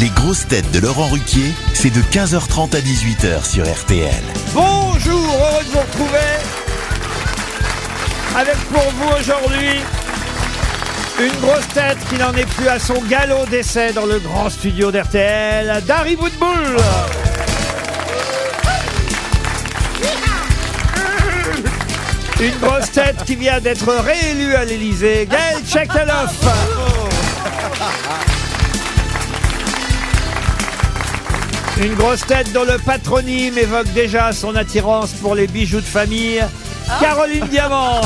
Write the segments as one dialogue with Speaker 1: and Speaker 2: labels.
Speaker 1: Les grosses têtes de Laurent Ruquier, c'est de 15h30 à 18h sur RTL.
Speaker 2: Bonjour, heureux de vous retrouver avec pour vous aujourd'hui une grosse tête qui n'en est plus à son galop d'essai dans le grand studio d'RTL, Dari Woodbull. Une grosse tête qui vient d'être réélue à l'Elysée, Gaël Tchekaloff. Une grosse tête dont le patronyme évoque déjà son attirance pour les bijoux de famille, Caroline Diamant.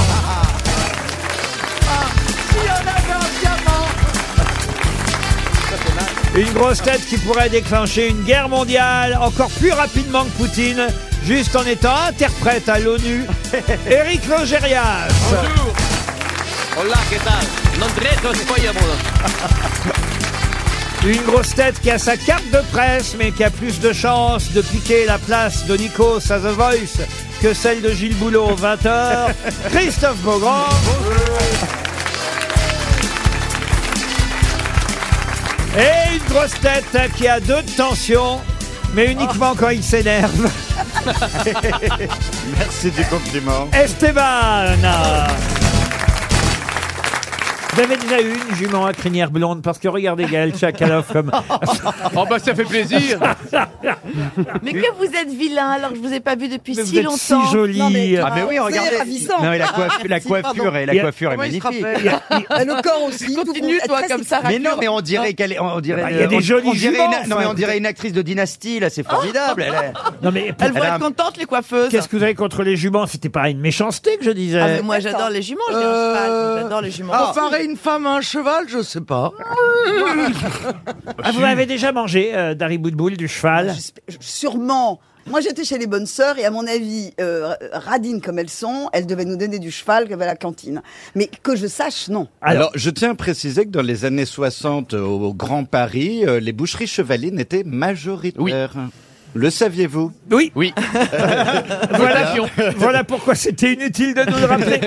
Speaker 2: Une grosse tête qui pourrait déclencher une guerre mondiale encore plus rapidement que Poutine, juste en étant interprète à l'ONU, Eric Logérias.
Speaker 3: Hola, ¿qué tal? Nondretos Poyamodos.
Speaker 2: Une grosse tête qui a sa carte de presse, mais qui a plus de chances de piquer la place de Nico à The Voice que celle de Gilles Boulot au 20h, Christophe Beaugrand. Et une grosse tête qui a deux de tension, mais uniquement quand il s'énerve.
Speaker 4: Merci du compliment.
Speaker 2: Esteban Vous avez déjà eu une jument à crinière blonde parce que regardez Gaël Tchakaloff comme...
Speaker 5: Oh bah ça fait plaisir
Speaker 6: Mais que vous êtes vilain alors que je vous ai pas vu depuis
Speaker 2: Mais vous
Speaker 6: si
Speaker 2: êtes si
Speaker 6: longtemps.
Speaker 2: jolie.
Speaker 7: Ah mais oui, regardez.
Speaker 8: ravissant.
Speaker 7: Non, mais la, coiffe- la coiffure, est, la
Speaker 2: Il y a-
Speaker 7: coiffure est magnifique.
Speaker 8: Ah, le corps aussi.
Speaker 6: Continue toi comme ça.
Speaker 7: Mais non, mais on
Speaker 6: Hein
Speaker 7: dirait qu'elle est. On dirait,
Speaker 2: Ah, il y a des
Speaker 7: on-
Speaker 2: jolies
Speaker 7: on dirait,
Speaker 2: juments,
Speaker 7: une, non, mais
Speaker 2: frère.
Speaker 7: on dirait une actrice de dynastie, là, c'est formidable. Elle est-
Speaker 2: Non mais
Speaker 6: Elles vont
Speaker 7: Elle a
Speaker 6: être
Speaker 7: un-
Speaker 6: contentes les coiffeuses.
Speaker 2: qu'est-ce que vous avez contre les juments C'était pas une méchanceté que je disais.
Speaker 6: Ah, mais moi j'adore les juments, j'ai un cheval, j'adore les juments.
Speaker 8: Comparer Ah, une femme à un cheval, je sais pas.
Speaker 2: Ah, vous avez déjà mangé euh, Dari Boudboul du
Speaker 6: Ah,
Speaker 2: cheval
Speaker 9: Sûrement. Moi, j'étais chez les bonnes sœurs et à mon avis, euh, radines comme elles sont, elles devaient nous donner du cheval qu'elle avait à la cantine. Mais que je sache, non.
Speaker 2: Alors-
Speaker 4: Alors, je tiens à préciser que dans les années 60, euh, au Grand Paris, euh, les boucheries chevalines étaient majoritaires. Le saviez-vous
Speaker 2: Oui.
Speaker 5: Oui.
Speaker 2: voilà, voilà pourquoi c'était inutile de nous le rappeler.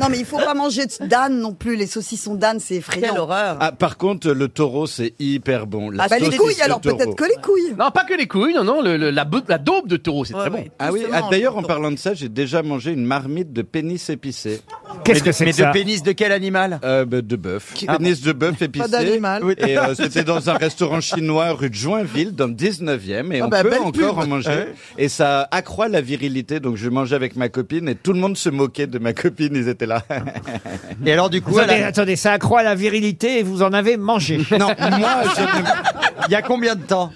Speaker 9: Non, mais il faut pas manger de- d'âne non plus. Les saucissons d'âne, c'est
Speaker 6: Quelle
Speaker 9: effrayant.
Speaker 6: horreur.
Speaker 4: ah, Par contre, le taureau, c'est hyper bon. La
Speaker 9: Ah, bah, les
Speaker 4: saucisse
Speaker 9: couilles,
Speaker 4: de
Speaker 9: alors
Speaker 4: taureau.
Speaker 9: peut-être que les couilles.
Speaker 5: Non, pas que les couilles, non, non, le- le- la, beu- la daube de taureau, c'est
Speaker 6: Ouais,
Speaker 5: très
Speaker 6: ouais,
Speaker 5: bon.
Speaker 6: tout
Speaker 4: Ah oui,
Speaker 6: se
Speaker 4: ah,
Speaker 6: mange,
Speaker 4: d'ailleurs, en
Speaker 6: pourtant.
Speaker 4: parlant de ça, j'ai déjà mangé une marmite de pénis épicé.
Speaker 2: Qu'est-ce que c'est
Speaker 7: mais
Speaker 2: que ça
Speaker 7: de pénis de quel animal
Speaker 4: Euh, bah, de bœuf. pénis de bœuf épicé.
Speaker 8: d'animal. Oui.
Speaker 4: Et euh, c'était dans un restaurant chinois rue de Joinville, dans le 19e. Et
Speaker 8: Ah
Speaker 4: on
Speaker 8: bah,
Speaker 4: peut
Speaker 8: belle
Speaker 4: encore
Speaker 8: pub.
Speaker 4: en manger. Et ça accroît la virilité. Donc je mangeais avec ma copine et tout le monde se moquait de ma copine. Ils étaient là.
Speaker 7: Et alors, du coup,
Speaker 2: Attendez,
Speaker 7: elle a-
Speaker 2: attendez, ça accroît la virilité et vous en avez mangé.
Speaker 4: non, moi, je ne-
Speaker 7: il y a combien de temps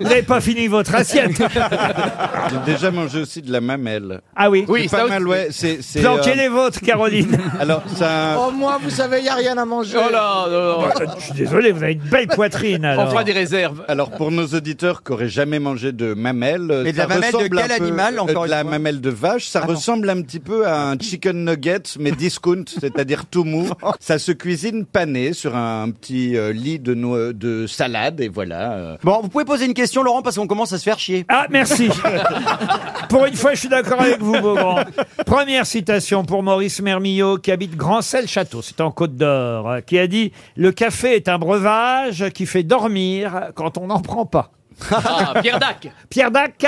Speaker 2: vous n'avez pas fini votre assiette.
Speaker 4: J'ai déjà mangé aussi de la mamelle.
Speaker 2: Ah oui.
Speaker 5: Oui,
Speaker 4: C'est
Speaker 5: ça
Speaker 4: pas
Speaker 5: aussi.
Speaker 4: mal, ouais. C'est, c'est,
Speaker 2: Planquez
Speaker 4: euh,
Speaker 2: les vôtres, Caroline.
Speaker 4: Alors, ça.
Speaker 8: Oh, moi, vous savez, il n'y a rien à manger.
Speaker 5: Oh là, non, non.
Speaker 2: Je suis désolé, vous avez une belle poitrine.
Speaker 5: on
Speaker 2: alors.
Speaker 5: fera des réserves.
Speaker 4: Alors, pour nos auditeurs qui n'auraient jamais mangé de mamelle. euh,
Speaker 7: Mais de
Speaker 4: ça
Speaker 7: la mamelle de
Speaker 4: ressemble un
Speaker 7: quel
Speaker 4: peu-
Speaker 7: animal,
Speaker 4: euh,
Speaker 7: encore
Speaker 4: De
Speaker 7: une
Speaker 4: la
Speaker 7: fois Ah
Speaker 4: mamelle de vache. Ça ressemble un petit peu à un chicken nugget, mais discount, c'est-à-dire tout mou. Ça se cuisine pané sur un petit euh, lit de, noix- de salade, et voilà. euh.
Speaker 7: Bon, vous pouvez poser une question, Laurent, parce qu'on commence à se faire chier.
Speaker 2: Ah, merci. pour une fois, je suis d'accord avec vous, Beaugrand. Première citation pour Maurice Mermillot, qui habite Grand-Celle-Château, c'est en Côte d'Or, euh, qui a dit « Le café est un breuvage qui fait dormir quand on n'en prend pas
Speaker 5: Ah, Pierre Dac. ».
Speaker 2: Pierre Dac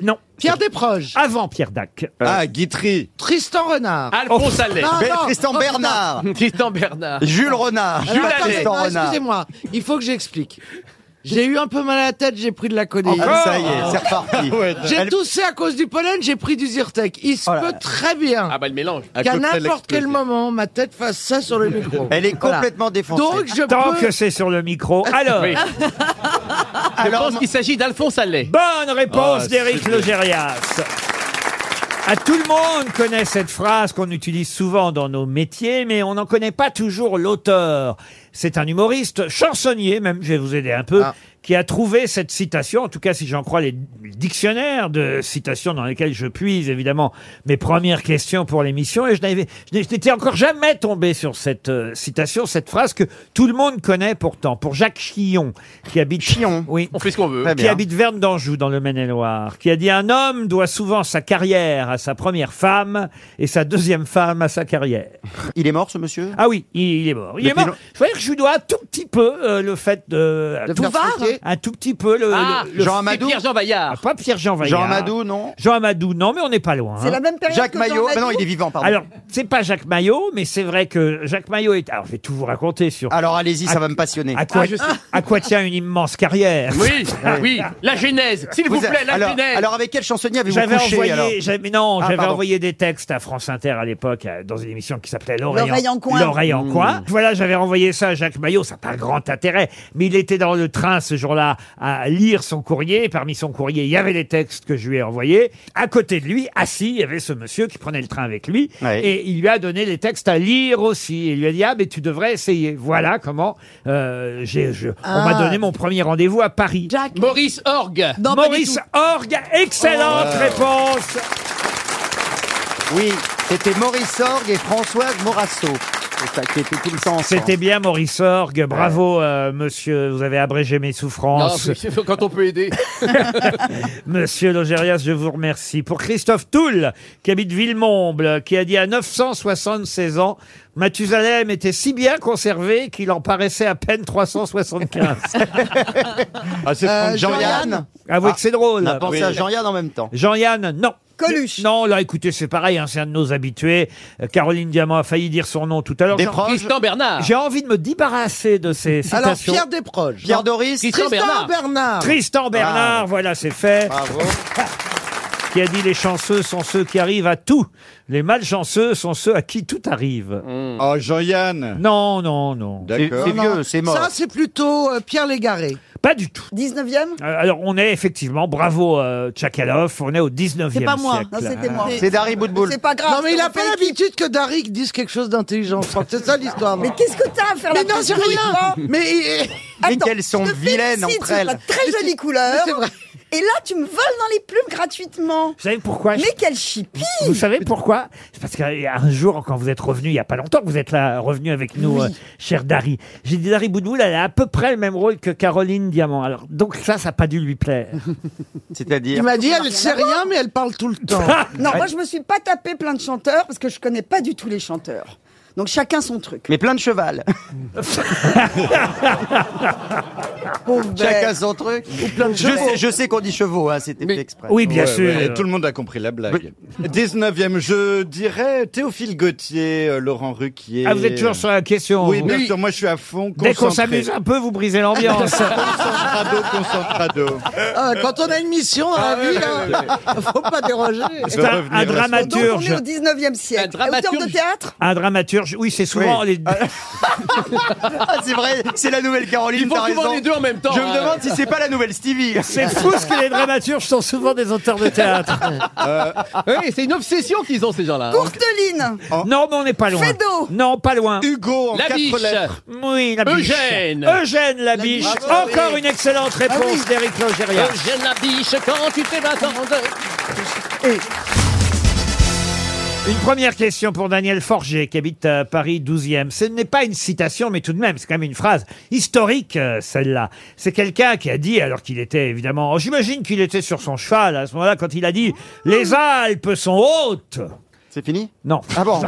Speaker 2: Non,
Speaker 8: Pierre Desproges.
Speaker 2: avant Pierre Dac.
Speaker 4: Ah, Guitry.
Speaker 8: Tristan Renard.
Speaker 5: Alphonse Allais.
Speaker 8: Ah,
Speaker 7: Be-
Speaker 8: non.
Speaker 7: Tristan
Speaker 8: Oh, putain.
Speaker 7: Bernard
Speaker 5: Tristan Bernard.
Speaker 7: Jules Renard
Speaker 8: Alors,
Speaker 7: Jules
Speaker 8: attendez,
Speaker 7: Tristan
Speaker 8: non,
Speaker 7: Renard
Speaker 8: Excusez-moi, il faut que j'explique. J'ai eu un peu mal à la tête, j'ai pris de la codéine.
Speaker 7: Ah, Ça y est, c'est
Speaker 5: Ah,
Speaker 7: reparti.
Speaker 8: J'ai toussé à cause du pollen, j'ai pris du Zyrtec. Il se
Speaker 7: Oh là
Speaker 8: peut
Speaker 7: là.
Speaker 8: très bien
Speaker 5: Ah bah le mélange.
Speaker 4: Un
Speaker 8: qu'à
Speaker 4: cocktail
Speaker 8: n'importe quel
Speaker 4: explosif.
Speaker 8: moment, ma tête fasse ça sur le micro.
Speaker 5: Eh,
Speaker 7: Elle est
Speaker 8: Voilà.
Speaker 7: complètement défoncée.
Speaker 8: Donc je
Speaker 2: Tant
Speaker 8: peux...
Speaker 2: que c'est sur le micro. Alors,
Speaker 5: Oui. Je
Speaker 7: Alors,
Speaker 5: pense qu'il s'agit d'Alphonse Allais.
Speaker 2: bonne réponse
Speaker 4: Ah,
Speaker 2: d'Éric
Speaker 4: super.
Speaker 2: Logérias. À tout le monde connaît cette phrase qu'on utilise souvent dans nos métiers, mais on n'en connaît pas toujours l'auteur. C'est un humoriste, chansonnier même, je vais vous aider un peu, qui a trouvé cette citation, en tout cas si j'en crois les dictionnaires de citations dans lesquels je puise évidemment mes premières questions pour l'émission, et je n'avais, je n'ai- je n'étais encore jamais tombé sur cette euh, citation, cette phrase que tout le monde connaît pourtant, pour Jacques Chillon, qui habite... Chillon Oui.
Speaker 5: On fait ce qu'on veut.
Speaker 2: Qui habite Verne d'Anjou dans le Maine-et-Loire, qui a dit un homme doit souvent sa carrière à sa première femme et sa deuxième femme à sa carrière.
Speaker 10: Il est mort, ce monsieur
Speaker 2: Ah oui, il, il est mort. Il est
Speaker 10: Depuis
Speaker 2: mort. Je veux dire que je lui dois un tout petit peu euh, le fait de
Speaker 8: De
Speaker 2: tout
Speaker 8: faire
Speaker 2: var,
Speaker 8: sauter.
Speaker 2: un tout petit peu le,
Speaker 5: Ah,
Speaker 2: le- le-
Speaker 10: Jean Amadou
Speaker 5: Pierre Jean Vaillard.
Speaker 2: pas Pierre Jean Vaillard.
Speaker 10: Jean Amadou, non
Speaker 2: Jean Amadou, non, mais on n'est pas loin.
Speaker 9: C'est
Speaker 2: hein.
Speaker 9: la même période
Speaker 10: Jacques
Speaker 9: que
Speaker 10: Maillot
Speaker 9: Jean
Speaker 10: Mais non,
Speaker 9: Madou
Speaker 10: il est vivant, pardon.
Speaker 2: Alors, c'est pas Jacques Maillot, mais c'est vrai que Jacques Maillot est. Alors, je vais tout vous raconter sur
Speaker 10: Alors allez-y,
Speaker 2: Ah,
Speaker 10: ça va me passionner.
Speaker 2: à quoi,
Speaker 5: Ah, je sais.
Speaker 2: à quoi tient une immense carrière.
Speaker 5: Oui,
Speaker 2: Ah,
Speaker 5: oui. La genèse, s'il vous,
Speaker 10: Vous
Speaker 5: plaît,
Speaker 10: êtes-
Speaker 5: la
Speaker 10: alors,
Speaker 5: genèse.
Speaker 10: alors avec quel chansonnier avez-vous
Speaker 2: J'avais
Speaker 10: couché
Speaker 2: envoyé,
Speaker 10: alors
Speaker 2: j'avais- non,
Speaker 10: Ah,
Speaker 2: j'avais
Speaker 10: pardon.
Speaker 2: envoyé des textes à France Inter à l'époque euh, dans une émission qui s'appelait
Speaker 9: L'oreille en coin.
Speaker 2: L'oreille en coin. Voilà, j'avais envoyé ça à Jacques Maillot, ça n'a pas grand intérêt, mais il était dans le train ce jour-là à lire son courrier. Et Parmi son courrier, il y avait les textes que je lui ai envoyés. À côté de lui, assis, il y avait ce monsieur qui prenait le train avec lui
Speaker 10: Ouais.
Speaker 2: et il lui a donné les textes à lire aussi. Et il lui a dit ah mais tu devrais essayer. Voilà comment euh, j'ai, je- on m'a
Speaker 11: Ah.
Speaker 2: donné mon premier rendez-vous à Paris.
Speaker 11: Jacques.
Speaker 5: Maurice Orgue.
Speaker 11: Non, pas du
Speaker 2: Maurice
Speaker 11: tout.
Speaker 2: Orgue, excellente réponse.
Speaker 10: Oui, c'était Maurice Orgue et Françoise Morasso. C'est ça, qui était tout le temps ensemble.
Speaker 2: C'était bien Maurice Orgue, bravo euh, monsieur, vous avez abrégé mes
Speaker 5: Non,
Speaker 2: souffrances.
Speaker 5: c'est- quand on peut aider.
Speaker 2: Monsieur Logérias, je vous remercie. Pour Christophe Toul, qui habite Villemomble, qui a dit à 976 ans, Mathusalem était si bien conservé qu'il en paraissait à peine 375.
Speaker 12: Ah, c'est
Speaker 10: Euh,
Speaker 12: Franck Jean-Yann.
Speaker 10: Jean-Yann.
Speaker 2: Avouez Ah, que c'est drôle.
Speaker 10: On a pensé
Speaker 12: Oui.
Speaker 10: à Ah, Jean-Yann en même temps.
Speaker 2: Jean-Yann, non.
Speaker 9: Coluche.
Speaker 2: Non, là, écoutez, c'est pareil, hein, c'est un de nos habitués. Euh, Caroline Diamant a failli dire son nom tout à l'heure.
Speaker 10: Des
Speaker 2: Jean-
Speaker 10: proches
Speaker 5: Tristan Bernard.
Speaker 2: J'ai envie de me débarrasser de ces citations.
Speaker 8: Alors, Pierre Ah. Desproges.
Speaker 10: Pierre Doris
Speaker 5: Christian Bernard.
Speaker 8: Bernard.
Speaker 2: Tristan Bernard, voilà, c'est fait.
Speaker 10: Ah. Bravo.
Speaker 2: qui a dit les chanceux sont ceux qui arrivent à tout, les malchanceux sont ceux à qui tout arrive.
Speaker 12: Oh, Jean-Yann.
Speaker 2: Non, non, non.
Speaker 10: C'est
Speaker 12: D'accord.
Speaker 10: Hmm. c'est vieux, c'est mort.
Speaker 8: Ah, Ça, c'est plutôt euh, Pierre Légaré.
Speaker 2: Pas du tout.
Speaker 9: 19e
Speaker 2: Euh, Alors on est effectivement, bravo euh, Tchakalov, on est au 19e
Speaker 11: C'est pas moi.
Speaker 2: siècle.
Speaker 9: Non, c'était moi.
Speaker 10: C'est Dari Boudboul.
Speaker 9: C'est pas grave.
Speaker 8: non, mais il
Speaker 9: on
Speaker 8: a
Speaker 9: fait
Speaker 8: pas
Speaker 9: équipe.
Speaker 8: l'habitude que Darik dise quelque chose d'intelligent. je crois que C'est ça l'histoire. non
Speaker 9: Mais qu'est-ce que t'as à faire
Speaker 8: Mais
Speaker 9: là
Speaker 8: non, c'est rien. Mais il-
Speaker 10: Mais qu'elles sont vilaines entre elles.
Speaker 9: Très jolie couleur.
Speaker 8: c'est vrai.
Speaker 9: Et là, tu me voles dans les plumes gratuitement.
Speaker 2: Vous savez pourquoi je-
Speaker 9: Mais quel chipi
Speaker 2: Vous savez pourquoi C'est parce qu'un jour, quand vous êtes revenu, il n'y a pas longtemps que vous êtes là, revenu avec nous, euh, cher Dari. J'ai dit Dari Boudboul, elle a à peu près le même rôle que Caroline Diamant. Alors, donc ça, ça n'a pas dû lui plaire.
Speaker 8: il
Speaker 10: C'est-à-dire
Speaker 8: m'a dit, elle sait rien, mais elle parle tout le temps.
Speaker 9: Non, moi je me suis pas tapé plein de chanteurs parce que je connais pas du tout les chanteurs. Donc chacun son truc.
Speaker 10: mais plein de cheval.
Speaker 9: Pauvre
Speaker 10: Chacun
Speaker 9: bête.
Speaker 10: son truc. je, sais, je sais qu'on dit chevaux, hein, c'était
Speaker 5: Mais-
Speaker 10: fait exprès.
Speaker 2: Oui, bien
Speaker 12: Ouais,
Speaker 2: sûr.
Speaker 12: ouais, tout le monde a compris la blague. 19e, je dirais Théophile Gauthier, euh, Laurent Ruquier.
Speaker 2: Ah, vous êtes toujours sur la question.
Speaker 12: Oui,
Speaker 2: vous.
Speaker 12: bien sûr, moi je suis à fond.
Speaker 2: Dès qu'on
Speaker 12: concentré.
Speaker 2: s'amuse un peu, vous brisez l'ambiance.
Speaker 12: Concentrado, concentrado.
Speaker 8: Ah, quand on a une mission dans la vie,
Speaker 9: hein,
Speaker 8: là, faut pas déroger.
Speaker 12: Je
Speaker 2: C'est
Speaker 12: vais
Speaker 2: un,
Speaker 12: revenir la
Speaker 2: un
Speaker 9: Donc on est
Speaker 2: dramaturge.
Speaker 9: au 19e
Speaker 5: Un
Speaker 9: siècle.
Speaker 5: dramaturge.
Speaker 9: Auteur de théâtre
Speaker 2: Un dramaturge, oui, c'est souvent les.
Speaker 10: Ah, c'est vrai, c'est la nouvelle Caroline,
Speaker 5: Ils font
Speaker 10: t'as
Speaker 5: souvent
Speaker 10: raison.
Speaker 5: les deux en même temps.
Speaker 10: Je me
Speaker 5: hein.
Speaker 10: demande si c'est pas la nouvelle Stevie.
Speaker 2: C'est fou ce que les dramaturges sont souvent des auteurs de théâtre.
Speaker 10: Euh.
Speaker 5: Oui, c'est une obsession qu'ils ont, ces
Speaker 2: Ah.
Speaker 5: gens-là.
Speaker 9: Courteline
Speaker 2: Non, mais on n'est pas loin.
Speaker 9: Fédo.
Speaker 2: Non, pas loin.
Speaker 12: Oh. Hugo en
Speaker 5: La
Speaker 12: quatre
Speaker 5: biche.
Speaker 12: lettres.
Speaker 2: Oui, la biche.
Speaker 5: Eugène.
Speaker 2: Eugène la biche. Encore une excellente réponse d'Éric Logérias.
Speaker 5: Eugène la biche Euh, quand tu t'es battandes.
Speaker 2: Une première question pour Daniel Forger, qui habite à Paris 12e. Ce n'est pas une citation, mais tout de même, c'est quand même une phrase historique, euh, celle-là. C'est quelqu'un qui a dit, alors qu'il était évidemment, oh, j'imagine qu'il était sur son cheval à ce moment-là, quand il a dit « Les Alpes sont hautes
Speaker 10: C'est fini ».
Speaker 2: Non.
Speaker 10: Ah bon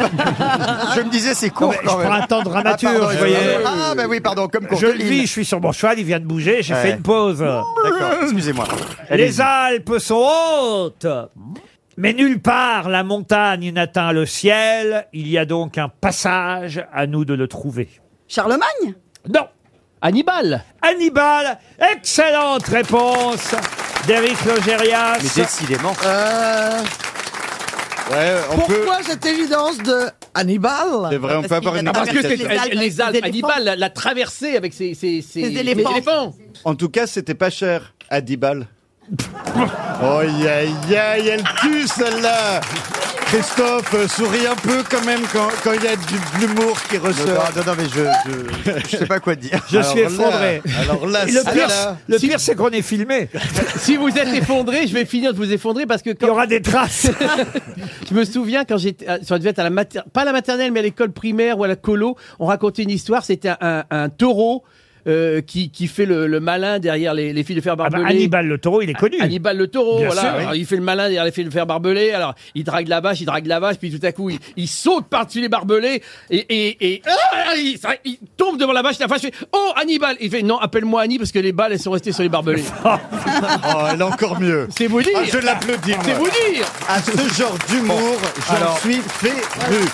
Speaker 10: Je me disais, c'est
Speaker 2: Non,
Speaker 10: court
Speaker 2: mais je
Speaker 10: quand même.
Speaker 2: prends un temps
Speaker 10: Ah, pardon,
Speaker 2: dramaturge, vous voyez.
Speaker 10: Ah, bah oui, pardon, comme
Speaker 2: Je le
Speaker 10: Courteline.
Speaker 2: vis, je suis sur mon cheval, il vient de bouger, j'ai
Speaker 10: Ouais.
Speaker 2: fait une pause.
Speaker 10: D'accord, excusez-moi.
Speaker 2: Les Alpes sont hautes, mais nulle part la montagne n'atteint le ciel. Il y a donc un passage à nous de le trouver.
Speaker 9: Charlemagne
Speaker 2: Non,
Speaker 5: Hannibal.
Speaker 2: Hannibal, excellente réponse d'Éric Logérias.
Speaker 10: Mais décidément.
Speaker 8: Euh,
Speaker 12: Ouais,
Speaker 10: Euh,
Speaker 12: on peut.
Speaker 8: pourquoi cette évidence de
Speaker 12: C'est
Speaker 8: Hannibal
Speaker 12: vrai, on peut avoir une
Speaker 5: Parce que c'est
Speaker 11: les Alpes,
Speaker 5: les Alpes.
Speaker 11: les éléphants.
Speaker 5: Hannibal l'a- l'a traversée avec ses, ses, ses-
Speaker 11: Les éléphants.
Speaker 5: ses
Speaker 12: En tout cas, c'était pas cher. À 10 balles. Oh, aïe, aïe, aïe, elle tue celle-là. Christophe, euh, souris un peu quand même quand quand il y a du- de l'humour qui ressort.
Speaker 10: Non, non, mais je, je, je sais pas quoi dire.
Speaker 2: Je suis
Speaker 12: Alors là-
Speaker 2: effondré.
Speaker 12: alors là,
Speaker 2: Et le
Speaker 12: ça,
Speaker 2: pire,
Speaker 12: là-
Speaker 2: le pire, c'est qu'on est filmé.
Speaker 5: Si vous êtes effondré, je vais finir de vous effondrer parce que
Speaker 2: Il y
Speaker 5: quand
Speaker 2: aura des traces.
Speaker 5: je me souviens quand j'étais, ah, ça devait être à la mater, pas à la maternelle, mais à l'école primaire ou à la colo, on racontait une histoire. C'était un, un- un taureau euh, qui, qui fait le, le malin derrière les, les filles de fer
Speaker 2: Ah bah,
Speaker 5: barbelés.
Speaker 2: Hannibal le taureau, il est connu.
Speaker 5: Hannibal le taureau,
Speaker 2: Bien
Speaker 5: voilà.
Speaker 2: sûr, oui.
Speaker 5: Alors, Ah, il fait le malin derrière les filles de fer barbelés. Alors, il drague la vache, il drague la vache, puis tout à coup, il, il saute par-dessus les barbelés et, et, et ah, il, ça- il tombe devant la vache. La vache fait Oh, Hannibal Il fait Non, appelle-moi Annie parce que les balles, elles sont restées sur les barbelés.
Speaker 12: Oh, elle est encore mieux.
Speaker 5: C'est vous dire
Speaker 12: Ah, je l'applaudis.
Speaker 5: C'est
Speaker 12: moi.
Speaker 5: vous dire
Speaker 12: À ce genre d'humour, j'en
Speaker 10: alors-
Speaker 12: suis féru.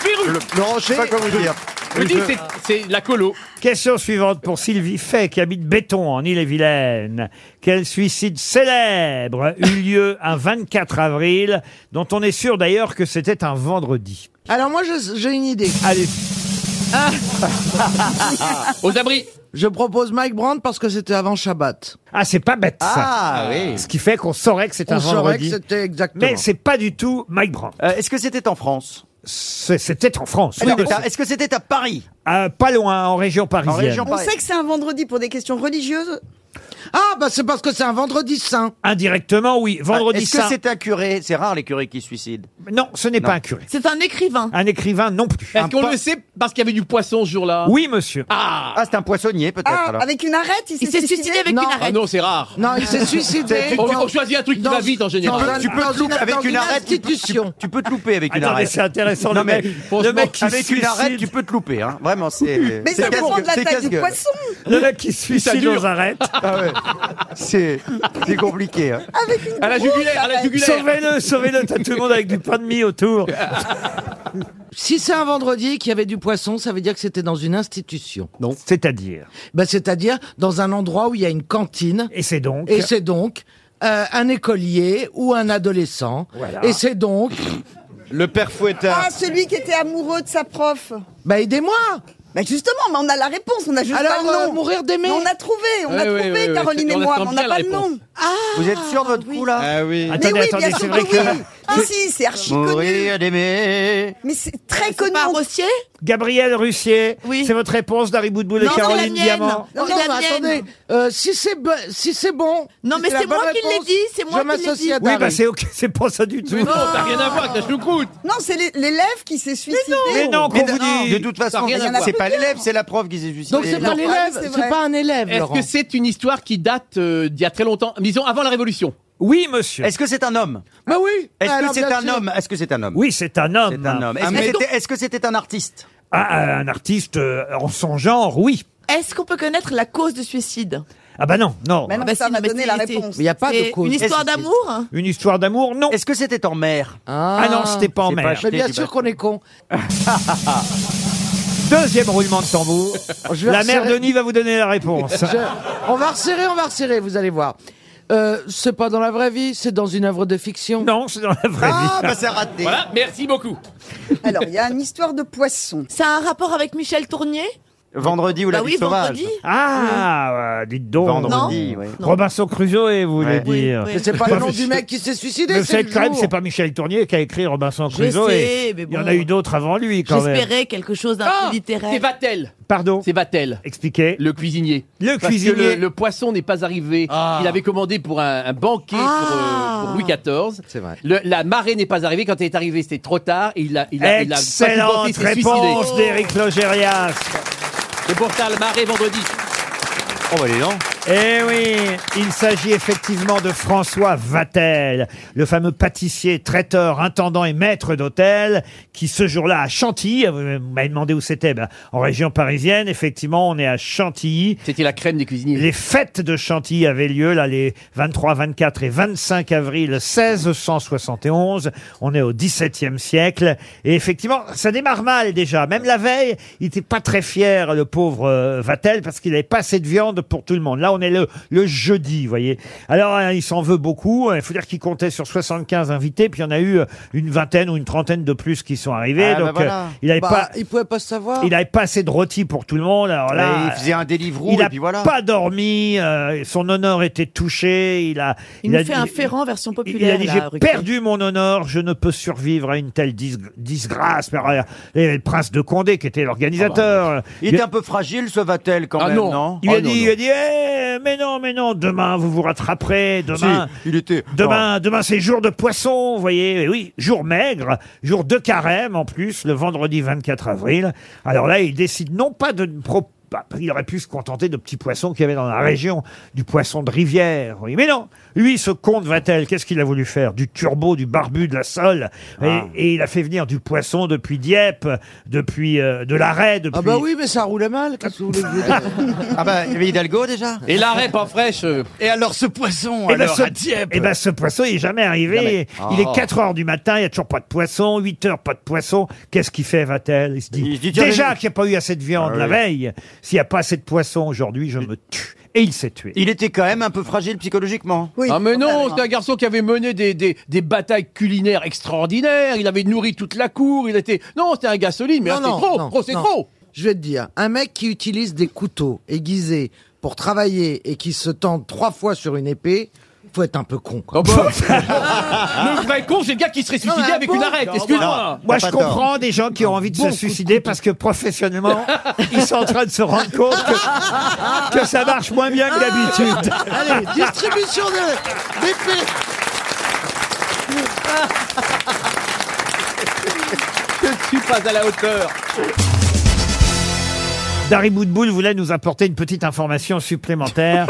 Speaker 5: Féru.
Speaker 10: Laurent, je sais pas quoi vous dire.
Speaker 5: Vous dites, c'est- c'est la colo.
Speaker 2: Question suivante pour Sylvie Fay, qui habite Béton, en Ille-et-Vilaine. Quel suicide célèbre eut lieu un 24 avril, dont on est sûr d'ailleurs que c'était un vendredi
Speaker 8: Alors moi, je- j'ai une idée.
Speaker 2: Allez,
Speaker 5: Ah. Aux abris.
Speaker 8: Je propose Mike Brandt parce que c'était avant Shabbat.
Speaker 2: ah, c'est pas bête ça.
Speaker 10: Ah,
Speaker 2: Ce qui fait qu'on saurait que c'est un
Speaker 8: On saurait que
Speaker 2: vendredi.
Speaker 8: c'était exactement.
Speaker 2: Mais c'est pas du tout Mike Brandt.
Speaker 10: Euh, Est-ce que c'était en France
Speaker 2: C'est- C'était en France.
Speaker 10: Alors,
Speaker 2: Oui,
Speaker 10: t'as- Est-ce que c'était à Paris
Speaker 2: euh, pas loin, en région parisienne.
Speaker 10: région
Speaker 9: On sait que c'est un vendredi pour des questions religieuses.
Speaker 8: Ah, bah c'est parce que c'est un vendredi saint.
Speaker 2: Indirectement, oui. Vendredi
Speaker 10: Est-ce que
Speaker 2: saint.
Speaker 10: c'était un curé C'est rare les curés qui se suicident.
Speaker 2: Non, ce n'est
Speaker 10: Non.
Speaker 2: pas un curé.
Speaker 11: C'est un écrivain.
Speaker 2: Un écrivain non plus.
Speaker 5: Est-ce qu'on
Speaker 10: pa-
Speaker 5: le sait parce qu'il y avait du poisson ce jour-là
Speaker 2: Oui, monsieur.
Speaker 5: Ah
Speaker 10: Ah, c'est un poissonnier peut-être
Speaker 9: Ah,
Speaker 10: alors.
Speaker 9: avec une arête, il
Speaker 11: Il s'est suicidé avec
Speaker 8: Non.
Speaker 11: une
Speaker 5: Ah
Speaker 11: arête.
Speaker 5: non, c'est rare.
Speaker 8: Non, il s'est suicidé.
Speaker 5: On, on choisit un truc qui
Speaker 8: Dans-
Speaker 5: va vite en général.
Speaker 8: dans un-
Speaker 10: Tu peux
Speaker 8: dans
Speaker 10: te louper
Speaker 8: une-
Speaker 10: avec
Speaker 8: dans
Speaker 10: une arête. tu- tu-
Speaker 8: institution.
Speaker 10: Tu peux te louper avec une
Speaker 2: Attendez,
Speaker 10: arrête.
Speaker 2: c'est intéressant.
Speaker 10: Non,
Speaker 2: le mec,
Speaker 10: mais
Speaker 2: le mec qui
Speaker 10: avec
Speaker 2: se
Speaker 10: une arête,
Speaker 2: suicide,
Speaker 10: tu peux te louper, hein. Vraiment, c'est.
Speaker 9: Mais
Speaker 10: c'est
Speaker 9: ça dépend de
Speaker 10: casse-gueule,
Speaker 9: la
Speaker 10: c'est
Speaker 9: taille du
Speaker 10: casse-gueule.
Speaker 9: poisson.
Speaker 2: le mec qui se suicide
Speaker 5: dure.
Speaker 2: aux arêtes.
Speaker 10: Ah ouais. C'est c'est compliqué. hein.
Speaker 9: Avec une
Speaker 5: À la
Speaker 9: grosse
Speaker 5: jugulaire, à la
Speaker 9: arête.
Speaker 5: jugulaire.
Speaker 2: Sauvez-le, sauvez-le, t'as tout le monde avec du pain de mie autour.
Speaker 8: Si c'est un vendredi et qu'il y avait du poisson, ça veut dire que c'était dans une institution.
Speaker 2: C'est-à-dire.
Speaker 8: Bah, c'est-à-dire dans un endroit où il y a une cantine.
Speaker 2: Et c'est donc.
Speaker 8: Et c'est donc euh, un écolier ou un adolescent.
Speaker 2: Voilà.
Speaker 8: Et c'est donc...
Speaker 12: Le père Fouettard.
Speaker 9: Ah, celui qui était amoureux de sa prof.
Speaker 8: Bah, aidez-moi
Speaker 9: Mais justement, mais on a la réponse, on a juste
Speaker 8: Alors,
Speaker 9: pas le nom.
Speaker 8: euh, mourir d'aimer
Speaker 9: Mais on a trouvé, on a
Speaker 5: Ouais, ouais,
Speaker 9: trouvé,
Speaker 5: ouais, ouais,
Speaker 9: Caroline
Speaker 5: c'est-
Speaker 9: et
Speaker 5: on
Speaker 9: moi,
Speaker 5: attend
Speaker 9: mais on n'a
Speaker 5: bien
Speaker 9: pas
Speaker 5: la
Speaker 9: le nom. Ah.
Speaker 5: réponse.
Speaker 10: Vous êtes sûr de votre coup là
Speaker 12: Ah oui.
Speaker 9: Mais
Speaker 2: Attendez,
Speaker 9: oui,
Speaker 2: attendez,
Speaker 9: bien
Speaker 2: c'est
Speaker 9: sûr
Speaker 2: vrai
Speaker 9: que
Speaker 2: que
Speaker 9: oui. Ah si, c'est archi connu.
Speaker 10: Mourir d'aimer.
Speaker 9: Mais c'est très
Speaker 11: C'est
Speaker 9: connu.
Speaker 11: pas
Speaker 9: en-
Speaker 11: Rossier
Speaker 2: Gabriel Russier,
Speaker 11: Oui.
Speaker 2: c'est votre réponse d'Harry Boudboul et
Speaker 11: Non, c'est la
Speaker 2: Caroline
Speaker 11: mienne.
Speaker 2: Diamant.
Speaker 8: Non,
Speaker 11: C'est
Speaker 8: non,
Speaker 11: Oh, la
Speaker 8: mais
Speaker 11: mienne.
Speaker 8: attendez, euh, si c'est bo- si c'est bon...
Speaker 11: Non,
Speaker 8: si
Speaker 11: mais
Speaker 8: la
Speaker 11: c'est moi
Speaker 8: bonne
Speaker 11: qui l'ai
Speaker 8: réponse,
Speaker 11: dit, c'est moi
Speaker 8: Je
Speaker 11: qui l'ai dit.
Speaker 8: m'associe à
Speaker 2: Oui,
Speaker 8: Dari.
Speaker 2: bah c'est ok, c'est pas ça du
Speaker 5: Mais
Speaker 2: tout.
Speaker 5: non, t'as rien à voir avec la choucroute.
Speaker 9: Non, c'est l'é- l'élève qui s'est suicidé.
Speaker 2: Mais non, qu'on
Speaker 10: Mais
Speaker 2: vous
Speaker 10: non,
Speaker 2: dit.
Speaker 10: de toute façon,
Speaker 5: rien à
Speaker 10: c'est pas l'élève, c'est la prof qui s'est suicidée.
Speaker 8: Donc c'est pas
Speaker 9: Non, ah
Speaker 8: l'élève,
Speaker 9: oui, c'est
Speaker 8: c'est
Speaker 9: vrai.
Speaker 8: pas un élève,
Speaker 5: Est-ce
Speaker 8: Laurent.
Speaker 5: que c'est une histoire qui date euh, d'il y a très longtemps Disons avant la Révolution.
Speaker 2: Oui, monsieur.
Speaker 10: Est-ce que c'est un homme
Speaker 8: Mais Bah oui
Speaker 10: Est-ce
Speaker 8: alors,
Speaker 10: que c'est
Speaker 8: bien
Speaker 10: un
Speaker 8: sûr.
Speaker 10: homme Est-ce que c'est un homme
Speaker 2: Oui, c'est un homme.
Speaker 10: C'est un homme. Est-ce que
Speaker 11: médecin.
Speaker 10: c'était- Est-ce que c'était un artiste
Speaker 2: Ah, un artiste euh, en son genre, oui.
Speaker 11: Est-ce qu'on peut connaître la cause du suicide
Speaker 2: Ah bah non, non.
Speaker 9: Mais non,
Speaker 11: bah
Speaker 9: ça
Speaker 11: si,
Speaker 9: m'a
Speaker 11: mais
Speaker 9: donné
Speaker 11: c'est-
Speaker 9: la
Speaker 11: c'est-
Speaker 9: réponse.
Speaker 8: Mais il n'y a pas de
Speaker 11: C'est
Speaker 8: cause.
Speaker 11: une histoire
Speaker 10: Est-ce que-
Speaker 11: d'amour
Speaker 2: Une histoire d'amour, non.
Speaker 10: Est-ce que c'était en mer
Speaker 2: Ah, non, c'était pas en
Speaker 10: C'est pas
Speaker 2: mer.
Speaker 10: ch-
Speaker 8: Mais bien
Speaker 10: du
Speaker 8: sûr qu'on est con.
Speaker 2: Deuxième roulement de tambour.
Speaker 8: Je vais
Speaker 2: La mère
Speaker 8: resserrer-
Speaker 2: Denis va vous donner la réponse.
Speaker 8: Je- On va resserrer, on va resserrer, vous allez voir. Euh, c'est pas dans la vraie vie, c'est dans une œuvre de fiction.
Speaker 2: Non, c'est dans la vraie
Speaker 10: Ah,
Speaker 2: vie.
Speaker 10: bah c'est raté.
Speaker 5: Voilà, merci beaucoup.
Speaker 9: Alors, il y a une histoire de poisson.
Speaker 11: Ça a un rapport avec Michel Tournier
Speaker 10: Vendredi ou la
Speaker 11: Bah oui,
Speaker 10: vie sauvage
Speaker 11: vendredi.
Speaker 2: Ah, euh, dites donc.
Speaker 10: Vendredi, oui.
Speaker 11: Non.
Speaker 2: Robinson Crusoe, vous voulez
Speaker 10: Ouais.
Speaker 11: Oui,
Speaker 2: dire.
Speaker 11: oui.
Speaker 8: Mais c'est pas le nom du mec qui s'est
Speaker 2: Mais
Speaker 8: suicidé,
Speaker 2: vous
Speaker 8: c'est
Speaker 2: savez
Speaker 8: le
Speaker 2: quand même,
Speaker 8: jour.
Speaker 2: c'est pas Michel Tournier qui a écrit Robinson Crusoe.
Speaker 11: sais, mais
Speaker 2: Il y en
Speaker 11: bon.
Speaker 2: a eu d'autres avant lui, quand même.
Speaker 11: J'espérais quelque chose d'un
Speaker 5: Ah,
Speaker 11: peu
Speaker 5: c'est
Speaker 11: littéraire.
Speaker 5: Vatel.
Speaker 2: Pardon.
Speaker 5: C'est Vatel.
Speaker 2: Expliquez.
Speaker 5: Le cuisinier.
Speaker 2: Le
Speaker 5: Parce que
Speaker 2: cuisinier. Ah.
Speaker 5: le, le poisson n'est pas arrivé. Il avait commandé pour un, un banquet pour,
Speaker 11: Ah.
Speaker 5: euh, pour Louis XIV.
Speaker 10: C'est vrai.
Speaker 5: Le- la marée n'est pas arrivée. Quand elle est arrivée, c'était trop tard. Il a, il a, il a pas supporté,
Speaker 2: Excellente
Speaker 5: il s'est suicidé.
Speaker 2: réponse d'Éric Logérias.
Speaker 5: Et pourtant, la marée vendredi.
Speaker 10: Oh, bah les gens.
Speaker 2: Eh oui, il s'agit effectivement de François Vatel, le fameux pâtissier, traiteur, intendant et maître d'hôtel, qui ce jour-là à Chantilly, ah, vous m'avez demandé où c'était, ben, en région parisienne, effectivement, on est à Chantilly.
Speaker 5: C'était la crème des cuisiniers.
Speaker 2: Les fêtes de Chantilly avaient lieu là les 23, 24 et 25 avril 1671. On est au XVIIe siècle et effectivement ça démarre mal déjà. Même la veille, il était pas très fier le pauvre euh, Vatel parce qu'il avait pas assez de viande pour tout le monde. Là, on on est le, le jeudi, vous voyez. Alors, hein, il s'en veut beaucoup. Il faut dire qu'il comptait sur 75 invités, puis il y en a eu euh, une vingtaine ou une trentaine de plus qui sont
Speaker 8: Ah,
Speaker 10: Ah,
Speaker 2: arrivés.
Speaker 10: bah
Speaker 2: donc, euh, il n'avait pas...
Speaker 8: bah, Il pouvait pas savoir.
Speaker 2: Il n'avait pas assez de rôti pour tout le monde. Alors là,
Speaker 10: Ouais, il faisait un Deliveroo,
Speaker 2: il
Speaker 10: et
Speaker 2: a
Speaker 10: puis voilà.
Speaker 2: Pas dormi. euh, son honneur était touché. Il a.
Speaker 11: Il nous
Speaker 2: a
Speaker 11: fait
Speaker 2: dit-
Speaker 11: un Ferrand version
Speaker 2: il-
Speaker 11: populaire.
Speaker 2: Il a dit
Speaker 11: là,
Speaker 2: j'ai
Speaker 11: Ruquier.
Speaker 2: perdu mon honneur, je ne peux survivre à une telle dis- disgrâce. Mais alors, euh, il y avait le prince de Condé qui était l'organisateur.
Speaker 10: Ah bah Il était un peu fragile, ce Vatel, quand
Speaker 5: Ah
Speaker 10: même,
Speaker 5: non.
Speaker 10: non,
Speaker 2: Il a
Speaker 5: Oh, non,
Speaker 2: dit, il
Speaker 5: non.
Speaker 2: a dit, Eh, mais non, mais non, demain vous vous rattraperez, demain,
Speaker 10: Si, il était...
Speaker 2: demain, demain c'est jour de poisson, vous voyez, Et oui, jour maigre, jour de carême en plus, le vendredi 24 avril. Alors là, il décide non pas de pro- bah, il aurait pu se contenter de petits poissons qu'il y avait dans la région, du poisson de rivière. Oui, mais non, lui, ce comte Vatel, qu'est-ce qu'il a voulu faire Du turbo, du barbu, de la sole.
Speaker 10: Ah.
Speaker 2: Et, et il a fait venir du poisson depuis Dieppe, depuis euh, de l'arrêt, depuis.
Speaker 8: Ah bah oui, mais ça roulait mal. Qu'est-ce que vous voulez que je vous dise
Speaker 10: Non. Ah bah, il y avait Hidalgo, déjà
Speaker 5: Et l'arrêt pas fraîche. euh,
Speaker 10: Et alors, ce poisson,
Speaker 2: Eh ben,
Speaker 10: alors,
Speaker 2: ce-
Speaker 10: à Dieppe Ah.
Speaker 2: eh ben, ce poisson, il est jamais arrivé. Il est 4 heures du matin, il n'y a toujours pas de poisson. 8 heures, pas de poisson. Qu'est-ce qu'il fait, Vatel Il se dit,
Speaker 10: Il se dit, tiens,
Speaker 2: déjà
Speaker 10: les-
Speaker 2: qu'il n'y a pas eu assez de viande
Speaker 10: Ah
Speaker 2: la
Speaker 10: oui.
Speaker 2: veille, s'il n'y a pas assez de poisson aujourd'hui, je me tue. Et il s'est tué.
Speaker 10: Il était quand même un peu fragile psychologiquement.
Speaker 9: Oui,
Speaker 5: ah mais non,
Speaker 9: totalement.
Speaker 5: c'est un garçon qui avait mené des, des, des batailles culinaires extraordinaires, il avait nourri toute la cour, il était... Non, c'était un gars solide, mais
Speaker 8: Non,
Speaker 5: là, c'est
Speaker 8: non,
Speaker 5: trop,
Speaker 8: non,
Speaker 2: oh,
Speaker 5: trop, c'est
Speaker 8: non.
Speaker 5: trop
Speaker 8: Je vais te dire, un mec qui utilise des couteaux aiguisés pour travailler et qui se tente trois fois sur une épée, faut être un peu con. quoi.
Speaker 2: Ah
Speaker 5: Oh bah. Le vrai con, c'est le gars qui serait
Speaker 8: Non,
Speaker 5: suicidé
Speaker 8: mais
Speaker 5: avec
Speaker 8: bon,
Speaker 5: une arête, excuse-moi
Speaker 2: Moi,
Speaker 10: t'as
Speaker 2: je
Speaker 10: pas tort.
Speaker 2: comprends des gens qui ont envie de
Speaker 8: bon
Speaker 2: se
Speaker 8: coup de
Speaker 2: suicider parce que professionnellement, ils sont en train de se rendre compte que, que ça marche moins bien que d'habitude.
Speaker 10: Ah.
Speaker 8: Allez, distribution de d'épées.
Speaker 2: Ah.
Speaker 5: Que tu passes à la hauteur
Speaker 2: Dari Boudboul voulait nous apporter une petite information supplémentaire.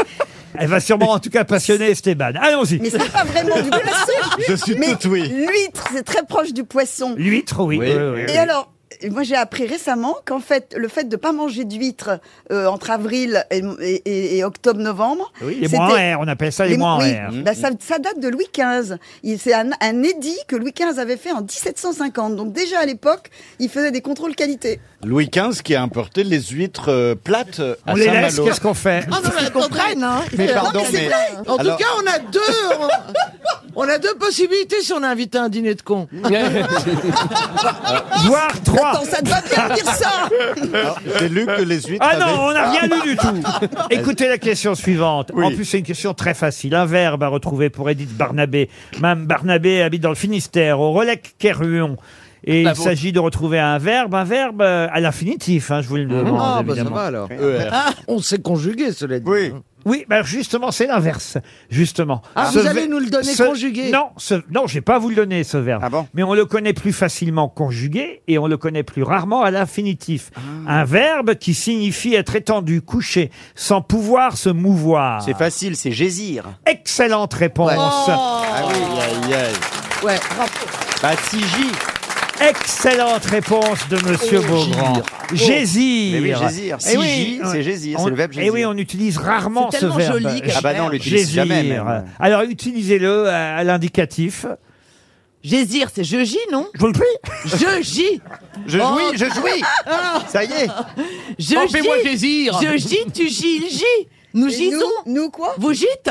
Speaker 2: Elle va sûrement, en tout cas, passionner Esteban. Allons-y.
Speaker 9: Mais c'est pas vraiment du poisson.
Speaker 12: Je suis
Speaker 9: Mais
Speaker 12: tout oui.
Speaker 9: l'huître, c'est très proche du poisson.
Speaker 2: L'huître, oui.
Speaker 12: Oui.
Speaker 2: Oui, oui, oui.
Speaker 9: Et alors, moi j'ai appris récemment qu'en fait, le fait de pas manger d'huîtres euh, entre avril et, et- et octobre-novembre,
Speaker 2: les
Speaker 9: c'était-
Speaker 2: mois en R, on appelle ça les, mois en
Speaker 9: oui,
Speaker 2: R.
Speaker 9: bah, ça, ça date de Louis XV. Il- C'est un, un édit que Louis XV avait fait en 1750. Donc déjà à l'époque, il faisait des contrôles qualité.
Speaker 12: Louis XV qui a importé les huîtres euh, plates euh, à
Speaker 2: On les laisse,
Speaker 12: Saint-Malo.
Speaker 2: qu'est-ce qu'on fait
Speaker 8: Ah non, mais
Speaker 11: Ils comprennent, hein. Ils
Speaker 10: Mais
Speaker 11: sont-
Speaker 10: pardon,
Speaker 9: mais c'est
Speaker 10: mais...
Speaker 8: En
Speaker 12: Alors-
Speaker 8: tout cas, on a deux. On, on a deux possibilités si on a invité à un dîner de con.
Speaker 2: Voir trois
Speaker 9: Attends, ça te va bien de dire ça
Speaker 12: Alors, J'ai lu que les huîtres
Speaker 2: Ah non,
Speaker 12: avaient-
Speaker 2: on n'a rien lu du tout Écoutez la question suivante.
Speaker 12: Oui.
Speaker 2: En plus, c'est une question très facile. Un verbe à retrouver pour Edith Barnabé. Mme Barnabé habite dans le Finistère, au relais Kerruon.
Speaker 8: Ah,
Speaker 2: Et
Speaker 8: bah
Speaker 5: La
Speaker 2: il
Speaker 5: vôtre.
Speaker 2: s'agit de retrouver un verbe, un verbe euh, à l'infinitif, hein, je vous le demande.
Speaker 8: Ah, bah ça
Speaker 2: évidemment.
Speaker 8: va alors.
Speaker 12: ER.
Speaker 8: Ah, on s'est conjugué, cela dit.
Speaker 10: Oui.
Speaker 2: Oui, bah justement, c'est l'inverse. Justement.
Speaker 8: Ah, vous allez nous le donner
Speaker 2: ce-
Speaker 8: conjugué.
Speaker 2: Non, ce... non, je vais pas vous le donner ce verbe.
Speaker 10: Ah bon
Speaker 2: Mais on le connaît plus facilement conjugué et on le connaît plus rarement à l'infinitif.
Speaker 10: Ah.
Speaker 2: Un verbe qui signifie être étendu, couché, sans pouvoir se mouvoir.
Speaker 10: C'est facile, c'est Gésir.
Speaker 2: Excellente réponse.
Speaker 10: Ah oui, aïe, aïe.
Speaker 8: Ouais.
Speaker 10: Bah, J.
Speaker 2: Excellente réponse de Monsieur Beaugrand.
Speaker 10: Oh. Mais
Speaker 2: Gésir.
Speaker 10: oui, Gésir.
Speaker 2: Eh oui,
Speaker 10: Sigir, c'est Gésir,
Speaker 2: on-
Speaker 10: c'est le verbe
Speaker 2: Eh
Speaker 10: Gésir.
Speaker 2: oui, on utilise rarement
Speaker 11: C'est
Speaker 2: ce
Speaker 11: tellement
Speaker 2: verbe.
Speaker 11: joli qu'à
Speaker 10: Ah bah non, on l'utilise
Speaker 2: Gésir.
Speaker 10: jamais, même.
Speaker 2: Alors utilisez-le à à l'indicatif.
Speaker 11: Gésir, c'est je gis, non
Speaker 2: Je vous le prie.
Speaker 11: Je gis
Speaker 10: Je jouis, je jouis Ça y est
Speaker 11: Je
Speaker 5: Oh, fais-moi
Speaker 11: gis
Speaker 5: plaisir
Speaker 11: Je gis, tu gis, il gît Nous
Speaker 9: Et
Speaker 11: gisons
Speaker 9: nous, nous quoi
Speaker 11: Vous gîtes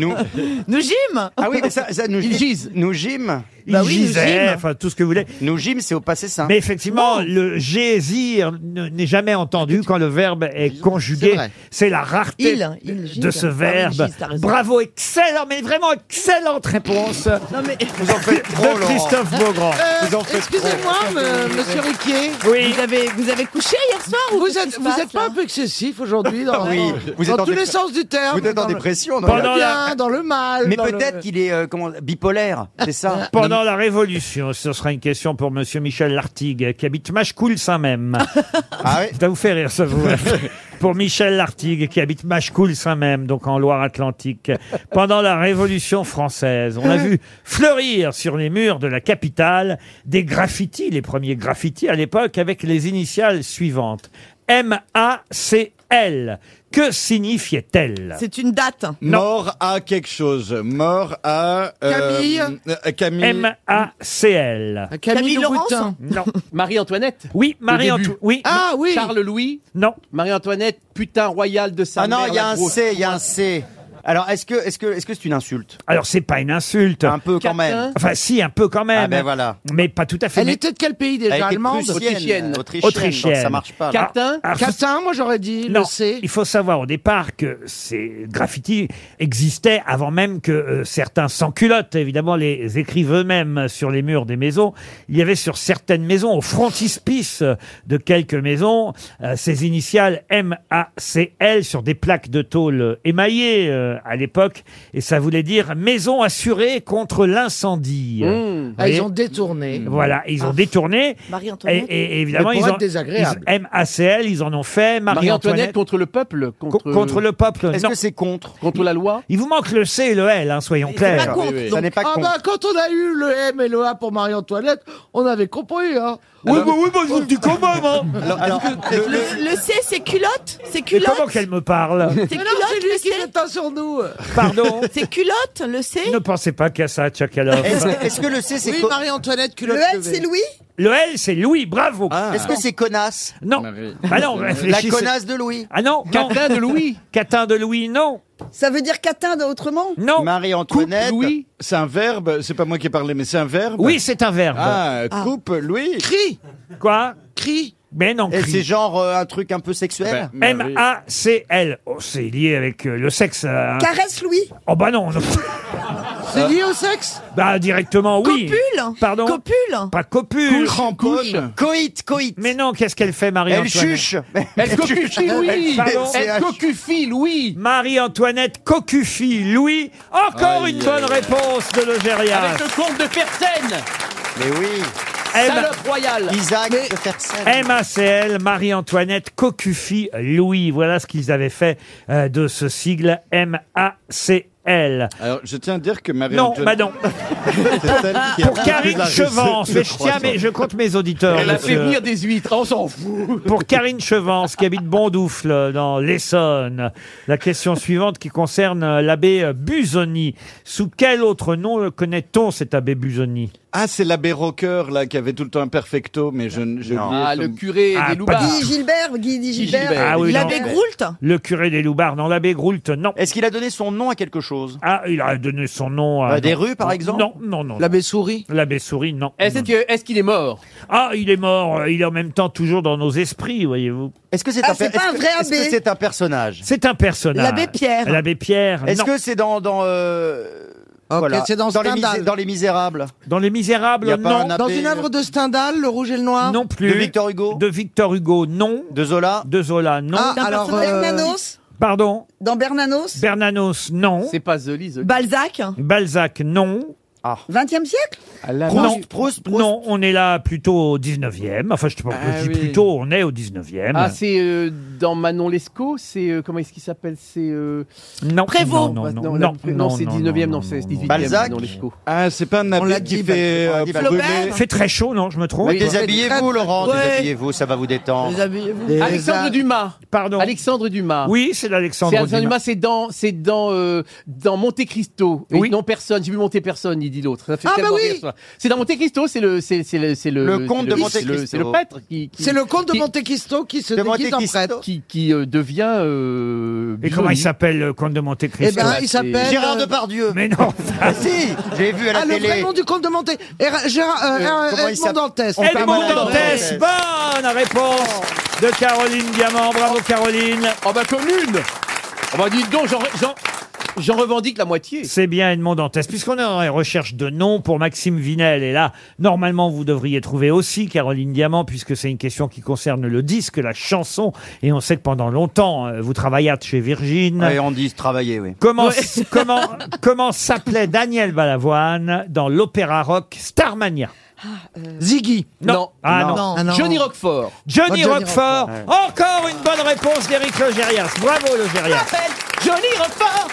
Speaker 10: Nous...
Speaker 11: Nous gîmes
Speaker 10: Ah oui, mais ça, ça nous
Speaker 5: Ils gisent.
Speaker 10: Nous gîmes.
Speaker 2: Il
Speaker 11: Bah oui, nous
Speaker 2: gisait,
Speaker 11: gîmes.
Speaker 2: enfin tout ce que vous voulez.
Speaker 10: Nous gîmes, c'est au passé simple.
Speaker 2: Mais
Speaker 11: Oh.
Speaker 2: effectivement, le gésir ne- n'est jamais entendu quand le verbe est conjugué.
Speaker 8: C'est vrai.
Speaker 2: C'est la rareté
Speaker 11: Il, il gît.
Speaker 2: de ce
Speaker 11: Ah oui, il
Speaker 2: verbe.
Speaker 11: gît, t'as raison.
Speaker 2: Bravo, excellent, mais vraiment excellente réponse
Speaker 11: Non mais,
Speaker 10: Vous en faites trop,
Speaker 2: de
Speaker 10: Laurent.
Speaker 2: Christophe Beaugrand.
Speaker 10: Vous en faites
Speaker 8: Excusez-moi, me- monsieur Riquier.
Speaker 2: Oui,
Speaker 11: vous avez, vous avez couché hier soir ou
Speaker 8: Vous
Speaker 11: qu'est-ce qui
Speaker 8: êtes,
Speaker 11: se
Speaker 8: vous
Speaker 11: passe,
Speaker 8: êtes pas
Speaker 11: là
Speaker 8: un peu excessif aujourd'hui dans,
Speaker 10: Oui,
Speaker 8: dans-
Speaker 10: vous
Speaker 8: dans
Speaker 10: êtes en
Speaker 8: tous les
Speaker 10: dépre-
Speaker 8: sens du terme.
Speaker 10: trop. Vous êtes en
Speaker 8: dans le-
Speaker 10: dépression. dans
Speaker 8: Dans
Speaker 2: Pendant
Speaker 8: le bien,
Speaker 2: la-
Speaker 8: dans le mal.
Speaker 10: Mais
Speaker 8: dans le-
Speaker 10: peut-être qu'il est euh, comment bipolaire, c'est
Speaker 7: Ah,
Speaker 10: ça
Speaker 2: pendant la Révolution, ce sera une question pour Monsieur Michel Lartigue, qui habite Machecoul Saint-Même.
Speaker 10: Ah oui.
Speaker 2: Ça vous fait rire, ça vous. Pour Michel Lartigue, qui habite Machecoul Saint-Même, donc en Loire-Atlantique, pendant la Révolution française, on a vu fleurir sur les murs de la capitale des graffitis, les premiers graffitis à l'époque, avec les initiales suivantes. M-A-C-M. L. Que signifiait-elle
Speaker 12: C'est une date. Mort à quelque chose. Mort à.
Speaker 10: Euh,
Speaker 2: Camille
Speaker 12: euh, Camille.
Speaker 2: M-A-C-L.
Speaker 5: Camille Laurent
Speaker 2: Non.
Speaker 5: Marie-Antoinette
Speaker 2: Oui, Marie-Anto- oui.
Speaker 5: Ah oui Charles Louis
Speaker 2: Non.
Speaker 5: Marie-Antoinette, putain royal de sa
Speaker 10: Ah non,
Speaker 5: mère,
Speaker 10: il y a
Speaker 5: la
Speaker 10: un
Speaker 5: grosse.
Speaker 10: C, il y a un C. Alors, est-ce que est-ce que, est-ce que c'est une insulte
Speaker 2: Alors, c'est pas une insulte. Un
Speaker 10: peu quand même.
Speaker 2: Enfin, si, un peu quand même.
Speaker 10: Ah ben voilà.
Speaker 2: Mais pas tout à fait.
Speaker 8: Elle
Speaker 2: mais-
Speaker 8: était de quel pays déjà
Speaker 2: Elle était
Speaker 8: Allemande
Speaker 2: prussienne, Autrichienne. euh, autrichienne, Autrichienne. donc ça marche pas, là.
Speaker 8: Catin
Speaker 2: Ah, ah,
Speaker 8: Catin, moi j'aurais dit
Speaker 2: Non,
Speaker 8: le C.
Speaker 2: il faut savoir au départ que ces graffitis existaient avant même que euh, certains sans culottes, évidemment, les écrivent eux-mêmes sur les murs des maisons. Il y avait sur certaines maisons, au frontispice euh, de quelques maisons, euh, ces initiales M-A-C-L sur des plaques de tôle émaillées euh, à l'époque. Et ça voulait dire maison assurée contre l'incendie. Vous
Speaker 8: Ah, ils
Speaker 2: voyez
Speaker 8: ont détourné.
Speaker 2: Mmh. Voilà, ils ont
Speaker 8: Ah.
Speaker 2: détourné. Et,
Speaker 8: Marie-Antoinette.
Speaker 2: et- et évidemment,
Speaker 8: Mais
Speaker 2: ils
Speaker 8: pour
Speaker 2: ont.
Speaker 8: être désagréable.
Speaker 2: ils- MACL, ils en ont fait.
Speaker 5: Marie-Antoinette
Speaker 2: Marie-Antoinette.
Speaker 5: contre le peuple contre,
Speaker 2: Co- contre le peuple,
Speaker 5: Est-ce
Speaker 2: non.
Speaker 5: que c'est contre Contre la loi
Speaker 2: Il vous manque le C et le L, hein, soyons clairs.
Speaker 8: Pas contre, donc. ah bah, quand on a eu le M et le A pour Marie-Antoinette, on avait compris. Hein.
Speaker 2: Oui, bah, oui, bah, je vous le dis quand même. hein.
Speaker 11: Le, le C, c'est culotte C'est
Speaker 2: Mais
Speaker 11: culotte
Speaker 2: comment qu'elle me parle
Speaker 11: C'est
Speaker 8: Mais
Speaker 11: culotte
Speaker 8: non, c'est lui
Speaker 11: le
Speaker 8: qui
Speaker 11: C
Speaker 8: l'éteint sur nous.
Speaker 2: Pardon
Speaker 11: C'est culotte le C
Speaker 2: Ne pensez pas qu'à ça, Tchakalov.
Speaker 10: Est-ce que, est-ce que le C, c'est
Speaker 8: Oui,
Speaker 10: co-
Speaker 8: Marie-Antoinette culotte
Speaker 9: Le L,
Speaker 8: levée.
Speaker 9: c'est Louis
Speaker 2: Le L, c'est Louis, bravo.
Speaker 7: Ah.
Speaker 10: est-ce que c'est connasse
Speaker 2: Non. Bah non,
Speaker 10: Ah, Euh, La
Speaker 2: réfléchissez.
Speaker 10: connasse de Louis.
Speaker 2: Ah non, non.
Speaker 5: Catin de Louis
Speaker 2: Catin de Louis, non.
Speaker 9: Ça veut dire catin d'un autrement
Speaker 2: Non.
Speaker 12: Marie-Antoinette.
Speaker 5: Coupe, Louis.
Speaker 12: C'est un verbe. C'est pas moi qui ai parlé, mais c'est un verbe.
Speaker 2: Oui, c'est un verbe.
Speaker 12: Ah, coupe, Louis. Eh,
Speaker 8: Cri
Speaker 2: Quoi
Speaker 8: Cri
Speaker 2: Mais non.
Speaker 10: Et
Speaker 2: cri.
Speaker 10: c'est genre euh, un truc un peu sexuel
Speaker 2: Eh
Speaker 12: Ben, Marie-
Speaker 2: M-A-C-L. Oh, c'est lié avec euh, le sexe. hein.
Speaker 9: Caresse Louis
Speaker 2: Oh bah non. non.
Speaker 8: C'est lié au sexe
Speaker 2: bah directement, oui.
Speaker 11: Copule
Speaker 2: Pardon
Speaker 11: Copule
Speaker 2: Pas copule.
Speaker 12: Cramponne.
Speaker 10: Coït, coït.
Speaker 2: Mais non, qu'est-ce qu'elle fait,
Speaker 10: Elle
Speaker 2: Marie-Antoinette
Speaker 10: chuche.
Speaker 5: Elle cocufie Louis
Speaker 2: Pardon
Speaker 5: Elle cocufie Louis
Speaker 2: Marie-Antoinette Cocufi, Louis. Encore une bonne réponse de Logérias.
Speaker 5: Avec le comte de Fersen
Speaker 10: Mais oui.
Speaker 2: M-
Speaker 5: Salope royale
Speaker 10: Isaac de Fersen.
Speaker 2: MACL, Marie-Antoinette Cocufi, Louis. Voilà ce qu'ils avaient fait euh, de ce sigle MACL.
Speaker 12: Alors, je tiens à dire que
Speaker 2: Non, bah
Speaker 12: Marie-Antoinette.
Speaker 2: non.
Speaker 12: c'est celle qui a
Speaker 2: Pour
Speaker 12: fait de
Speaker 2: Karine
Speaker 12: la réussite,
Speaker 2: Chevance,
Speaker 12: je
Speaker 2: mais je
Speaker 12: crois,
Speaker 2: tiens,
Speaker 12: sur-
Speaker 2: mais je compte mes auditeurs.
Speaker 5: Elle a fait
Speaker 2: monsieur.
Speaker 5: venir des huîtres, on s'en fout
Speaker 2: Pour Karine Chevance, qui habite Bondoufle, dans l'Essonne, la question suivante qui concerne euh, l'abbé Busoni. Sous quel autre nom le connaît-on, cet abbé Busoni
Speaker 12: Ah, c'est l'abbé Rocker, là, qui avait tout le temps un perfecto, mais je. je
Speaker 10: Non.
Speaker 12: oublié
Speaker 5: Ah,
Speaker 12: son-
Speaker 5: le curé
Speaker 2: Ah, pas
Speaker 5: des Loubards
Speaker 2: du
Speaker 9: Guy Gilbert Guy dit
Speaker 5: Guy
Speaker 9: Gilbert,
Speaker 5: Gilbert.
Speaker 2: Ah oui,
Speaker 11: L'abbé
Speaker 2: non.
Speaker 11: Groult
Speaker 2: Le curé des Loubards, non. L'abbé Groult, non.
Speaker 10: Est-ce qu'il a donné son nom à quelque chose
Speaker 2: Ah, il a donné son nom à...
Speaker 10: Euh, des
Speaker 2: non.
Speaker 10: rues, par exemple
Speaker 2: Non, non, non.
Speaker 8: L'abbé souris
Speaker 2: L'abbé Souris, non.
Speaker 5: Est-ce Eh, que- est-ce qu'il est mort
Speaker 2: Ah, il est mort. Il est en même temps toujours dans nos esprits, voyez-vous.
Speaker 10: Est-ce que c'est
Speaker 9: Ah,
Speaker 10: un, per-
Speaker 9: c'est pas
Speaker 10: est-ce
Speaker 9: un
Speaker 10: que-
Speaker 9: vrai
Speaker 10: est-ce que
Speaker 9: abbé.
Speaker 10: c'est un personnage
Speaker 2: C'est un personnage.
Speaker 11: L'abbé Pierre.
Speaker 2: L'abbé Pierre,
Speaker 10: Est-ce
Speaker 2: non.
Speaker 10: que c'est dans dans euh,
Speaker 8: Ok, c'est dans
Speaker 10: les,
Speaker 8: Stendhal.
Speaker 10: Misé- dans les Misérables
Speaker 2: Dans Les Misérables,
Speaker 10: Y a
Speaker 2: non.
Speaker 10: pas un abbé
Speaker 8: Dans une œuvre de Stendhal, le rouge et le noir
Speaker 2: Non plus.
Speaker 10: de Victor Hugo
Speaker 2: De Victor Hugo, non.
Speaker 10: de Zola
Speaker 2: De Zola, non.
Speaker 8: Ah,
Speaker 11: D'un
Speaker 8: alors.
Speaker 11: personnage
Speaker 8: euh,
Speaker 9: Bernanos
Speaker 2: Pardon.
Speaker 9: Dans Bernanos
Speaker 2: Bernanos, non.
Speaker 5: C'est pas Zoli, Zoli.
Speaker 11: Balzac
Speaker 2: Balzac, non.
Speaker 9: 20e siècle
Speaker 2: non.
Speaker 10: Ah. Proust, Proust, Proust.
Speaker 2: Non, on est là plutôt au 19e. Enfin, je, sais pas, pourquoi
Speaker 5: Ah
Speaker 2: je dis
Speaker 5: oui.
Speaker 2: plutôt, on est au 19e.
Speaker 5: Ah, c'est euh, dans Manon Lescaut, c'est. euh, comment est-ce qu'il s'appelle C'est. euh,
Speaker 2: non,
Speaker 11: Prévost.
Speaker 2: Non, non, non,
Speaker 5: là,
Speaker 2: non,
Speaker 5: non, c'est
Speaker 2: non,
Speaker 5: 19e, non,
Speaker 2: non,
Speaker 5: c'est
Speaker 2: non,
Speaker 5: 18e.
Speaker 10: Balzac
Speaker 5: Manon Lescaut.
Speaker 12: Ah, c'est pas un abbé
Speaker 10: l'a
Speaker 12: qui
Speaker 10: dit,
Speaker 12: fait.
Speaker 10: Balzac. On l'a
Speaker 12: euh,
Speaker 10: dit,
Speaker 12: brûler-
Speaker 11: Balzac.
Speaker 2: Il fait très chaud, non Je me trompe
Speaker 5: Oui.
Speaker 10: Déshabillez-vous, Laurent,
Speaker 11: Ouais.
Speaker 10: déshabillez-vous, ça va vous détendre.
Speaker 11: habillez-vous.
Speaker 8: des
Speaker 5: Alexandre
Speaker 8: a-
Speaker 5: Dumas.
Speaker 2: Pardon.
Speaker 5: Alexandre Dumas.
Speaker 2: Oui, c'est
Speaker 5: C'est
Speaker 2: l'Alexandre
Speaker 5: Alexandre
Speaker 2: Dumas.
Speaker 5: Dumas, c'est dans, c'est dans, euh, dans Monte Cristo. Et
Speaker 2: Oui.
Speaker 5: Non, personne. J'ai vu Monte personne, il dit l'autre. Ça fait
Speaker 8: Ah,
Speaker 5: tellement
Speaker 8: bah oui.
Speaker 5: rire, ça. C'est dans Monte Cristo, c'est le, c'est, c'est le, c'est le,
Speaker 10: Le comte
Speaker 5: c'est
Speaker 10: de Monte
Speaker 5: c'est le-
Speaker 10: Cristo.
Speaker 5: C'est le prêtre qui, qui,
Speaker 8: C'est le comte de
Speaker 5: qui-
Speaker 8: Monte Cristo qui se
Speaker 10: De Monte
Speaker 8: déguise en
Speaker 10: Cristo.
Speaker 8: prêtre.
Speaker 5: qui, qui, euh, devient, euh,
Speaker 2: Et comment
Speaker 5: Busoni.
Speaker 2: il s'appelle, le comte de Monte
Speaker 8: Eh
Speaker 2: Cristo
Speaker 8: ben, il
Speaker 5: c'est-
Speaker 8: s'appelle.
Speaker 10: Gérard
Speaker 8: euh,
Speaker 10: Depardieu.
Speaker 2: Mais non
Speaker 10: Ah si, j'ai vu à la
Speaker 8: Ah, le vrai
Speaker 10: télé.
Speaker 8: nom du comte de Monte. Et Ra- Gérard, euh, euh,
Speaker 10: comment il
Speaker 8: Edmond
Speaker 10: s'appelle
Speaker 8: Dantès.
Speaker 10: On
Speaker 2: Edmond
Speaker 10: Bonne
Speaker 2: Dantès,
Speaker 10: réponse.
Speaker 2: bonne réponse de Caroline Diamant. Bravo Caroline.
Speaker 5: Oh, bah, commune! Oh, bah, dites donc, j'en, j'en, j'en revendique la moitié.
Speaker 2: C'est bien Edmond Dantès. Puisqu'on est en recherche de noms pour Maxime Vinel, et là, normalement, vous devriez trouver aussi Caroline Diamant, puisque c'est une question qui concerne le disque, la chanson, et on sait que pendant longtemps, euh, vous travaillâtes chez Virgin.
Speaker 10: Ouais, on dit se travailler, oui.
Speaker 2: Comment, comment, comment s'appelait Daniel Balavoine dans l'opéra rock Starmania
Speaker 8: Ziggy.
Speaker 5: Non.
Speaker 2: Ah non.
Speaker 8: Ah, non.
Speaker 5: Johnny Roquefort.
Speaker 2: Johnny,
Speaker 8: Oh, Johnny
Speaker 2: Roquefort. Encore une bonne réponse d'Éric Logérias. Bravo Logérias.
Speaker 5: Ah. Johnny Roquefort!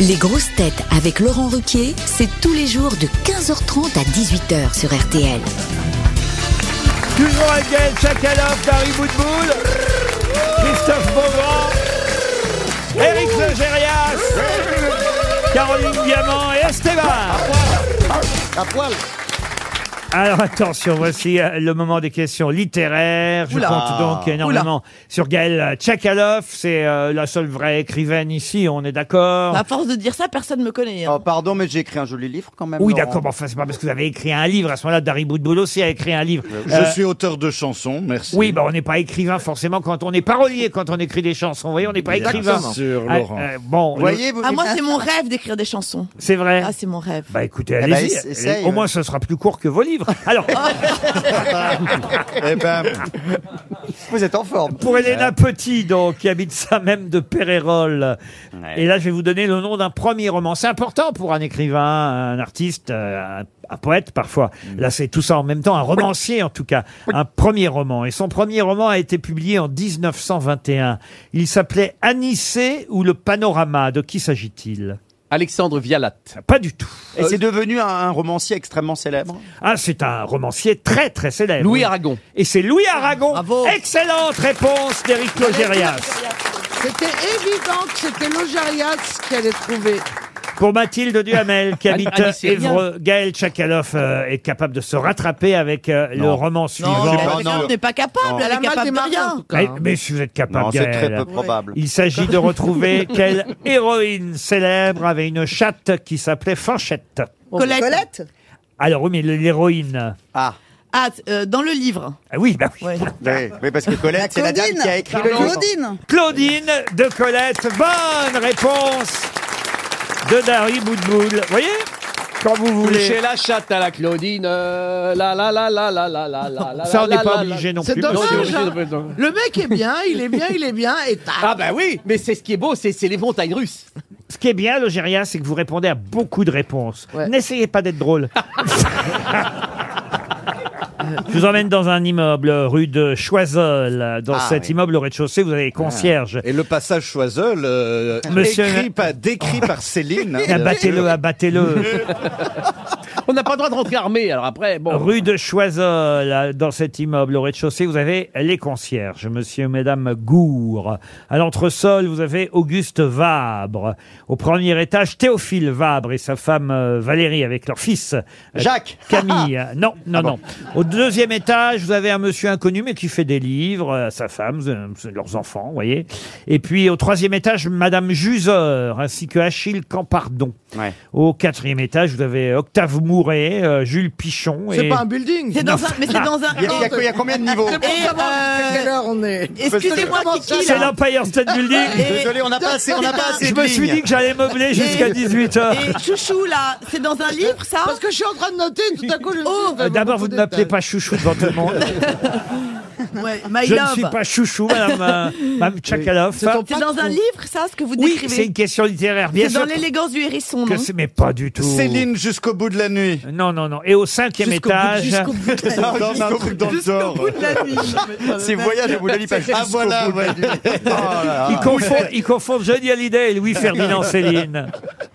Speaker 7: Les grosses têtes avec Laurent Ruquier, c'est tous les jours de 15h30 à 18h sur RTL.
Speaker 2: Toujours avec Gaël Chakalov, Dari Boudboul, Christophe Beaugrand, Eric Legérias, Caroline Diamant et Esteban. Alors attention, voici euh, le moment des questions littéraires. Je
Speaker 7: Oula.
Speaker 2: compte donc énormément sur Gaël Tchakalov. C'est euh, la seule vraie écrivaine ici, on est d'accord
Speaker 11: À force de dire ça, personne me connaît. hein.
Speaker 10: Oh, pardon, mais j'ai écrit un joli livre quand même.
Speaker 2: Oui,
Speaker 10: Laurent.
Speaker 2: d'accord, mais enfin, c'est pas parce que vous avez écrit un livre. À ce moment-là, Dari Boudboul aussi a écrit un livre.
Speaker 10: Euh,
Speaker 2: Euh,
Speaker 12: Je suis auteur de chansons, merci.
Speaker 2: Oui, bah, on n'est pas écrivain forcément quand on est parolier, quand on écrit des chansons. Vous voyez, on n'est pas
Speaker 12: Exactement.
Speaker 2: écrivain.
Speaker 12: Bien sûr,
Speaker 2: Ah,
Speaker 12: Laurent.
Speaker 2: euh, bon, le-
Speaker 11: ah, moi, c'est mon rêve d'écrire des chansons.
Speaker 2: C'est vrai.
Speaker 11: Ah, c'est mon rêve.
Speaker 2: Bah écoutez,
Speaker 11: Eh ben,
Speaker 2: allez-y.
Speaker 11: ess- essaye,
Speaker 2: Au
Speaker 11: ouais.
Speaker 2: moins, ce sera plus court que vos livres. Alors,
Speaker 10: Eh ben, vous êtes en forme.
Speaker 2: pour Elena Petit, donc, qui habite ça même de Pérérol. Et là, je vais vous donner le nom d'un premier roman. C'est important pour un écrivain, un artiste, euh, un, un poète parfois. Là, c'est tout ça en même temps, un romancier en tout cas. Un premier roman. Et son premier roman a été publié en 1921. Il s'appelait Anicée ou le panorama. De qui s'agit-il
Speaker 5: Alexandre Vialatte.
Speaker 2: Ah, Pas du tout.
Speaker 10: Et c'est devenu un, un romancier extrêmement célèbre.
Speaker 2: Ah, c'est un romancier très très célèbre.
Speaker 10: Louis
Speaker 5: Aragon.
Speaker 2: Et c'est Louis Aragon. Excellente réponse d'Éric Logérias.
Speaker 8: C'était évident que c'était Logérias qui allait trouver.
Speaker 2: Pour Mathilde Duhamel, qui habite
Speaker 8: Annie, c'est rien.
Speaker 2: Évreux, Gaël Tchakaloff euh, est capable de se rattraper avec euh, le roman suivant.
Speaker 11: Non, non, non, on n'est pas capable, elle est capable de rien.
Speaker 2: Mais, mais si vous êtes capable,
Speaker 10: Non, c'est
Speaker 2: Gaël.
Speaker 10: très peu probable.
Speaker 2: Il s'agit de retrouver quelle héroïne célèbre avait une chatte qui s'appelait Fanchette.
Speaker 11: Colette. Colette
Speaker 2: Alors oui, mais l'héroïne. Ah.
Speaker 11: Ah, euh, dans le livre.
Speaker 2: oui, bah oui.
Speaker 10: Oui, parce que
Speaker 9: Ah,
Speaker 10: Colette, c'est la dame qui a écrit le livre.
Speaker 2: Claudine de Colette. Bonne réponse de Dari Boudboul. Vous voyez Quand vous voulez.
Speaker 5: Toucher la chatte à la Claudine. euh, la la la la la la la la la.
Speaker 2: Ça, on
Speaker 5: la,
Speaker 2: n'est pas
Speaker 5: la, la,
Speaker 2: obligé
Speaker 5: la.
Speaker 2: non
Speaker 5: C'est
Speaker 2: plus,
Speaker 5: dommage,
Speaker 2: monsieur.
Speaker 5: hein.
Speaker 8: Le mec est bien, Hein, il est bien, il est bien, et tac.
Speaker 5: Ah bah oui, mais c'est ce qui est beau, c'est c'est les montagnes russes.
Speaker 2: Ce qui est bien, Logéria, c'est que vous répondez à beaucoup de réponses. N'essayez pas d'être drôle. Je vous emmène dans un immeuble rue de Choiseul. Dans
Speaker 12: Ah,
Speaker 2: cet
Speaker 12: oui.
Speaker 2: immeuble au rez-de-chaussée, vous avez les concierges.
Speaker 12: Et le passage Ah. Choiseul, euh,
Speaker 2: Monsieur-
Speaker 12: écrit par- décrit par Céline. hein, bien sûr.
Speaker 2: Abattez-le, abattez-le.
Speaker 5: On n'a pas le droit de rentrer armé, alors après, bon.
Speaker 2: Rue de Choiseul, à- dans cet immeuble au rez-de-chaussée, vous avez les concierges, monsieur et madame Gour. À l'entresol, vous avez Auguste Vabre. Au premier étage, Théophile Vabre et sa femme euh, Valérie avec leur fils. euh,
Speaker 10: Jacques.
Speaker 2: Camille. Non, non, non. Au deuxième étage, vous avez un monsieur inconnu mais qui fait des livres, euh, sa femme, euh, leurs enfants, vous voyez. Et puis au troisième étage, madame Juseur ainsi que Achille Campardon. Au quatrième étage, vous avez Octave Mouret, euh, Jules Pichon.
Speaker 8: C'est
Speaker 2: et-
Speaker 8: pas un building.
Speaker 11: C'est dans un- mais c'est dans un- Il y a- il y a- il y a combien de niveaux
Speaker 8: C'est pour
Speaker 11: Et,
Speaker 8: savoir
Speaker 11: euh,
Speaker 8: à quelle heure on est.
Speaker 11: Excusez-moi,
Speaker 8: Parce que-
Speaker 11: Kiki,
Speaker 2: C'est
Speaker 11: là.
Speaker 2: l'Empire State Building.
Speaker 10: Désolé, on n'a pas assez, on n'a pas assez
Speaker 2: Je
Speaker 10: de
Speaker 2: me suis
Speaker 10: lignes.
Speaker 2: dit que j'allais meubler jusqu'à
Speaker 11: Et-
Speaker 2: 18h.
Speaker 11: Et Chouchou, là, c'est dans un livre, ça Oh.
Speaker 8: Parce que je suis en train de noter, tout à coup, je me suis dit,
Speaker 2: Euh, D'abord, vous ne m'appelez pas chouchou devant tout le monde.
Speaker 11: Ouais, my
Speaker 2: Je ne
Speaker 11: love.
Speaker 2: suis pas chouchou, madame, euh, madame Tchakaloff.
Speaker 11: C'est dans un livre, ça, ce que vous
Speaker 2: Oui,
Speaker 11: décrivez
Speaker 2: c'est une question littéraire, bien
Speaker 11: C'est
Speaker 2: sûr.
Speaker 11: dans l'élégance du hérisson,
Speaker 2: que
Speaker 11: non
Speaker 2: c'est- mais pas du tout. Euh,
Speaker 12: Céline jusqu'au bout de la nuit.
Speaker 2: Non, non, non. Et au cinquième
Speaker 12: Jusqu'au bout-
Speaker 2: étage,
Speaker 12: jusqu'au
Speaker 11: bout de
Speaker 12: Non,
Speaker 11: la
Speaker 12: mais un truc dans le genre.
Speaker 10: C'est voyage au bout de la nuit, pas
Speaker 12: Ah
Speaker 10: jusqu'au
Speaker 12: voilà,
Speaker 10: bout de la
Speaker 12: ouais.
Speaker 10: nuit. Oh là là.
Speaker 2: ils confondent, ils confondent Johnny Hallyday et Louis-Ferdinand Céline.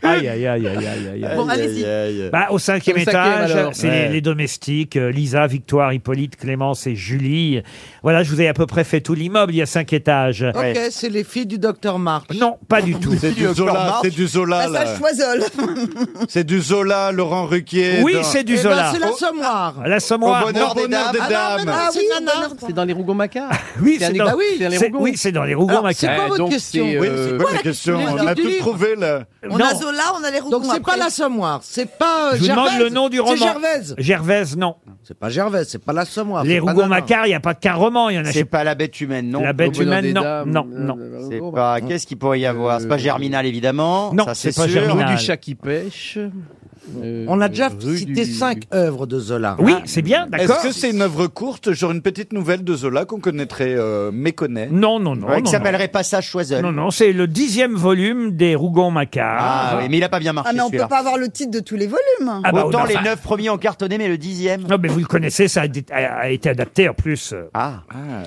Speaker 2: Aïe, aïe, aïe, aïe, aïe, aïe, aïe.
Speaker 11: Bon, allez-y.
Speaker 10: euh,
Speaker 2: Bah, au cinquième
Speaker 5: Au cinquième,
Speaker 2: étage,
Speaker 5: alors.
Speaker 2: c'est
Speaker 5: Ouais.
Speaker 2: les, les domestiques, euh, Lisa, Victoire, Hippolyte, Clémence et Julie. Voilà, je vous ai à peu près fait tout l'immeuble, il y a cinq étages.
Speaker 8: Ok, c'est les filles du docteur March.
Speaker 2: Non, pas du tout.
Speaker 12: C'est du Zola, c'est du Zola,
Speaker 8: Bah,
Speaker 12: là.
Speaker 9: Passage Choiseul.
Speaker 12: C'est du Zola, Laurent Ruquier.
Speaker 2: Oui,
Speaker 12: dans-
Speaker 2: c'est du
Speaker 8: Eh ben,
Speaker 2: Zola. Oh.
Speaker 8: c'est l'assommoir.
Speaker 2: La
Speaker 12: Au
Speaker 2: Sommoire,
Speaker 12: bonheur
Speaker 2: non.
Speaker 12: des dames.
Speaker 8: Ah non, mais non,
Speaker 9: Ah
Speaker 8: c'est
Speaker 9: oui,
Speaker 8: Nana.
Speaker 9: bonheur.
Speaker 5: C'est dans les Rougon-Macquart.
Speaker 2: Ah Oui,
Speaker 5: un
Speaker 2: c'est
Speaker 5: état-
Speaker 2: dans,
Speaker 5: oui, dans les
Speaker 2: c'est-
Speaker 5: Rougon.
Speaker 2: oui, c'est dans les Rougon. Ah,
Speaker 8: Alors, c'est
Speaker 2: Macquart.
Speaker 8: quoi
Speaker 5: Eh,
Speaker 8: votre
Speaker 5: donc,
Speaker 8: question
Speaker 5: c'est, euh,
Speaker 12: Oui, c'est quoi
Speaker 11: la
Speaker 12: la question
Speaker 11: question
Speaker 12: On
Speaker 8: du
Speaker 12: a tout
Speaker 8: livre
Speaker 12: trouvé, là.
Speaker 11: On
Speaker 10: euh,
Speaker 2: Non.
Speaker 11: a Zola, on a les roues.
Speaker 8: Donc c'est pas l'assommoir, c'est pas euh,
Speaker 2: Je vous
Speaker 8: Gervaise.
Speaker 2: demande le nom du roman.
Speaker 8: C'est Gervaise.
Speaker 2: Gervaise, non.
Speaker 8: C'est pas Gervaise, c'est pas l'assommoir.
Speaker 2: Les
Speaker 8: c'est pas
Speaker 2: Rougon-Macquart, il n'y a pas qu'un roman, il y en a je sais
Speaker 10: C'est pas la bête humaine, non
Speaker 2: La bête
Speaker 5: Au bonheur
Speaker 2: humaine,
Speaker 5: des
Speaker 2: non,
Speaker 5: dames,
Speaker 2: non,
Speaker 5: euh,
Speaker 2: non.
Speaker 5: euh,
Speaker 10: C'est
Speaker 5: Rougon-
Speaker 10: pas. Qu'est-ce qu'il pourrait y avoir C'est pas Germinal
Speaker 7: Oh.
Speaker 10: évidemment.
Speaker 2: Non,
Speaker 10: ça,
Speaker 2: c'est pas
Speaker 10: sûr.
Speaker 2: Germinal.
Speaker 5: Rue du chat qui pêche.
Speaker 8: Nana. On a déjà cité cinq œuvres de Zola.
Speaker 2: Oui, c'est bien,
Speaker 12: Est-ce
Speaker 2: d'accord.
Speaker 12: que c'est une œuvre courte, genre une petite nouvelle de Zola qu'on connaîtrait, euh, méconnaît
Speaker 2: Non, non, non.
Speaker 10: Ouais,
Speaker 2: non,
Speaker 10: qui
Speaker 2: non.
Speaker 10: s'appellerait Passage Choiseul.
Speaker 2: Non, non, c'est le dixième volume des Rougon-Macquart.
Speaker 10: Ah oui, mais il a pas bien marché
Speaker 9: Ah, mais on peut
Speaker 10: celui-là.
Speaker 9: pas avoir le titre de tous les volumes.
Speaker 2: Ah bah,
Speaker 10: Autant
Speaker 2: enfin,
Speaker 10: les neuf premiers ont cartonné, mais le dixième.
Speaker 2: Non, mais vous le connaissez, ça a, été- a- a été adapté en plus.
Speaker 10: Ah.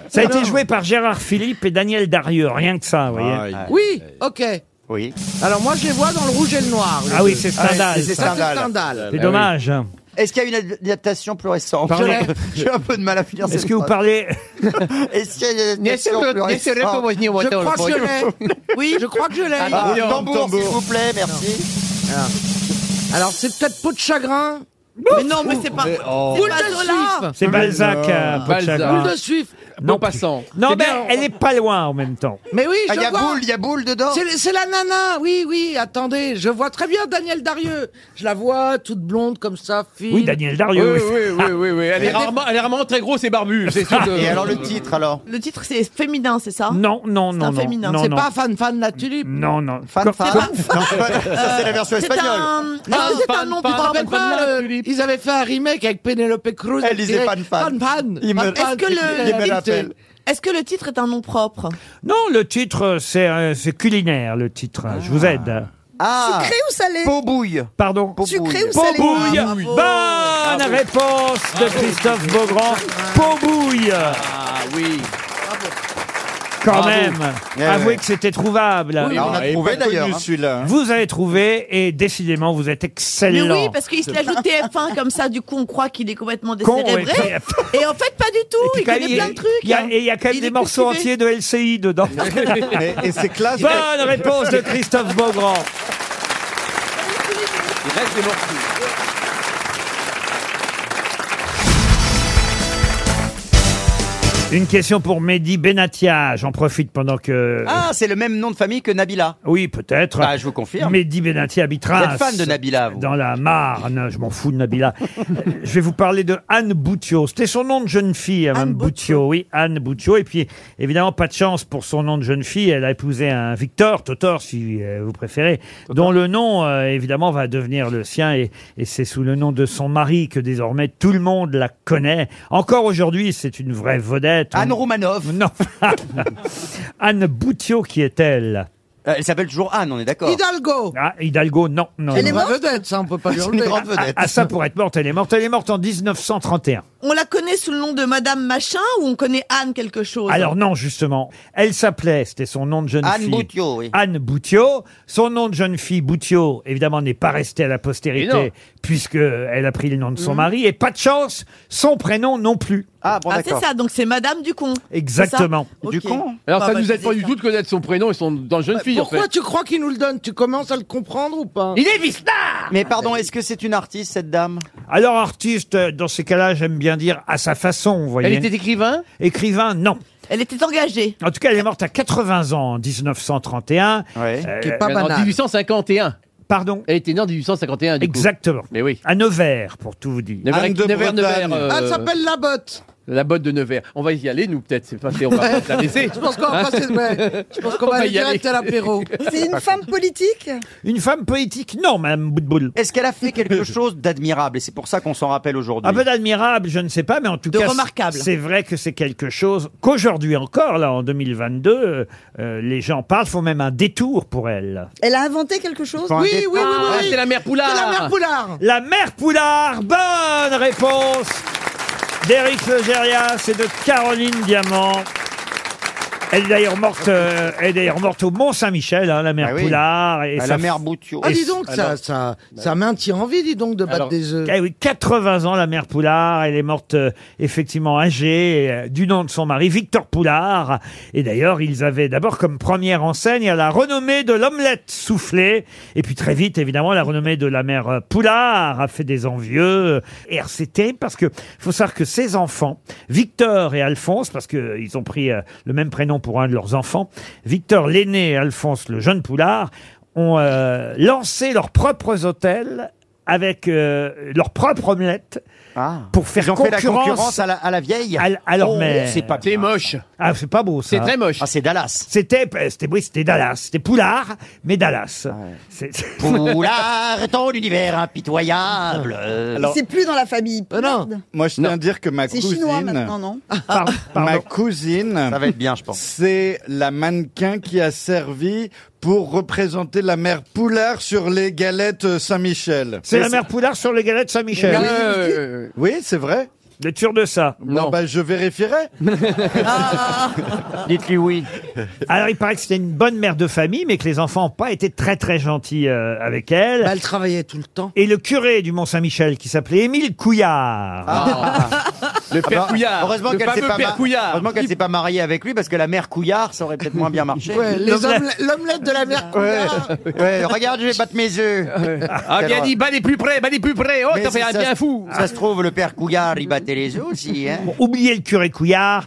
Speaker 2: Ça a été joué par Gérard Philippe et Daniel Darieux, rien que ça, vous voyez. Ah,
Speaker 12: Ah,
Speaker 8: Oui, ok.
Speaker 10: Oui.
Speaker 8: Alors moi je les vois dans le rouge et le noir. les
Speaker 2: oui,
Speaker 8: deux.
Speaker 2: c'est
Speaker 10: Ah,
Speaker 2: Stendhal.
Speaker 10: c'est
Speaker 2: ça.
Speaker 8: Ça, c'est
Speaker 10: Stendhal.
Speaker 8: Stendhal.
Speaker 2: C'est dommage. hein.
Speaker 7: Est-ce qu'il y a une ad- adaptation plus récente
Speaker 2: Pardon.
Speaker 7: J'ai- J'ai un peu de mal à finir
Speaker 2: Est-ce
Speaker 7: cette
Speaker 2: que vous
Speaker 7: phrase.
Speaker 2: parlez
Speaker 7: Est-ce qu'il y a une adaptation plus récente
Speaker 8: Je crois que je l'ai. Oui, je crois que je l'ai.
Speaker 7: Ah, Tambour, s'il vous plaît, merci.
Speaker 8: Ah. Alors, c'est peut-être peau de chagrin.
Speaker 6: Mais non, mais c'est pas.
Speaker 7: oh.
Speaker 8: Boule
Speaker 6: pas
Speaker 8: de
Speaker 6: Zola.
Speaker 8: suif.
Speaker 2: C'est Balzac, euh, Peau de Chagrin.
Speaker 8: Boule de suif.
Speaker 2: Non,
Speaker 5: Non, passant.
Speaker 2: Non,
Speaker 5: C'est
Speaker 2: mais
Speaker 5: bien,
Speaker 2: elle est pas loin en même temps.
Speaker 8: Mais oui,
Speaker 7: Ah,
Speaker 8: je
Speaker 7: il y a
Speaker 8: vois.
Speaker 7: boule, il y a boule dedans
Speaker 8: C'est le- C'est la nana, oui, oui, attendez, je vois très bien Daniel Darieux. Je la vois toute blonde comme ça, fille.
Speaker 2: Oui, Daniel
Speaker 5: Oui,
Speaker 2: Darieux. Ah.
Speaker 5: oui,
Speaker 2: oui.
Speaker 5: oui, oui, oui, oui. Elle est rarement, elle est rarement très grosse et barbue. C'est
Speaker 2: Ah.
Speaker 5: sûr que-
Speaker 7: Et alors le titre, alors
Speaker 6: Le titre, c'est féminin, c'est ça
Speaker 2: Non, non,
Speaker 6: C'est
Speaker 2: non,
Speaker 6: un
Speaker 2: non.
Speaker 6: féminin,
Speaker 2: non,
Speaker 8: C'est
Speaker 2: non.
Speaker 8: pas fan fan la tulipe.
Speaker 2: Non, non.
Speaker 7: Fan,
Speaker 2: Comme-
Speaker 7: fan. Ça, c'est la version
Speaker 6: C'est
Speaker 7: espagnole.
Speaker 6: un.
Speaker 8: Non,
Speaker 6: Ah, c'est
Speaker 5: pas-
Speaker 6: un nom
Speaker 5: pas-
Speaker 8: Tu te
Speaker 6: putain.
Speaker 5: pas-
Speaker 8: rappelles
Speaker 5: fan, fan,
Speaker 8: pas,
Speaker 5: la
Speaker 8: euh,
Speaker 5: tulipe.
Speaker 8: ils avaient fait un remake avec Penelope Cruz.
Speaker 7: Elle disait fan,
Speaker 8: Ils
Speaker 7: fan.
Speaker 8: Fan fan.
Speaker 7: Il me-
Speaker 8: Fan, fan.
Speaker 6: euh, Est-ce que le-
Speaker 7: Il me
Speaker 8: Et-
Speaker 7: l'appelle.
Speaker 6: Est-ce que le titre est un nom propre
Speaker 2: Non, le titre, euh, c'est euh, c'est culinaire, le titre. Je vous aide.
Speaker 7: Ah
Speaker 9: Sucré ou salé
Speaker 7: Peau bouille.
Speaker 2: Pardon
Speaker 9: Sucré ou salé
Speaker 2: Paubouille
Speaker 9: Ah, bravo.
Speaker 2: Bonne réponse de Christophe Beaugrand. Paubouille
Speaker 5: Ah oui.
Speaker 2: Quand
Speaker 5: Bravo.
Speaker 2: même
Speaker 7: Ouais,
Speaker 2: Avouez
Speaker 7: ouais.
Speaker 2: que c'était trouvable.
Speaker 7: Ah, on a trouvé d'ailleurs. hein.
Speaker 4: celui-là.
Speaker 2: Vous avez trouvé et décidément vous êtes
Speaker 6: Mais
Speaker 2: excellent.
Speaker 6: oui, parce qu'il se l'ajoute TF1 comme ça, du coup on croit qu'il est complètement
Speaker 2: Con,
Speaker 6: décérébré.
Speaker 2: ouais.
Speaker 6: Et en fait, pas du tout,
Speaker 2: Et puis
Speaker 6: il
Speaker 2: quand même,
Speaker 6: connaît plein de trucs. hein.
Speaker 2: il y a- et il y a quand même
Speaker 6: Il
Speaker 2: des
Speaker 6: est
Speaker 2: morceaux
Speaker 6: cultivé.
Speaker 2: entiers de LCI dedans.
Speaker 4: Mais- et c'est classe.
Speaker 2: Bonne réponse de Christophe Beaugrand.
Speaker 13: Il reste des morceaux.
Speaker 2: Une question pour Mehdi Benatia. J'en profite pendant que.
Speaker 7: Ah, c'est le même nom de famille que Nabila.
Speaker 2: Oui, peut-être.
Speaker 7: Ah, je vous confirme.
Speaker 2: Mehdi
Speaker 7: Vous
Speaker 2: Benatia habitera.
Speaker 7: êtes fan de Nabila, vous
Speaker 2: dans la Marne. Je m'en fous de Nabila. Euh, je vais vous parler de Anne Boutiot. C'était son nom de jeune fille, Anne Boutiot. Oui, Anne Boutiot. Et puis, évidemment, pas de chance pour son nom de jeune fille. Elle a épousé un Victor, Totor, si euh, vous préférez, dont le nom, euh, évidemment, va devenir le sien. Et, et c'est sous le nom de son mari que désormais tout le monde la connaît. Encore aujourd'hui, c'est une vraie vedette.
Speaker 7: Anne
Speaker 2: On-
Speaker 7: Roumanoff.
Speaker 2: Non. Anne Boutiot, qui est-elle
Speaker 7: Euh, Elle s'appelle toujours Anne, on est d'accord.
Speaker 8: Hidalgo.
Speaker 2: Ah, Hidalgo, non. non,
Speaker 8: Elle est
Speaker 2: non.
Speaker 8: ma vedette, ça, on peut pas lui
Speaker 7: C'est une
Speaker 8: enlever.
Speaker 7: grande
Speaker 2: Ah,
Speaker 7: vedette.
Speaker 2: ah, ça pour être morte, elle est morte. Elle est morte en 1931.
Speaker 6: On la connaît sous le nom de Madame Machin ou on connaît Anne quelque chose
Speaker 2: Alors non, justement, elle s'appelait, c'était son nom de jeune
Speaker 7: Anne
Speaker 2: fille.
Speaker 7: Boutiot, oui.
Speaker 2: Anne Boutiot. Son nom de jeune fille, Boutiot, évidemment, n'est pas resté à la
Speaker 5: Et non.
Speaker 2: postérité puisque elle a pris le nom de son mari. Et pas de chance, son prénom non plus.
Speaker 7: Mmh. Ah, bon,
Speaker 6: Ah, c'est
Speaker 7: d'accord.
Speaker 6: ça, donc c'est Madame Ducon.
Speaker 2: Exactement.
Speaker 7: Du con
Speaker 5: Alors
Speaker 6: Bah,
Speaker 5: ça
Speaker 6: bah,
Speaker 5: nous
Speaker 6: je
Speaker 5: aide pas
Speaker 6: sais
Speaker 5: du
Speaker 6: ça.
Speaker 5: tout de connaître son prénom et son dans jeune fille. en
Speaker 8: Bah, Pourquoi
Speaker 5: fait.
Speaker 8: tu crois qu'il nous le donne Tu commences à le comprendre ou pas
Speaker 5: Il est Vista.
Speaker 7: Mais pardon, est-ce que c'est une artiste, cette dame
Speaker 2: Alors artiste, euh, dans ces cas-là, j'aime bien dire à sa façon, vous voyez.
Speaker 5: Elle était écrivain.
Speaker 2: Écrivain, non.
Speaker 6: Elle était engagée.
Speaker 2: En tout cas, elle est morte à 80 ans en 1931.
Speaker 7: Ouais.
Speaker 2: Euh,
Speaker 8: Qui est pas
Speaker 5: En
Speaker 8: banal.
Speaker 5: 1851.
Speaker 2: Pardon.
Speaker 5: Elle était née en 1851. Du coup.
Speaker 2: Exactement.
Speaker 5: Mais oui.
Speaker 2: À Nevers, pour tout vous dire.
Speaker 5: Nevers,
Speaker 4: Anne de
Speaker 5: Nevers,
Speaker 4: Bretagne.
Speaker 5: Nevers, euh,
Speaker 8: Ah, Elle s'appelle la botte.
Speaker 5: La botte de Nevers. On va y aller, nous, peut-être. C'est pas fait, on va pas la laisser. Hein
Speaker 8: Je pense qu'on va passer- ouais. Je pense qu'on va
Speaker 5: va
Speaker 8: aller
Speaker 5: y
Speaker 8: direct
Speaker 5: aller.
Speaker 8: à l'apéro.
Speaker 9: C'est une femme politique
Speaker 2: Une femme poétique Non, Madame Boutboul.
Speaker 7: Est-ce qu'elle a fait quelque chose d'admirable Et c'est pour ça qu'on s'en rappelle aujourd'hui.
Speaker 2: Un peu d'admirable, je ne sais pas, mais en tout
Speaker 6: De
Speaker 2: cas,
Speaker 6: remarquable.
Speaker 2: c'est vrai que c'est quelque chose qu'aujourd'hui encore, là, en 2022, euh, euh, les gens parlent, font même un détour pour elle.
Speaker 9: Elle a inventé quelque chose
Speaker 7: Enfin,
Speaker 8: Oui,
Speaker 7: un
Speaker 8: oui,
Speaker 7: dé-
Speaker 8: oui,
Speaker 5: Ah,
Speaker 8: oui.
Speaker 5: c'est la mère Poulard.
Speaker 8: C'est la mère Poulard.
Speaker 2: La mère Poulard, bonne réponse d'Éric Legérias et de Caroline Diamant. Elle est d'ailleurs morte, euh, elle est d'ailleurs morte au Mont-Saint-Michel, hein, la mère
Speaker 7: Ah oui.
Speaker 2: Poulard. Et
Speaker 7: Ah,
Speaker 2: sa
Speaker 7: la mère Boutiot.
Speaker 8: Ah, dis donc, ça, ça, ça maintient envie, dis donc, de battre
Speaker 5: Alors-
Speaker 8: des œufs.
Speaker 2: Eh oui, 80 ans, la mère Poulard. Elle est morte euh, effectivement âgée, euh, du nom de son mari, Victor Poulard. Et d'ailleurs, ils avaient d'abord comme première enseigne la renommée de l'omelette soufflée. Et puis très vite, évidemment, la renommée de la mère euh, Poulard a fait des envieux. Et alors, c'est terrible parce que faut savoir que ses enfants, Victor et Alphonse, parce qu'ils ont pris euh, le même prénom pour un de leurs enfants, Victor l'aîné et Alphonse le jeune Poulard, ont euh, lancé leurs propres hôtels avec euh, leur propre omelette
Speaker 7: Ah.
Speaker 2: pour faire
Speaker 7: Ils ont fait la concurrence
Speaker 2: concurrence
Speaker 7: à la, à la vieille. Oh,
Speaker 2: à, l- à leur mère.
Speaker 7: C'est pas
Speaker 5: C'est
Speaker 7: bien.
Speaker 5: moche.
Speaker 2: Ah, c'est pas beau ça.
Speaker 5: C'est très moche.
Speaker 7: Ah, c'est Dallas.
Speaker 2: C'était, euh, c'était, oui, c'était Dallas. C'était Poulard, mais Dallas. C'est-
Speaker 7: Poulard, ton univers
Speaker 5: Ah,
Speaker 7: impitoyable. Euh,
Speaker 4: Alors-
Speaker 9: C'est plus dans la famille.
Speaker 8: Ah non.
Speaker 9: Merde.
Speaker 4: Moi, je tiens à dire que ma
Speaker 9: C'est chinois
Speaker 4: cousine,
Speaker 9: maintenant, non
Speaker 2: Par-
Speaker 4: ma
Speaker 2: pardon.
Speaker 7: ça
Speaker 4: cousine,
Speaker 7: va être bien, je pense.
Speaker 4: c'est la mannequin qui a servi pour représenter la mère Poulard sur les galettes Saint-Michel.
Speaker 2: C'est la mère Poulard sur les galettes Saint-Michel.
Speaker 5: Euh,
Speaker 4: Oui, c'est vrai.
Speaker 2: Vous êtes sûr de ça
Speaker 12: Non, bah, je vérifierai.
Speaker 2: Ah. Dites-lui oui. Alors, il paraît que c'était une bonne mère de famille, mais que les enfants n'ont pas été très très gentils euh, avec elle. elle travaillait tout le temps. Et le curé du Mont-Saint-Michel, qui s'appelait Émile Couillard.
Speaker 10: Le
Speaker 2: père Couillard,
Speaker 10: Ah. bah, Heureusement
Speaker 2: Ah. le
Speaker 10: qu'elle s'est
Speaker 2: fameux
Speaker 10: pas,
Speaker 2: père
Speaker 10: ma-
Speaker 2: Couillard.
Speaker 10: heureusement qu'elle s'est pas mariée avec lui parce que la mère Couillard, ça aurait peut-être moins bien marché.
Speaker 8: Ouais, les omelettes-
Speaker 10: L'omelette de la mère Couillard. regarde, je vais battre mes œufs.
Speaker 5: Ah, bien dit, bah les plus près, bah les plus près. Oh,
Speaker 10: Mais
Speaker 5: t'as
Speaker 10: si
Speaker 5: fait un
Speaker 10: ça
Speaker 5: bien
Speaker 10: se-
Speaker 5: fou.
Speaker 10: Ça se trouve, le père Couillard, il battait les œufs aussi. Hein.
Speaker 2: Bon, oubliez le curé Couillard.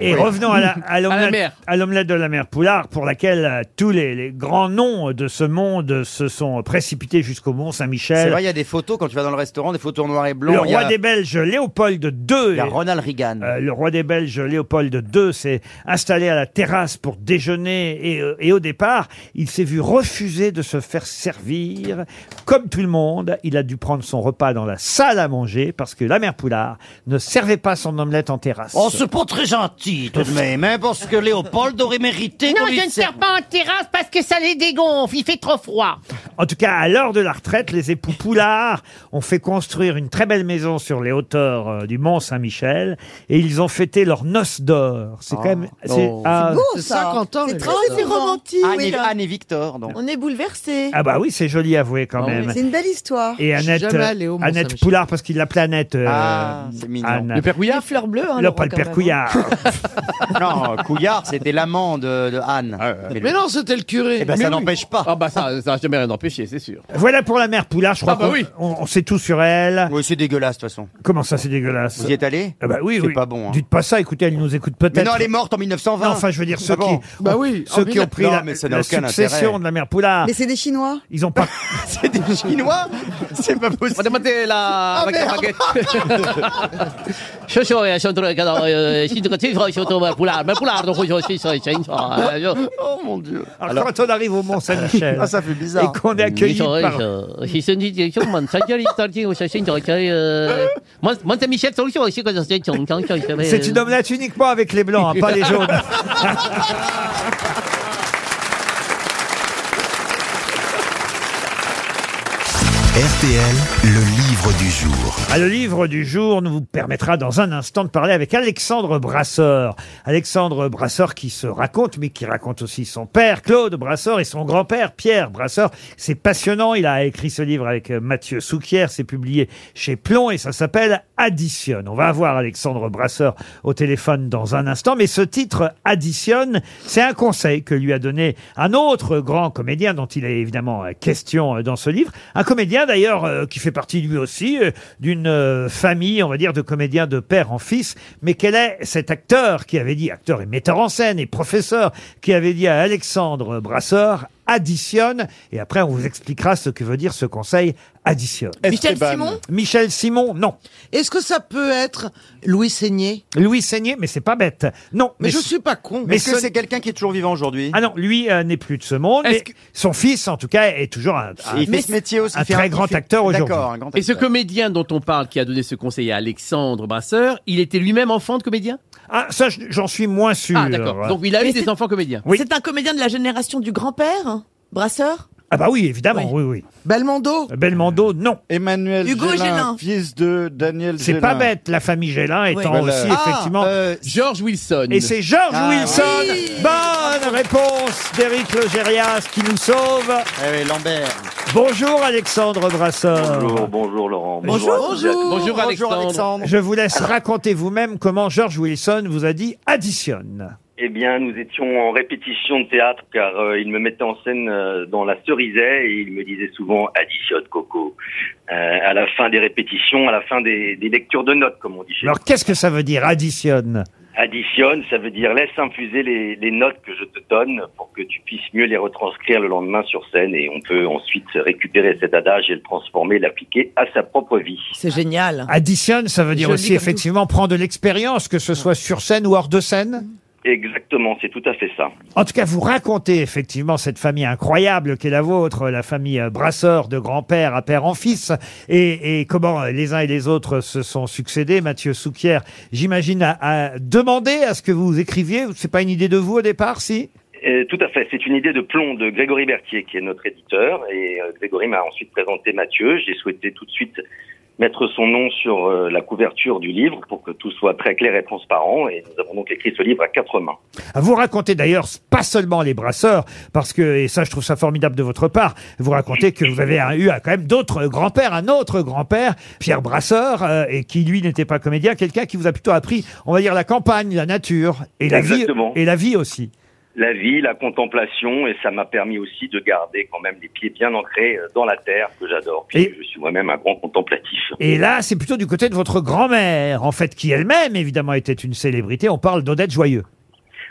Speaker 2: Et
Speaker 10: Oui.
Speaker 2: revenons à la- à
Speaker 10: À la
Speaker 2: l'omelette
Speaker 10: mère.
Speaker 2: à l'omelette de la mère Poulard, pour laquelle euh, tous les, les grands noms de ce monde se sont précipités jusqu'au
Speaker 10: C'est
Speaker 2: Mont-Saint-Michel.
Speaker 10: vrai, il y a des photos quand tu vas dans le restaurant, des photos en noir et blanc.
Speaker 2: Le
Speaker 10: il y a-
Speaker 2: roi des Belges, Léopold II.
Speaker 10: Il y a Ronald Reagan.
Speaker 2: Euh, le roi des Belges, Léopold II, s'est installé à la terrasse pour déjeuner et, euh, et au départ, il s'est vu refuser de se faire servir. Comme tout le monde, il a dû prendre son repas dans la salle à manger parce que la mère Poulard ne servait pas son omelette en terrasse.
Speaker 7: On se Oh, pas très gentil tout de même, hein, parce que Léopold aurait mérité.
Speaker 14: Non,
Speaker 7: qu'on lui
Speaker 14: je ne
Speaker 7: serve-
Speaker 14: sers pas en terrasse parce que ça les dégonfle. Il fait trop froid.
Speaker 2: En tout cas, à l'heure de la retraite, les époux Poulard ont fait construire une très belle maison sur les hauteurs euh, du Mont Saint-Michel et ils ont fêté leur noce d'or. C'est quand même c'est
Speaker 10: Oh.
Speaker 2: ah,
Speaker 10: C'est 50 ans,
Speaker 11: C'est
Speaker 10: les
Speaker 11: très
Speaker 10: mecs,
Speaker 11: c'est
Speaker 10: ça.
Speaker 11: romantique.
Speaker 10: Anne et-
Speaker 11: Oui, là.
Speaker 10: Anne et Victor, donc. Ah
Speaker 11: On est bouleversés.
Speaker 2: ah bah oui, c'est joli à avouer quand même.
Speaker 11: C'est une belle histoire.
Speaker 2: Et Annette, euh, Annette Poulard, parce qu'il l'appelait Annette. euh,
Speaker 10: Ah, c'est mignon.
Speaker 2: Anne.
Speaker 10: Le père Couillard
Speaker 11: Les fleurs bleues, hein,
Speaker 2: Non,
Speaker 11: Laurent,
Speaker 2: pas le
Speaker 11: quand
Speaker 2: père
Speaker 11: même.
Speaker 2: Couillard.
Speaker 10: Non, Couillard, c'était l'amant de, de Anne. Mais, le-
Speaker 5: c'était le curé.
Speaker 10: Eh ben, ça n'empêche pas.
Speaker 5: Ah, bah ça, ça n'a jamais rien empêché, c'est sûr.
Speaker 2: voilà pour la mère Poulard, je crois
Speaker 5: Ah bah
Speaker 2: qu'on
Speaker 5: oui.
Speaker 2: on, on sait tout sur elle.
Speaker 10: Oui, c'est dégueulasse, de toute façon.
Speaker 2: Comment ça, Ah, c'est dégueulasse
Speaker 10: Vous y êtes allé
Speaker 2: Ah bah oui,
Speaker 10: C'est
Speaker 2: oui.
Speaker 10: pas bon. hein.
Speaker 2: Dites pas ça, écoutez, elle nous écoute peut-être.
Speaker 10: Mais non, elle est morte en 1920.
Speaker 2: Non, enfin, je veux dire, ceux,
Speaker 10: Ah bon
Speaker 2: qui,
Speaker 5: Bah oui,
Speaker 2: ceux
Speaker 5: en
Speaker 2: qui ont pris
Speaker 10: Non,
Speaker 2: la,
Speaker 10: mais ça
Speaker 2: la
Speaker 10: n'a aucun
Speaker 2: succession
Speaker 10: intérêt.
Speaker 2: de la mère Poulard,
Speaker 11: Mais c'est des Chinois.
Speaker 2: ils ont pas.
Speaker 10: C'est des Chinois C'est pas possible.
Speaker 5: Regardez la avec la baguette.
Speaker 14: Je suis un centre de cadre, euh, si tu continues, je suis autour de Poulard. Mais Poulard, donc, je suis sur les chaînes, euh, je-
Speaker 10: Oh mon dieu.
Speaker 2: Alors, quand on arrive au Mont-Saint-Michel
Speaker 10: Ah, ça fait
Speaker 2: et
Speaker 10: bizarre.
Speaker 2: qu'on est accueilli
Speaker 14: Mais
Speaker 2: par.
Speaker 14: je- je suis une direction, mon Saint-Denis, Tartine, au Saint-Denis, je suis, euh, mon- mon Saint-Michel, sur le champ, je suis comme ça, c'est un champ, je suis,
Speaker 2: C'est une
Speaker 14: euh,
Speaker 2: omelette uniquement avec les blancs, hein, pas les jaunes.
Speaker 1: RTL, le livre du jour.
Speaker 2: Ah, le livre du jour nous vous permettra dans un instant de parler avec Alexandre Brasseur. Alexandre Brasseur qui se raconte, mais qui raconte aussi son père, Claude Brasseur, et son grand-père, Pierre Brasseur. C'est passionnant. Il a écrit ce livre avec euh, Mathieu Souquier. C'est publié chez Plomb et ça s'appelle Additionne. On va avoir Alexandre Brasseur au téléphone dans un instant. Mais ce titre Additionne, c'est un conseil que lui a donné un autre grand comédien dont il est évidemment euh, question euh, dans ce livre. Un comédien d'ailleurs euh, qui fait partie lui aussi euh, d'une euh, famille, on va dire, de comédiens de père en fils. Mais quel est cet acteur qui avait dit, acteur et metteur en scène et professeur, qui avait dit à Alexandre Brasseur, additionne, et après on vous expliquera ce que veut dire ce conseil, additionne.
Speaker 9: Michel
Speaker 12: Esteban.
Speaker 9: Simon
Speaker 2: Michel Simon, non.
Speaker 8: Est-ce que ça peut être Louis Seigné
Speaker 2: Louis Seigné, mais c'est pas bête. Non.
Speaker 8: Mais, je suis pas con.
Speaker 2: mais
Speaker 10: Est-ce que
Speaker 2: ce-
Speaker 10: c'est quelqu'un qui est toujours vivant aujourd'hui
Speaker 2: Ah non, lui euh, n'est plus de ce monde.
Speaker 5: Est-ce
Speaker 2: mais
Speaker 5: que-
Speaker 2: Son fils, en tout cas, est toujours un, un-
Speaker 10: Il fait ce métier aussi.
Speaker 2: un
Speaker 10: il fait
Speaker 2: très
Speaker 10: il
Speaker 2: grand
Speaker 10: fait-
Speaker 2: acteur aujourd'hui.
Speaker 10: D'accord, un grand
Speaker 5: Et ce
Speaker 10: acteur.
Speaker 5: comédien dont on parle, qui a donné ce conseil à Alexandre Brasseur, il était lui-même enfant de comédien
Speaker 2: Ah, ça, je- j'en suis moins sûr.
Speaker 5: Ah, d'accord. Donc il a eu
Speaker 11: Mais
Speaker 5: des
Speaker 11: c'est-
Speaker 5: enfants comédiens.
Speaker 2: Oui.
Speaker 11: C'est un comédien de la génération du grand-père, hein, Brasseur.
Speaker 2: Ah bah oui, évidemment, oui, oui.
Speaker 8: Belmondo
Speaker 2: Belmondo, non.
Speaker 12: Emmanuel
Speaker 11: Hugo
Speaker 12: Gélin,
Speaker 11: Gélin.
Speaker 12: fils de Daniel
Speaker 2: C'est
Speaker 12: Gélin.
Speaker 2: pas bête, la famille Gélin étant
Speaker 12: Voilà.
Speaker 2: aussi,
Speaker 10: Ah,
Speaker 2: effectivement...
Speaker 10: euh,
Speaker 5: George Wilson.
Speaker 2: Et c'est George
Speaker 10: Ah,
Speaker 2: Wilson. Bonne réponse d'Éric Logérias qui nous sauve.
Speaker 10: eh oui, Lambert.
Speaker 2: Bonjour Alexandre Brasseur.
Speaker 15: Bonjour, bonjour Laurent.
Speaker 5: Bonjour, Alexandre.
Speaker 2: Je vous laisse raconter vous-même comment George Wilson vous a dit additionne.
Speaker 15: Eh bien, nous étions en répétition de théâtre car euh, il me mettait en scène euh, dans la Cerisaie et il me disait souvent additionne Coco. Euh, à la fin des répétitions, à la fin des, des lectures de notes, comme on dit chez
Speaker 2: Alors qu'est-ce que ça veut dire additionne
Speaker 15: Additionne, ça veut dire laisse infuser les, les notes que je te donne pour que tu puisses mieux les retranscrire le lendemain sur scène et on peut ensuite récupérer cet adage et le transformer, l'appliquer à sa propre vie.
Speaker 11: C'est génial.
Speaker 2: Additionne, Ah. ça veut dire
Speaker 11: Joli
Speaker 2: aussi
Speaker 11: comme
Speaker 2: effectivement prendre de l'expérience, que ce soit sur scène ou hors de scène.
Speaker 11: Mm.
Speaker 15: Exactement, c'est tout à fait ça.
Speaker 2: En tout cas, vous racontez effectivement cette famille incroyable qu'est la vôtre, la famille euh, Brasseur de grand-père à père en fils, et, et comment euh, les uns et les autres se sont succédés. Mathieu Souquier, j'imagine, a, a demandé à ce que vous écriviez. C'est pas une idée de vous au départ, si
Speaker 15: Euh, tout à fait. C'est une idée de plomb de Grégory Berthier, qui est notre éditeur. Et euh, Grégory m'a ensuite présenté Mathieu. J'ai souhaité tout de suite mettre son nom sur euh, la couverture du livre pour que tout soit très clair et transparent. Et nous avons donc écrit ce livre à quatre mains.
Speaker 2: Vous racontez d'ailleurs pas seulement les brasseurs, parce que, et ça je trouve ça formidable de votre part, vous racontez que vous avez un- eu un- quand même d'autres grands-pères, un autre grand-père, Pierre Brasseur, euh, et qui lui n'était pas comédien, quelqu'un qui vous a plutôt appris, on va dire, la campagne, la nature, et la vie,
Speaker 15: Exactement.
Speaker 2: et la vie aussi.
Speaker 15: La vie, la contemplation, et ça m'a permis aussi de garder quand même les pieds bien ancrés euh, dans la terre que j'adore. Puis
Speaker 2: Et-
Speaker 15: je suis moi-même un grand contemplatif.
Speaker 2: Et là, c'est plutôt du côté de votre grand-mère, en fait, qui elle-même, évidemment, était une célébrité. On parle d'Odette Joyeux.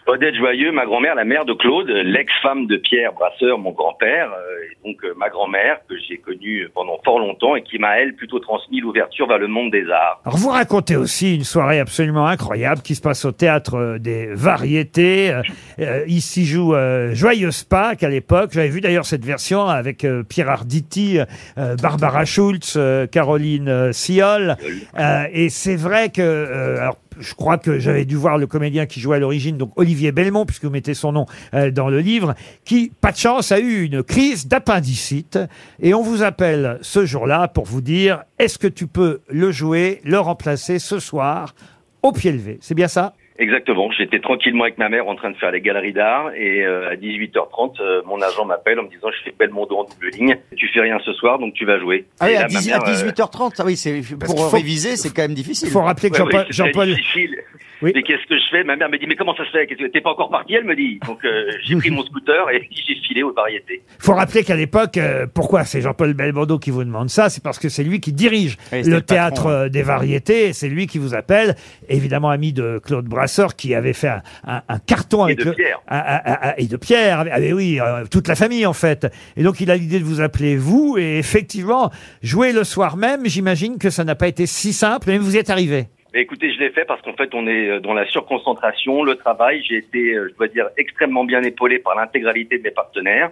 Speaker 15: Odette Joyeux, ma grand-mère, la mère de Claude, l'ex-femme de Pierre Brasseur, mon grand-père, euh, et donc euh, ma grand-mère que j'ai connue pendant fort longtemps et qui m'a, elle, plutôt transmis l'ouverture vers le monde des arts.
Speaker 2: Alors, vous racontez aussi une soirée absolument incroyable qui se passe au théâtre euh, des variétés. Euh, euh, ici joue euh, Joyeuse Pâques à l'époque. J'avais vu d'ailleurs cette version avec euh, Pierre Arditi, euh, Barbara Schultz, euh, Caroline euh, Siol. Euh, et c'est vrai que, euh, alors, je crois que j'avais dû voir le comédien qui jouait à l'origine, donc Olivier Belmont, puisque vous mettez son nom euh, dans le livre, qui, pas de chance, a eu une crise d'appendicite. Et on vous appelle ce jour-là pour vous dire, est-ce que tu peux le jouer, le remplacer ce soir au pied levé C'est bien ça
Speaker 15: Exactement, j'étais tranquillement avec ma mère en train de faire les galeries d'art et euh, à 18h30, euh, mon agent m'appelle en me disant je fais Belmondo en double ligne, tu fais rien ce soir donc tu vas jouer.
Speaker 10: Ah oui,
Speaker 15: Et
Speaker 10: à,
Speaker 15: là, ma
Speaker 10: 10
Speaker 15: mère,
Speaker 10: à
Speaker 15: euh,
Speaker 10: 18h30, ah oui, c'est
Speaker 15: qu'il faut-
Speaker 10: pour réviser, c'est quand même difficile.
Speaker 2: faut rappeler que
Speaker 15: Ouais, oui,
Speaker 2: Jean-Paul-
Speaker 15: c'est très
Speaker 2: Jean-Paul-
Speaker 15: difficile. Mais qu'est-ce que je fais Ma mère me dit mais comment ça se fait Qu'est-ce que- T'es pas encore parti Elle me dit. Donc euh, j'ai pris mon scooter et j'ai filé aux variétés.
Speaker 2: faut rappeler qu'à l'époque, euh, pourquoi c'est Jean-Paul Belmondo qui vous demande ça C'est parce que c'est lui qui dirige
Speaker 10: Oui, c'était
Speaker 2: le
Speaker 10: le patron,
Speaker 2: théâtre euh,
Speaker 10: ouais.
Speaker 2: des variétés. et C'est lui qui vous appelle, évidemment ami de Claude Brasseur, qui avait fait un, un- un carton avec
Speaker 15: de
Speaker 2: le-
Speaker 15: Pierre.
Speaker 2: Ah, ah, ah, ah, et de Pierre. Ah, mais oui, euh, toute la famille en fait. Et donc il a l'idée de vous appeler vous. Et effectivement, jouer le soir même, j'imagine que ça n'a pas été si simple, mais vous y êtes arrivé.
Speaker 15: Mais écoutez, je l'ai fait parce qu'en fait, on est euh, dans la surconcentration, le travail. J'ai été, euh, je dois dire, extrêmement bien épaulé par l'intégralité de mes partenaires.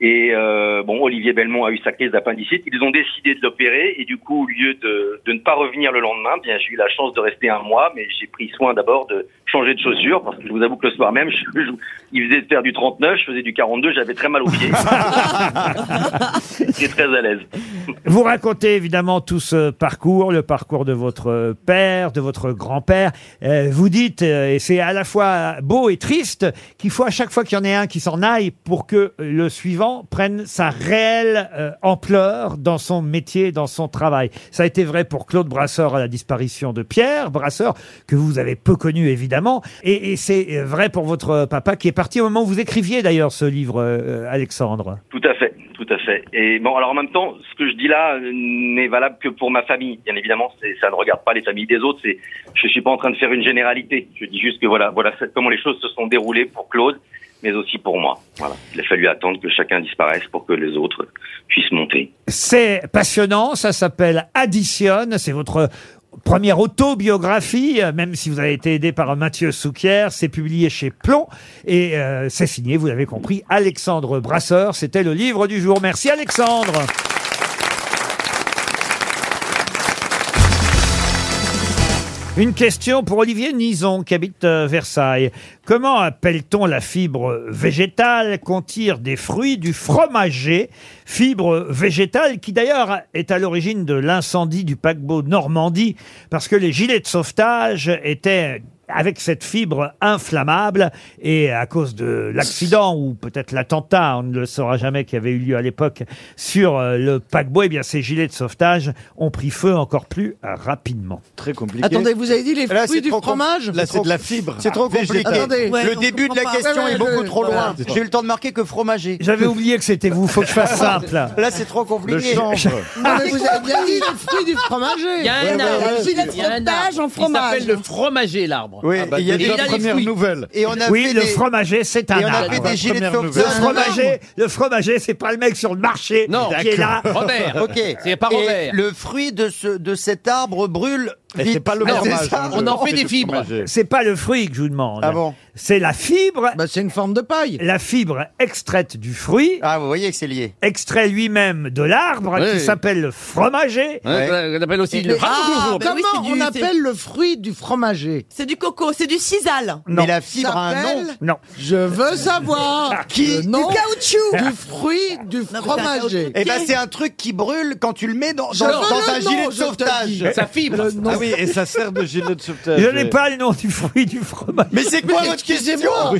Speaker 15: Et euh, bon, Olivier Belmont a eu sa crise d'appendicite. Ils ont décidé de l'opérer et du coup, au lieu de, de ne pas revenir le lendemain, bien j'ai eu la chance de rester un mois, mais j'ai pris soin d'abord de changer de chaussures parce que je vous avoue que le soir même, je, je- il faisait faire du 39, je faisais du 42, j'avais très mal aux pieds. J'étais très à l'aise.
Speaker 2: Vous racontez évidemment tout ce parcours, le parcours de votre père, de votre grand-père. Euh, vous dites, euh, et c'est à la fois beau et triste, qu'il faut à chaque fois qu'il y en ait un qui s'en aille pour que le suivant prenne sa réelle euh, ampleur dans son métier, dans son travail. Ça a été vrai pour Claude Brasseur à la disparition de Pierre Brasseur, que vous avez peu connu évidemment, et, et c'est vrai pour votre papa qui est parti au moment où vous écriviez d'ailleurs ce livre, euh, Alexandre.
Speaker 15: Tout à fait, tout à fait. Et bon, alors en même temps, ce que je dis là euh, n'est valable que pour ma famille. Bien évidemment, c'est- ça ne regarde pas les familles des autres. C'est, je suis pas en train de faire une généralité. Je dis juste que voilà, voilà c'est comment les choses se sont déroulées pour Claude, mais aussi pour moi. Voilà. Il a fallu attendre que chacun disparaisse pour que les autres puissent monter.
Speaker 2: C'est passionnant, ça s'appelle Addition, c'est votre première autobiographie, euh, même si vous avez été aidé par Mathieu Souquier, c'est publié chez Plomb et euh, c'est signé, vous l'avez compris, Alexandre Brasseur, c'était le livre du jour. Merci Alexandre. Une question pour Olivier Nison qui habite euh, Versailles. Comment appelle-t-on la fibre végétale qu'on tire des fruits du fromager Fibre végétale qui d'ailleurs est à l'origine de l'incendie du paquebot Normandie parce que les gilets de sauvetage étaient avec cette fibre inflammable et à cause de l'accident ou peut-être l'attentat, on ne le saura jamais, qui avait eu lieu à l'époque sur euh, le paquebot, eh bien ces gilets de sauvetage ont pris feu encore plus rapidement.
Speaker 12: Très compliqué.
Speaker 8: Attendez, vous avez dit les
Speaker 12: Là,
Speaker 8: fruits
Speaker 12: c'est
Speaker 8: du
Speaker 12: trop com-
Speaker 8: fromage
Speaker 12: Là, c'est de la fibre.
Speaker 10: C'est trop compliqué.
Speaker 12: Végétal.
Speaker 10: Attendez, le début de la question est beaucoup trop loin. J'ai eu le temps de marquer que fromager.
Speaker 2: J'avais oublié que c'était vous, faut que je fasse simple.
Speaker 10: Là, c'est trop compliqué.
Speaker 2: Le chanvre.
Speaker 8: Non, mais vous avez bien dit les fruits du fromager.
Speaker 5: Il y a un arbre.
Speaker 8: Il y a un
Speaker 5: Il y a un
Speaker 8: arbre.
Speaker 5: arbre. Il s'appelle le fromager, l'arbre.
Speaker 12: Oui, et il y a
Speaker 5: des
Speaker 12: déjà première nouvelle.
Speaker 10: Et on a
Speaker 2: oui,
Speaker 10: fait
Speaker 2: le
Speaker 10: des-
Speaker 2: fromager, c'est un
Speaker 10: Et on a
Speaker 2: arbre.
Speaker 10: fait des gilets de
Speaker 2: Première
Speaker 10: sauvetage.
Speaker 2: nouvelle. Le fromager, le fromager, c'est pas le mec sur le marché
Speaker 5: Non,
Speaker 2: qui est là.
Speaker 5: Robert.
Speaker 10: Ok.
Speaker 5: C'est pas
Speaker 10: Et
Speaker 5: Robert.
Speaker 10: le fruit de, ce, de cet arbre brûle
Speaker 2: Mais Ah, c'est pas
Speaker 5: le Alors, fromage, c'est ça, hein, on le- en fait des fibres.
Speaker 2: C'est pas le fruit que je vous demande.
Speaker 5: Ah bon
Speaker 2: C'est la fibre. c'est une forme de paille. La fibre extraite du fruit. Ah, vous voyez que c'est lié. Extrait lui-même de l'arbre
Speaker 5: Ouais.
Speaker 2: qui s'appelle fromager.
Speaker 5: Ouais, On appelle aussi
Speaker 2: le-
Speaker 8: Ah,
Speaker 2: Bah
Speaker 8: comment
Speaker 2: oui, c'est du-
Speaker 8: on
Speaker 2: c'est-
Speaker 8: appelle le fruit du fromager
Speaker 6: C'est du coco, c'est du sisal.
Speaker 2: Non. Non.
Speaker 8: Je veux savoir
Speaker 7: Qui
Speaker 8: le nom
Speaker 7: Du caoutchouc
Speaker 8: Euh, du fruit du
Speaker 7: mais
Speaker 8: fromager.
Speaker 7: Eh ben, c'est un truc qui brûle quand tu le mets dans,
Speaker 8: Je
Speaker 7: dans,
Speaker 8: veux
Speaker 7: dans
Speaker 8: le
Speaker 7: un
Speaker 8: nom,
Speaker 7: gilet de
Speaker 8: je te
Speaker 7: sauvetage.
Speaker 8: dis. Euh, Sa fibre. Le nom.
Speaker 4: Ah oui, et ça sert de gilet de sauvetage.
Speaker 2: Je n'ai pas le nom du fruit du fromage.
Speaker 4: Mais c'est quoi votre
Speaker 2: Excusez-moi.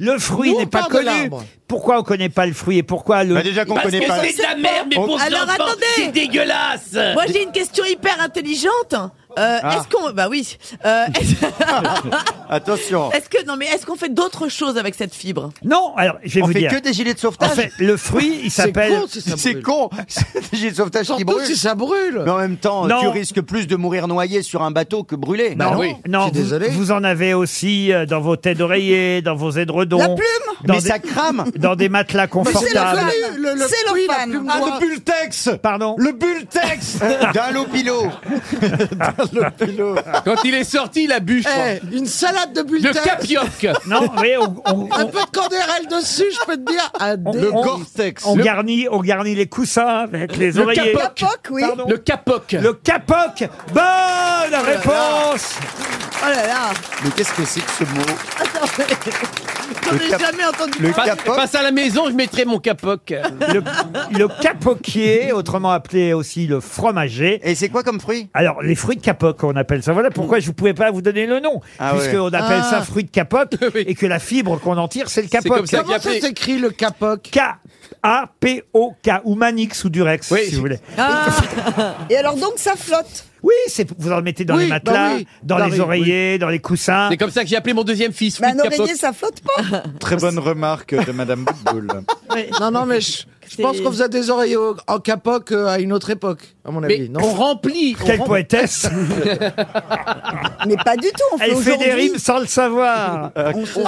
Speaker 2: Le fruit
Speaker 4: Nous, on
Speaker 2: n'est pas
Speaker 4: parle de
Speaker 2: connu.
Speaker 4: l'arbre.
Speaker 2: Pourquoi on connaît pas le fruit et pourquoi le.
Speaker 4: Bah, déjà qu'on
Speaker 2: Parce
Speaker 4: connaît
Speaker 2: que
Speaker 4: pas.
Speaker 2: c'est-
Speaker 5: de la merde, mais pour
Speaker 6: Alors
Speaker 5: enfants,
Speaker 6: attendez
Speaker 5: c'est dégueulasse.
Speaker 6: Moi j'ai une question hyper intelligente. Euh,
Speaker 5: Ah.
Speaker 6: Est-ce qu'on. Bah oui. Euh, est-ce-
Speaker 7: Attention.
Speaker 6: est-ce que. Non mais est-ce qu'on fait d'autres choses avec cette fibre
Speaker 2: Non, alors je vais
Speaker 7: On
Speaker 2: vous
Speaker 7: fait
Speaker 2: dire.
Speaker 7: que des gilets de sauvetage.
Speaker 2: En fait, le fruit, il s'appelle.
Speaker 7: C'est con, c'est des gilets de sauvetage qui brûlent.
Speaker 2: si ça brûle.
Speaker 7: Mais en même temps,
Speaker 2: Non.
Speaker 7: tu risques plus de mourir noyé sur un bateau que brûlé.
Speaker 2: Bah
Speaker 4: Bah
Speaker 2: Non, non, vous, vous en avez aussi euh, dans vos têtes d'oreiller, dans vos édredons.
Speaker 7: La plume
Speaker 2: dans
Speaker 7: Mais
Speaker 2: des-
Speaker 7: ça crame
Speaker 2: Dans des matelas confortables.
Speaker 9: C'est le
Speaker 8: la
Speaker 9: fan.
Speaker 8: plume
Speaker 9: Ah,
Speaker 8: d'oie.
Speaker 9: le
Speaker 7: bultex
Speaker 2: Pardon
Speaker 7: Le bultex D'un lopilo
Speaker 5: Quand il est sorti, il a bûche.
Speaker 8: Eh, une salade de bulletin.
Speaker 5: Le capioc.
Speaker 2: Non, mais on,
Speaker 8: Un peu de candérelle dessus, je peux te dire. à
Speaker 2: on-
Speaker 8: des-
Speaker 2: on- On garnit, on garnit les coussins avec les
Speaker 8: Le
Speaker 2: oreillers.
Speaker 8: capoc. Capoc, oui.
Speaker 2: Le
Speaker 5: capoc.
Speaker 2: Le capoc.
Speaker 7: Ah,
Speaker 2: Bonne réponse.
Speaker 6: Oh là là
Speaker 7: Mais qu'est-ce que c'est que ce mot
Speaker 6: Attendez. J'en
Speaker 5: Le
Speaker 6: ai
Speaker 5: cap-
Speaker 6: jamais entendu
Speaker 5: passe,
Speaker 6: parler.
Speaker 5: passe à la maison, je mettrai mon capoc.
Speaker 2: Le, le capoquier, autrement appelé aussi le fromager.
Speaker 7: Et c'est quoi comme fruit
Speaker 2: Alors, les fruits de capoc, on appelle ça. Voilà pourquoi je ne pouvais pas vous donner le nom.
Speaker 7: Ah ouais.
Speaker 2: Puisqu'on appelle
Speaker 7: Ah.
Speaker 2: ça fruit de capoc et que la fibre qu'on en tire, c'est le capoc.
Speaker 5: comme ça qu'il y a fait-
Speaker 2: s'écrit le capoc K-A-P-O-K ou Manix ou Durex, si vous voulez.
Speaker 9: Et alors donc ça flotte.
Speaker 2: Oui, c'est- vous en mettez dans
Speaker 5: Oui,
Speaker 2: les matelas,
Speaker 5: bah oui.
Speaker 2: dans
Speaker 5: Bah
Speaker 2: les
Speaker 5: oui,
Speaker 2: oreillers, dans les coussins.
Speaker 5: C'est comme ça que j'ai appelé mon deuxième fils.
Speaker 8: Ben,
Speaker 9: Mais
Speaker 5: Fruit
Speaker 9: un
Speaker 5: de capoc.
Speaker 9: oreiller ça flotte pas.
Speaker 4: Très bonne remarque de Madame Boutboul.
Speaker 8: Non, non, mais je, je
Speaker 9: C'est-
Speaker 8: pense qu'on faisait des oreillers au- en capoc euh, à une autre époque, à mon avis.
Speaker 5: Mais
Speaker 8: non
Speaker 5: on remplit. on
Speaker 2: Quelle
Speaker 5: remplit.
Speaker 2: poétesse
Speaker 9: Mais pas du tout. On fait
Speaker 2: Elle fait
Speaker 9: aujourd'hui.
Speaker 2: des rimes sans le savoir.
Speaker 7: Euh,
Speaker 9: On se-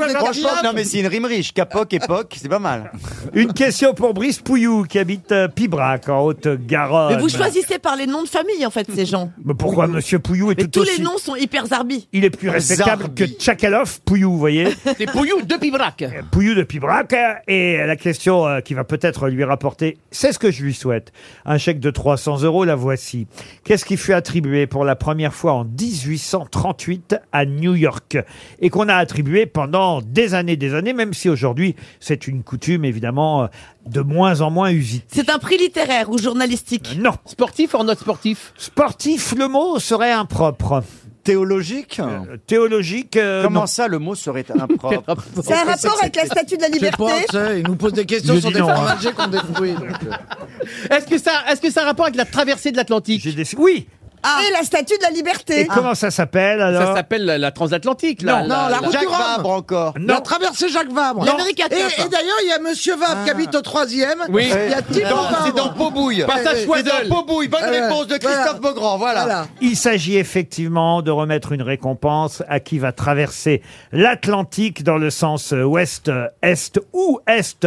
Speaker 7: Eh, Franchement, non mais c'est une rime riche. Capoc, époque, c'est pas mal.
Speaker 2: Une question pour Brice Pouillou qui habite euh, Pibrac en Haute-Garonne.
Speaker 6: Mais vous choisissez par les noms de famille en fait ces gens.
Speaker 2: Mais pourquoi Monsieur Pouillou est
Speaker 6: Mais
Speaker 2: tout
Speaker 6: tous
Speaker 2: aussi...
Speaker 6: les noms sont hyper zarbi.
Speaker 2: Il est plus respectable que
Speaker 7: Zarbi.
Speaker 2: Tchakalov, Pouillou, vous voyez
Speaker 5: C'est Pouillou de Pibrac.
Speaker 2: Pouillou de Pibrac. euh, Et la question euh, qui va peut-être lui rapporter, c'est ce que je lui souhaite. Un chèque de 300 euros, la voici. Qu'est-ce qui fut attribué pour la première fois en 1838 à New York et qu'on a attribué pendant des années, des années, même si aujourd'hui c'est une coutume évidemment euh, de moins en moins usitée. Euh,
Speaker 6: C'est un prix littéraire ou journalistique.
Speaker 2: Non.
Speaker 5: Sportif ou non sportif
Speaker 2: Sportif, le mot serait impropre.
Speaker 7: Théologique
Speaker 2: Théologique, euh,
Speaker 7: Comment
Speaker 2: non.
Speaker 7: ça, le mot serait impropre
Speaker 9: C'est un rapport avec la statue de la
Speaker 8: Je sais
Speaker 9: liberté.
Speaker 8: pas, tu sais, il nous pose des questions
Speaker 2: Je
Speaker 8: sur
Speaker 2: dis
Speaker 8: des
Speaker 2: non, hein.
Speaker 8: fromagers qu'on détruit. donc, euh.
Speaker 5: Est-ce que ça, est-ce que ça a rapport avec la traversée de l'Atlantique
Speaker 2: J'ai des- Oui.
Speaker 9: Ah, Et la statue de la liberté.
Speaker 2: Et comment ça s'appelle
Speaker 5: Ça
Speaker 2: alors
Speaker 5: s'appelle la, la transatlantique.
Speaker 2: Non,
Speaker 8: non, la route
Speaker 7: Jacques
Speaker 8: du Rhum.
Speaker 7: Vabre encore.
Speaker 8: La
Speaker 2: Non.
Speaker 8: traversée Jacques Vabre.
Speaker 6: L'Amérique
Speaker 8: Et,
Speaker 6: à terre.
Speaker 8: et d'ailleurs, il y a Monsieur Vabre qui habite au troisième.
Speaker 5: Oui.
Speaker 8: Il y a Thibaut
Speaker 7: Dans- C'est dans
Speaker 8: Vabre.
Speaker 7: Pobouille.
Speaker 5: Passage
Speaker 7: C'est dans
Speaker 5: Choiseul.
Speaker 7: Pobouille. Bonne
Speaker 8: Ouais, ouais.
Speaker 7: réponse de Christophe Beaugrand, voilà.
Speaker 8: Euh, Voilà.
Speaker 2: Il s'agit effectivement de remettre une récompense à qui va traverser l'Atlantique dans le sens ouest-est ou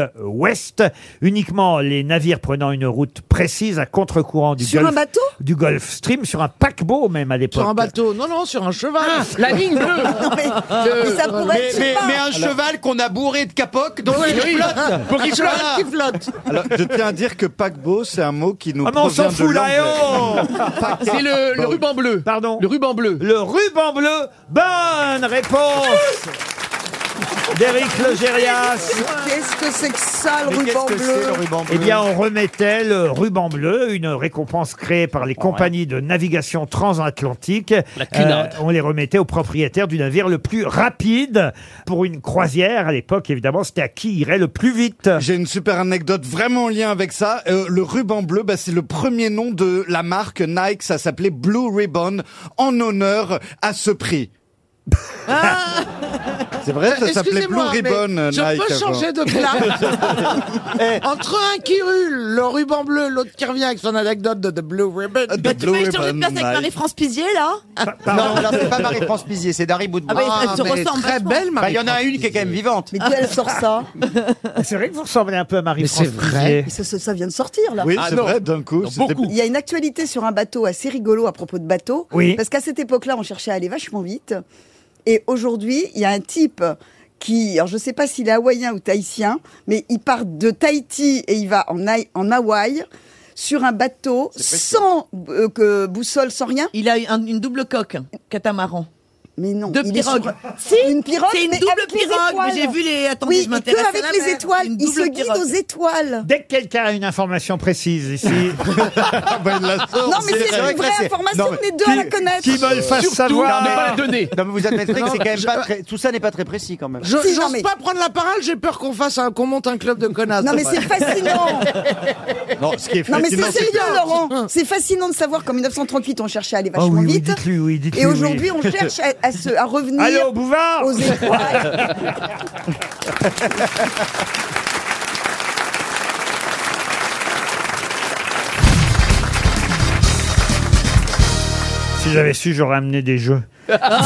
Speaker 2: est-ouest. Uniquement les navires prenant une route précise à contre-courant du,
Speaker 9: Sur
Speaker 2: Gulf-
Speaker 9: un bateau
Speaker 2: du Gulf Stream, sur un paquebot même à l'époque.
Speaker 8: Sur un bateau. Non, non, sur un cheval.
Speaker 5: La ligne bleue.
Speaker 9: Non, mais,
Speaker 8: Euh.
Speaker 9: mais ça
Speaker 7: Mais,
Speaker 9: pourrait être, je sais
Speaker 7: mais-
Speaker 9: pas.
Speaker 7: mais un cheval qu'on a bourré de capoc, donc il
Speaker 5: oui.
Speaker 7: flotte.
Speaker 5: Pour qu'il
Speaker 7: Voilà.
Speaker 5: flotte,
Speaker 8: Qui flotte.
Speaker 4: Alors, je tiens à dire que paquebot, c'est un mot qui nous
Speaker 2: Ah mais on
Speaker 4: provient
Speaker 2: s'en
Speaker 4: de
Speaker 2: fout là,
Speaker 4: l'anglais.
Speaker 2: eh oh
Speaker 5: C'est le, le ruban bleu.
Speaker 2: Pardon
Speaker 5: Le ruban bleu.
Speaker 2: Le ruban bleu, bonne réponse d'Éric Logérias.
Speaker 9: Qu'est-ce que c'est que ça, le
Speaker 7: Mais qu'est-ce
Speaker 9: ruban
Speaker 7: que
Speaker 9: bleu
Speaker 7: c'est le ruban bleu
Speaker 2: Eh bien, on remettait le ruban bleu, une récompense créée par les compagnies de navigation transatlantique. Euh,
Speaker 5: La cunarde.
Speaker 2: on les remettait au propriétaire du navire le plus rapide pour une croisière. À l'époque, évidemment, c'était à qui irait le plus vite.
Speaker 4: J'ai une super anecdote vraiment en lien avec ça. Euh, le ruban bleu, bah, c'est le premier nom de la marque Nike. Ça s'appelait Blue Ribbon en honneur à ce prix.
Speaker 12: C'est vrai, ça
Speaker 8: Ah Excusez-moi,
Speaker 12: s'appelait Blue
Speaker 8: mais
Speaker 12: Ribbon, euh,
Speaker 8: Je
Speaker 12: Nike,
Speaker 8: peux
Speaker 12: avant.
Speaker 8: changer de place. Eh. Entre un qui hurle, le ruban bleu, l'autre qui revient avec son anecdote de The Blue Ribbon. Bah,
Speaker 11: Bah, tu peux aller changer de place avec Marie-France Pizier, là
Speaker 10: Non, alors c'est pas Marie-France Pizier, c'est Dari Boudboul.
Speaker 11: Ah,
Speaker 9: bah,
Speaker 11: mais elles se ressemblent
Speaker 10: très
Speaker 11: vachement.
Speaker 10: belle,
Speaker 11: Bah,
Speaker 10: Il y en a une qui est quand même vivante.
Speaker 9: Mais d'où elle sort ça
Speaker 2: Ah, C'est vrai que vous ressemblez un peu à Marie-France
Speaker 10: c'est vrai.
Speaker 2: Pizier.
Speaker 9: Mais Ça, ça- ça vient de sortir, là.
Speaker 2: Oui, Ah c'est non. vrai, d'un coup, Non, c'était- beaucoup.
Speaker 9: Il y a une actualité sur un bateau assez rigolo à propos de bateaux.
Speaker 2: Oui.
Speaker 9: Parce qu'à cette époque-là, on cherchait à aller vachement vite. Et aujourd'hui, il y a un type qui, alors je sais pas s'il est hawaïen ou tahitien, mais il part de Tahiti et il va en, Haï- en Hawaï sur un bateau sans euh, que boussole, sans rien.
Speaker 11: Il a un- une double coque, catamaran.
Speaker 9: Mais non.
Speaker 11: Deux
Speaker 9: il est sur-
Speaker 11: pirogues.
Speaker 9: Si, une pirogue.
Speaker 11: C'est une
Speaker 9: mais
Speaker 11: double
Speaker 9: avec les
Speaker 11: pirogue,
Speaker 9: étoiles.
Speaker 11: mais j'ai vu les- attendez,
Speaker 9: oui,
Speaker 11: je
Speaker 9: mais
Speaker 11: m'intéresse
Speaker 9: que
Speaker 11: à
Speaker 9: avec
Speaker 11: la
Speaker 9: les
Speaker 11: mer.
Speaker 9: étoiles.
Speaker 11: Une
Speaker 9: Il se
Speaker 11: double
Speaker 9: guide
Speaker 11: pirogue.
Speaker 9: aux étoiles.
Speaker 2: Dès que quelqu'un a une information précise ici.
Speaker 9: Non, mais c'est une vraie information, on est deux à la connaître.
Speaker 2: Qui me le fasse savoir.
Speaker 10: Non, mais vous admettrez que
Speaker 8: Non,
Speaker 10: c'est quand même
Speaker 8: je-
Speaker 10: pas très... Tout ça n'est pas très précis quand même.
Speaker 8: Je
Speaker 10: Si, non,
Speaker 8: n'ose
Speaker 10: mais-
Speaker 8: pas prendre la parole, j'ai peur qu'on fasse un, qu'on monte un club de connasses.
Speaker 9: Non, mais c'est fascinant.
Speaker 12: Non, ce qui est
Speaker 9: Non mais
Speaker 12: fascinant,
Speaker 9: c'est
Speaker 12: c'est
Speaker 9: sérieux Laurent, c'est fascinant de savoir qu'en 1938 on cherchait à aller vachement
Speaker 2: Oh Hein. oui, oui,
Speaker 9: vite
Speaker 2: dites-lui, oui, dites-lui,
Speaker 9: et aujourd'hui
Speaker 2: oui.
Speaker 9: on cherche à, à se, à revenir
Speaker 2: Allô, Bouvard
Speaker 9: aux étoiles.
Speaker 2: Si j'avais su, j'aurais amené des jeux.
Speaker 3: Ah.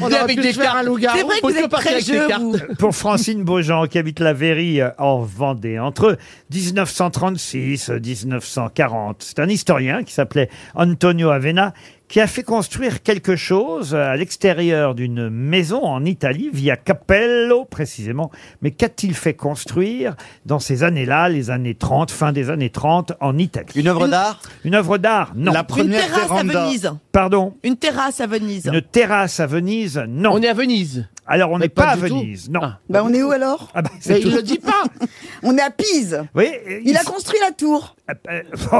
Speaker 8: On aurait pu se faire un loup-garou.
Speaker 11: C'est vrai que vous êtes très jeu, vous.
Speaker 2: Pour Francine Beaujean, qui habite la Véry euh, en Vendée, entre 1936 et 1940, c'est un historien qui s'appelait Antonio Avena qui a fait construire quelque chose euh, à l'extérieur d'une maison en Italie, via Capello précisément. Mais qu'a-t-il fait construire dans ces années-là, les années 30, fin des années 30, en Italie Une
Speaker 10: œuvre d'art
Speaker 2: Une œuvre d'art, non. La
Speaker 11: première terrasse à véranda. Venise.
Speaker 2: Pardon
Speaker 11: Une terrasse à Venise.
Speaker 2: une terrasse à Venise, non. On est à Venise. Alors on n'est pas,
Speaker 11: pas
Speaker 2: à
Speaker 11: du tout.
Speaker 2: Venise, non.
Speaker 9: Bah on est où alors
Speaker 2: Ah bah, c'est tout.
Speaker 9: pas. On est à Pise.
Speaker 2: Oui,
Speaker 9: Il, a construit la tour.
Speaker 2: Euh, oh,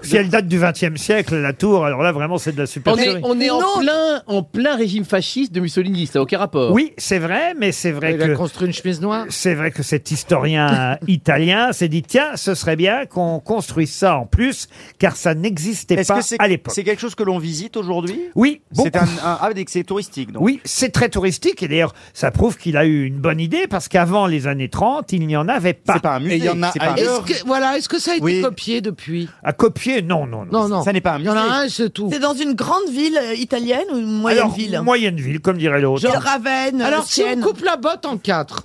Speaker 2: si elle date du XXe siècle, la tour, alors là vraiment c'est de la
Speaker 5: On est,
Speaker 2: supercherie.
Speaker 5: on est en
Speaker 9: Non.
Speaker 5: plein, en plein régime fasciste de Mussolini, ça n'a aucun rapport.
Speaker 2: Oui, c'est vrai, mais c'est vrai que.
Speaker 8: construit une chemise noire.
Speaker 2: C'est vrai que cet historien italien s'est dit tiens, ce serait bien qu'on construise ça en plus, car ça n'existait
Speaker 10: Est-ce
Speaker 2: pas
Speaker 10: que c'est
Speaker 2: à l'époque.
Speaker 10: c'est quelque chose que l'on visite aujourd'hui
Speaker 2: Oui,
Speaker 10: C'est un,
Speaker 2: beaucoup.
Speaker 10: un- ah, dès que c'est touristique. Donc.
Speaker 2: Oui, c'est très touristique et d'ailleurs, ça prouve qu'il a eu une bonne idée parce qu'avant les années 30, il n'y en avait pas.
Speaker 10: C'est pas un musée, Et il y en a c'est pas un- ailleurs.
Speaker 8: Est-ce que, voilà, est-ce que ça a été
Speaker 2: Oui.
Speaker 8: copié depuis
Speaker 2: À copier, non, non, non.
Speaker 8: Non, non. Ça n'est pas un
Speaker 11: Il y en a
Speaker 8: musée.
Speaker 11: un,
Speaker 8: c'est tout.
Speaker 11: C'est dans une grande ville euh, italienne ou une moyenne
Speaker 2: Alors,
Speaker 11: ville
Speaker 2: moyenne ville, comme dirait l'autre.
Speaker 11: Genre Ravenne,
Speaker 8: Alors, si on
Speaker 11: Sienne.
Speaker 8: coupe la botte en quatre,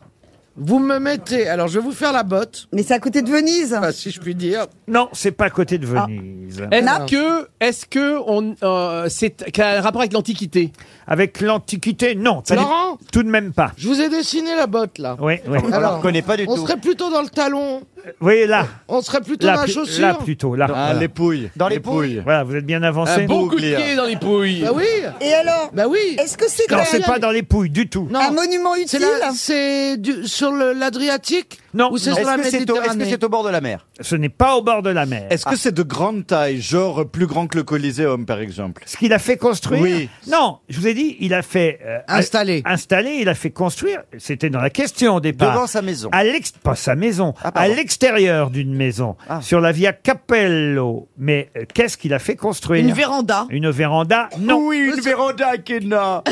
Speaker 8: vous me mettez. Alors, je vais vous faire la botte.
Speaker 9: Mais c'est à côté de Venise.
Speaker 8: si je puis dire. Ah,
Speaker 2: Non, c'est pas à côté de Venise.
Speaker 5: Est-ce que, est-ce que on, euh, c'est quel a un rapport avec l'Antiquité
Speaker 2: Avec l'Antiquité, non. Ça n'est-
Speaker 8: Laurent
Speaker 2: Tout de même pas.
Speaker 8: Je vous ai dessiné la botte, là.
Speaker 2: Oui, oui.
Speaker 8: Alors, on serait plutôt dans le talon.
Speaker 2: Oui, là.
Speaker 8: On serait plutôt
Speaker 2: là,
Speaker 8: dans la
Speaker 2: plu-
Speaker 8: chaussure.
Speaker 2: Là, plutôt, là.
Speaker 12: Ah, les pouilles.
Speaker 10: Dans les
Speaker 12: pouilles.
Speaker 2: Voilà, vous êtes bien avancé.
Speaker 5: Un bon coup de pied dans les pouilles.
Speaker 8: Bah oui.
Speaker 9: Et alors
Speaker 8: Bah oui.
Speaker 9: Est-ce que c'est
Speaker 2: Non,
Speaker 9: un-
Speaker 2: c'est pas dans les pouilles du tout.
Speaker 8: Non.
Speaker 9: un monument
Speaker 8: C'est
Speaker 9: utile
Speaker 8: la- C'est du- sur le- l'Adriatique
Speaker 2: Non.
Speaker 8: Ou c'est
Speaker 2: non.
Speaker 8: sur la
Speaker 10: Est-ce que c'est au, est-ce que
Speaker 8: Méditerranée
Speaker 10: c'est au bord de la mer
Speaker 2: Ce n'est pas au bord de la mer.
Speaker 12: Est-ce que c'est de grande taille, genre plus grand que le Coliseum, par exemple
Speaker 2: Ce qu'il a fait construire
Speaker 12: Oui.
Speaker 2: Non, je vous ai dit, il a fait... euh,
Speaker 8: Installer.
Speaker 2: a- Installer, il a fait construire, c'était dans la question au départ.
Speaker 10: Devant sa maison. Ah,
Speaker 2: À l'ex- pas sa maison, à
Speaker 10: pardon. Ah.
Speaker 2: l'extérieur d'une maison, sur la via Capello. Mais euh, qu'est-ce qu'il a fait construire
Speaker 11: Une véranda.
Speaker 2: Une véranda Non.
Speaker 10: Oui, une véranda, Kenna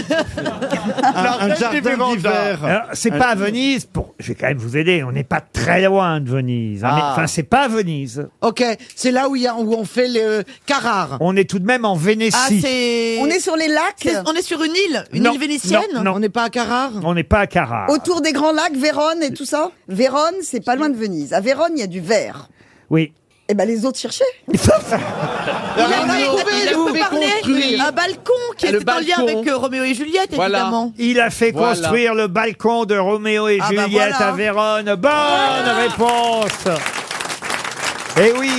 Speaker 12: Un, un jardin d'hiver.
Speaker 2: Alors, c'est pas à Venise. Pour... Je vais quand même vous aider. On n'est pas très loin de Venise. hein, mais-
Speaker 10: Ah.
Speaker 2: Enfin, c'est pas à Venise.
Speaker 8: Ok, c'est là où, il y a- où on fait le carrare.
Speaker 2: On est tout de même en
Speaker 11: Ah,
Speaker 2: Vénétie.
Speaker 11: c'est.
Speaker 9: On est sur les lacs,
Speaker 11: c'est- on est sur une île, une
Speaker 2: Non,
Speaker 11: île vénitienne
Speaker 2: non, non.
Speaker 8: On n'est pas à Carrare
Speaker 2: on n'est pas à Carrare.
Speaker 9: autour des grands lacs, Vérone et tout ça. Vérone, c'est pas loin de Venise. À Vérone, il y a du verre.
Speaker 2: Oui.
Speaker 9: Eh ben les autres cherchaient.
Speaker 11: Il a,
Speaker 8: mais on
Speaker 11: il
Speaker 8: pouvait-
Speaker 11: a- il a
Speaker 8: on
Speaker 11: fait
Speaker 8: pouvait
Speaker 11: parler
Speaker 8: construire.
Speaker 11: un balcon qui
Speaker 5: Ah, le
Speaker 11: était en lien
Speaker 5: balcon.
Speaker 11: avec euh, Roméo et Juliette,
Speaker 5: Voilà.
Speaker 11: évidemment.
Speaker 2: Il a fait
Speaker 5: Voilà.
Speaker 2: construire le balcon de Roméo et
Speaker 11: Ah, bah
Speaker 2: Juliette
Speaker 11: voilà.
Speaker 2: à Vérone. Bonne réponse. Eh oui.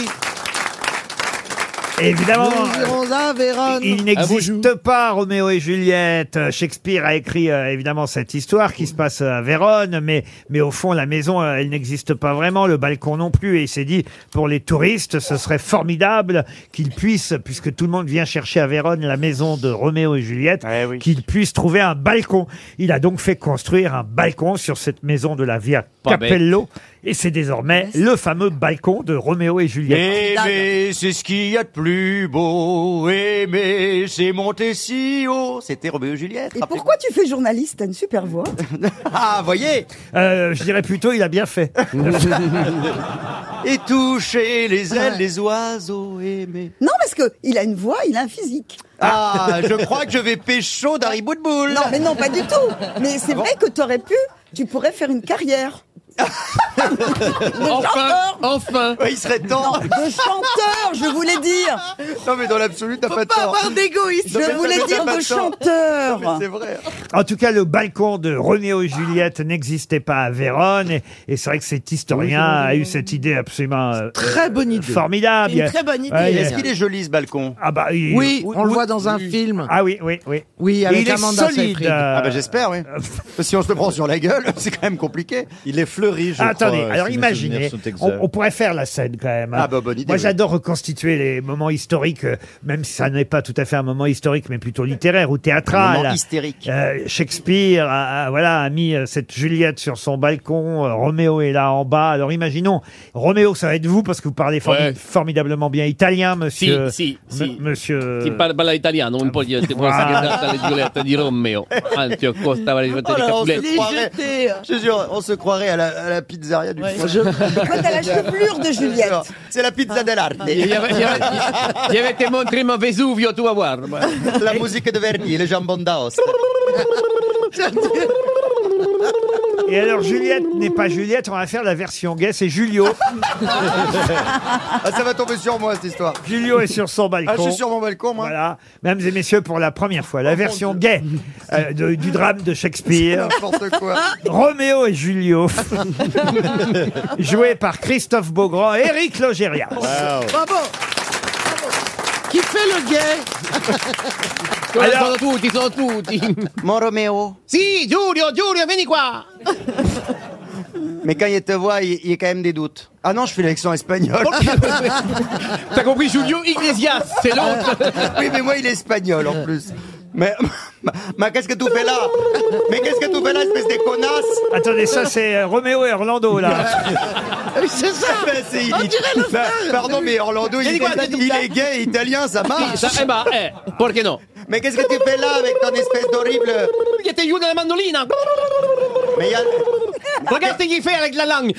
Speaker 2: Évidemment.
Speaker 8: Nous irons à Vérone.
Speaker 2: Il n'existe pas Roméo et Juliette. Euh, Shakespeare a écrit euh, évidemment cette histoire qui se passe euh, à Vérone, mais, mais au fond, la maison, euh, elle n'existe pas vraiment, le balcon non plus. Et il s'est dit, pour les touristes, ce serait formidable qu'ils puissent, puisque tout le monde vient chercher à Vérone la maison de Roméo et Juliette,
Speaker 10: Eh oui.
Speaker 2: qu'ils puissent trouver un balcon. Il a donc fait construire un balcon sur cette maison de la Via
Speaker 5: Pas bête.
Speaker 2: Capello. Et c'est désormais le fameux balcon de Roméo et
Speaker 7: Eh
Speaker 10: Eh
Speaker 2: Juliette.
Speaker 7: Aimer, c'est ce qu'il y a de plus beau.
Speaker 10: Eh
Speaker 7: Aimer, c'est monter si haut. C'était Roméo et Juliette.
Speaker 9: Et pourquoi tu fais journaliste T'as une super voix.
Speaker 7: Ah, voyez
Speaker 2: Euh, je dirais plutôt, il a bien fait.
Speaker 7: Et toucher les ailes des oiseaux. Aimer.
Speaker 9: Non, parce que il a une voix, il a un physique.
Speaker 7: Ah, je crois que je vais pécho d'Harry Boudboul.
Speaker 9: Non, mais non, pas du tout. Mais
Speaker 7: Ah
Speaker 9: c'est vrai que t'aurais pu, tu pourrais faire une carrière.
Speaker 7: Enfin,
Speaker 5: enfin.
Speaker 7: il serait temps.
Speaker 9: De chanteur, je voulais dire.
Speaker 7: Non, mais dans l'absolu, t'as
Speaker 9: pas
Speaker 7: tort.
Speaker 9: avoir d'égoïsme.
Speaker 7: Non, mais
Speaker 9: Je voulais
Speaker 7: t'as
Speaker 9: dire
Speaker 7: pas
Speaker 9: de
Speaker 7: tort.
Speaker 9: chanteur.
Speaker 7: Non, mais C'est vrai. hein.
Speaker 2: En tout cas, le balcon de Roméo et Juliette n'existait pas à Vérone. Et, et c'est vrai que cet historien a eu cette idée absolument euh,
Speaker 7: Très bonne idée.
Speaker 2: formidable. Ouais, il-
Speaker 7: Est-ce qu'il est joli ce balcon
Speaker 2: Ah bah il-
Speaker 8: Oui, on le voit dans un film.
Speaker 2: Ah oui, oui, oui.
Speaker 8: Oui, avec Amanda Seyfried.
Speaker 7: Ah bah j'espère, oui. si on se le prend sur la gueule, c'est quand même compliqué.
Speaker 12: Il est fleuri, je
Speaker 2: Ah, Attendez,
Speaker 12: crois,
Speaker 2: alors
Speaker 12: si mes
Speaker 2: imaginez,
Speaker 12: souvenirs sont
Speaker 2: on,
Speaker 12: exacts.
Speaker 2: on pourrait faire la scène quand même. hein.
Speaker 12: Ah bah, bonne idée,
Speaker 2: Moi
Speaker 12: oui.
Speaker 2: j'adore reconstituer les moments historiques, euh, même si ça n'est pas tout à fait un moment historique, mais plutôt littéraire ou théâtral.
Speaker 7: Un moment hystérique.
Speaker 2: Euh, Shakespeare a, a- voilà, a mis euh, cette Juliette sur son balcon, euh, Roméo est là en bas. Alors imaginons, Roméo ça va être vous, parce que vous parlez formi-
Speaker 5: Ouais.
Speaker 2: formidablement bien italien, monsieur.
Speaker 5: si, si.
Speaker 2: Monsieur... euh,
Speaker 5: Ti parla parla italiano, un po' di questa cantata di Giulietta di Romeo. Anzi, Costa va
Speaker 7: Oh là là, on
Speaker 5: Capuletti.
Speaker 7: se croirait, je te jure, on se croirait à la, à la pizzeria du
Speaker 5: Ouais.
Speaker 7: coin.
Speaker 9: Quand t'as la chevelure de Juliette. Ah.
Speaker 7: C'est la pizza dell'arte.
Speaker 5: Gli ave- gli ave- gli avete montrimo Vesuvio, tu va guarda.
Speaker 7: La musique de Verdi, les jambons d'Aoste.
Speaker 2: Et alors Juliette n'est pas Juliette, on va faire la version gay, c'est Julio.
Speaker 7: Ah, ça va tomber sur moi cette histoire.
Speaker 2: Julio est sur son balcon.
Speaker 7: Ah, je suis sur mon balcon, moi. Oh,
Speaker 2: Voilà, mesdames et messieurs, pour la première fois, la version gay euh, de- du drame de Shakespeare.
Speaker 7: N'importe quoi.
Speaker 9: Ah.
Speaker 2: Roméo et Julio, joué par Christophe Beaugrand et Eric Logérias.
Speaker 8: Bravo Qui fait le gay
Speaker 5: Sono tutti, sono tutti.
Speaker 7: Mon Roméo.
Speaker 5: Sì, Giulio, Giulio, vieni qua.
Speaker 7: Mais quand il te voit, il, il y a quand même des doutes. Ah non, je fais l'accent espagnol.
Speaker 5: T'as compris, Giulio Iglesias, c'est l'autre.
Speaker 7: oui, mais moi, il est espagnol en plus. Mais, mais qu'est-ce que tu fais là Mais qu'est-ce que tu fais là, espèce de connasse
Speaker 2: Attendez, ça c'est euh, Roméo et Orlando là.
Speaker 5: Ah
Speaker 8: C'est ça
Speaker 7: Ben, c'est- il- Ben, Pardon, mais Orlando, il,
Speaker 5: Vieni
Speaker 7: est,
Speaker 5: qua, dai, tu-
Speaker 7: il est gay, italien, ça marche.
Speaker 5: Sì, sa- eh, ma, eh, perché no?
Speaker 7: Mais qu'est-ce que tu fais là avec ton espèce d'horrible.
Speaker 5: Gli ti aiuta la mandolina.
Speaker 7: Mais il y a-
Speaker 5: Ragazzi, gli fai la langue.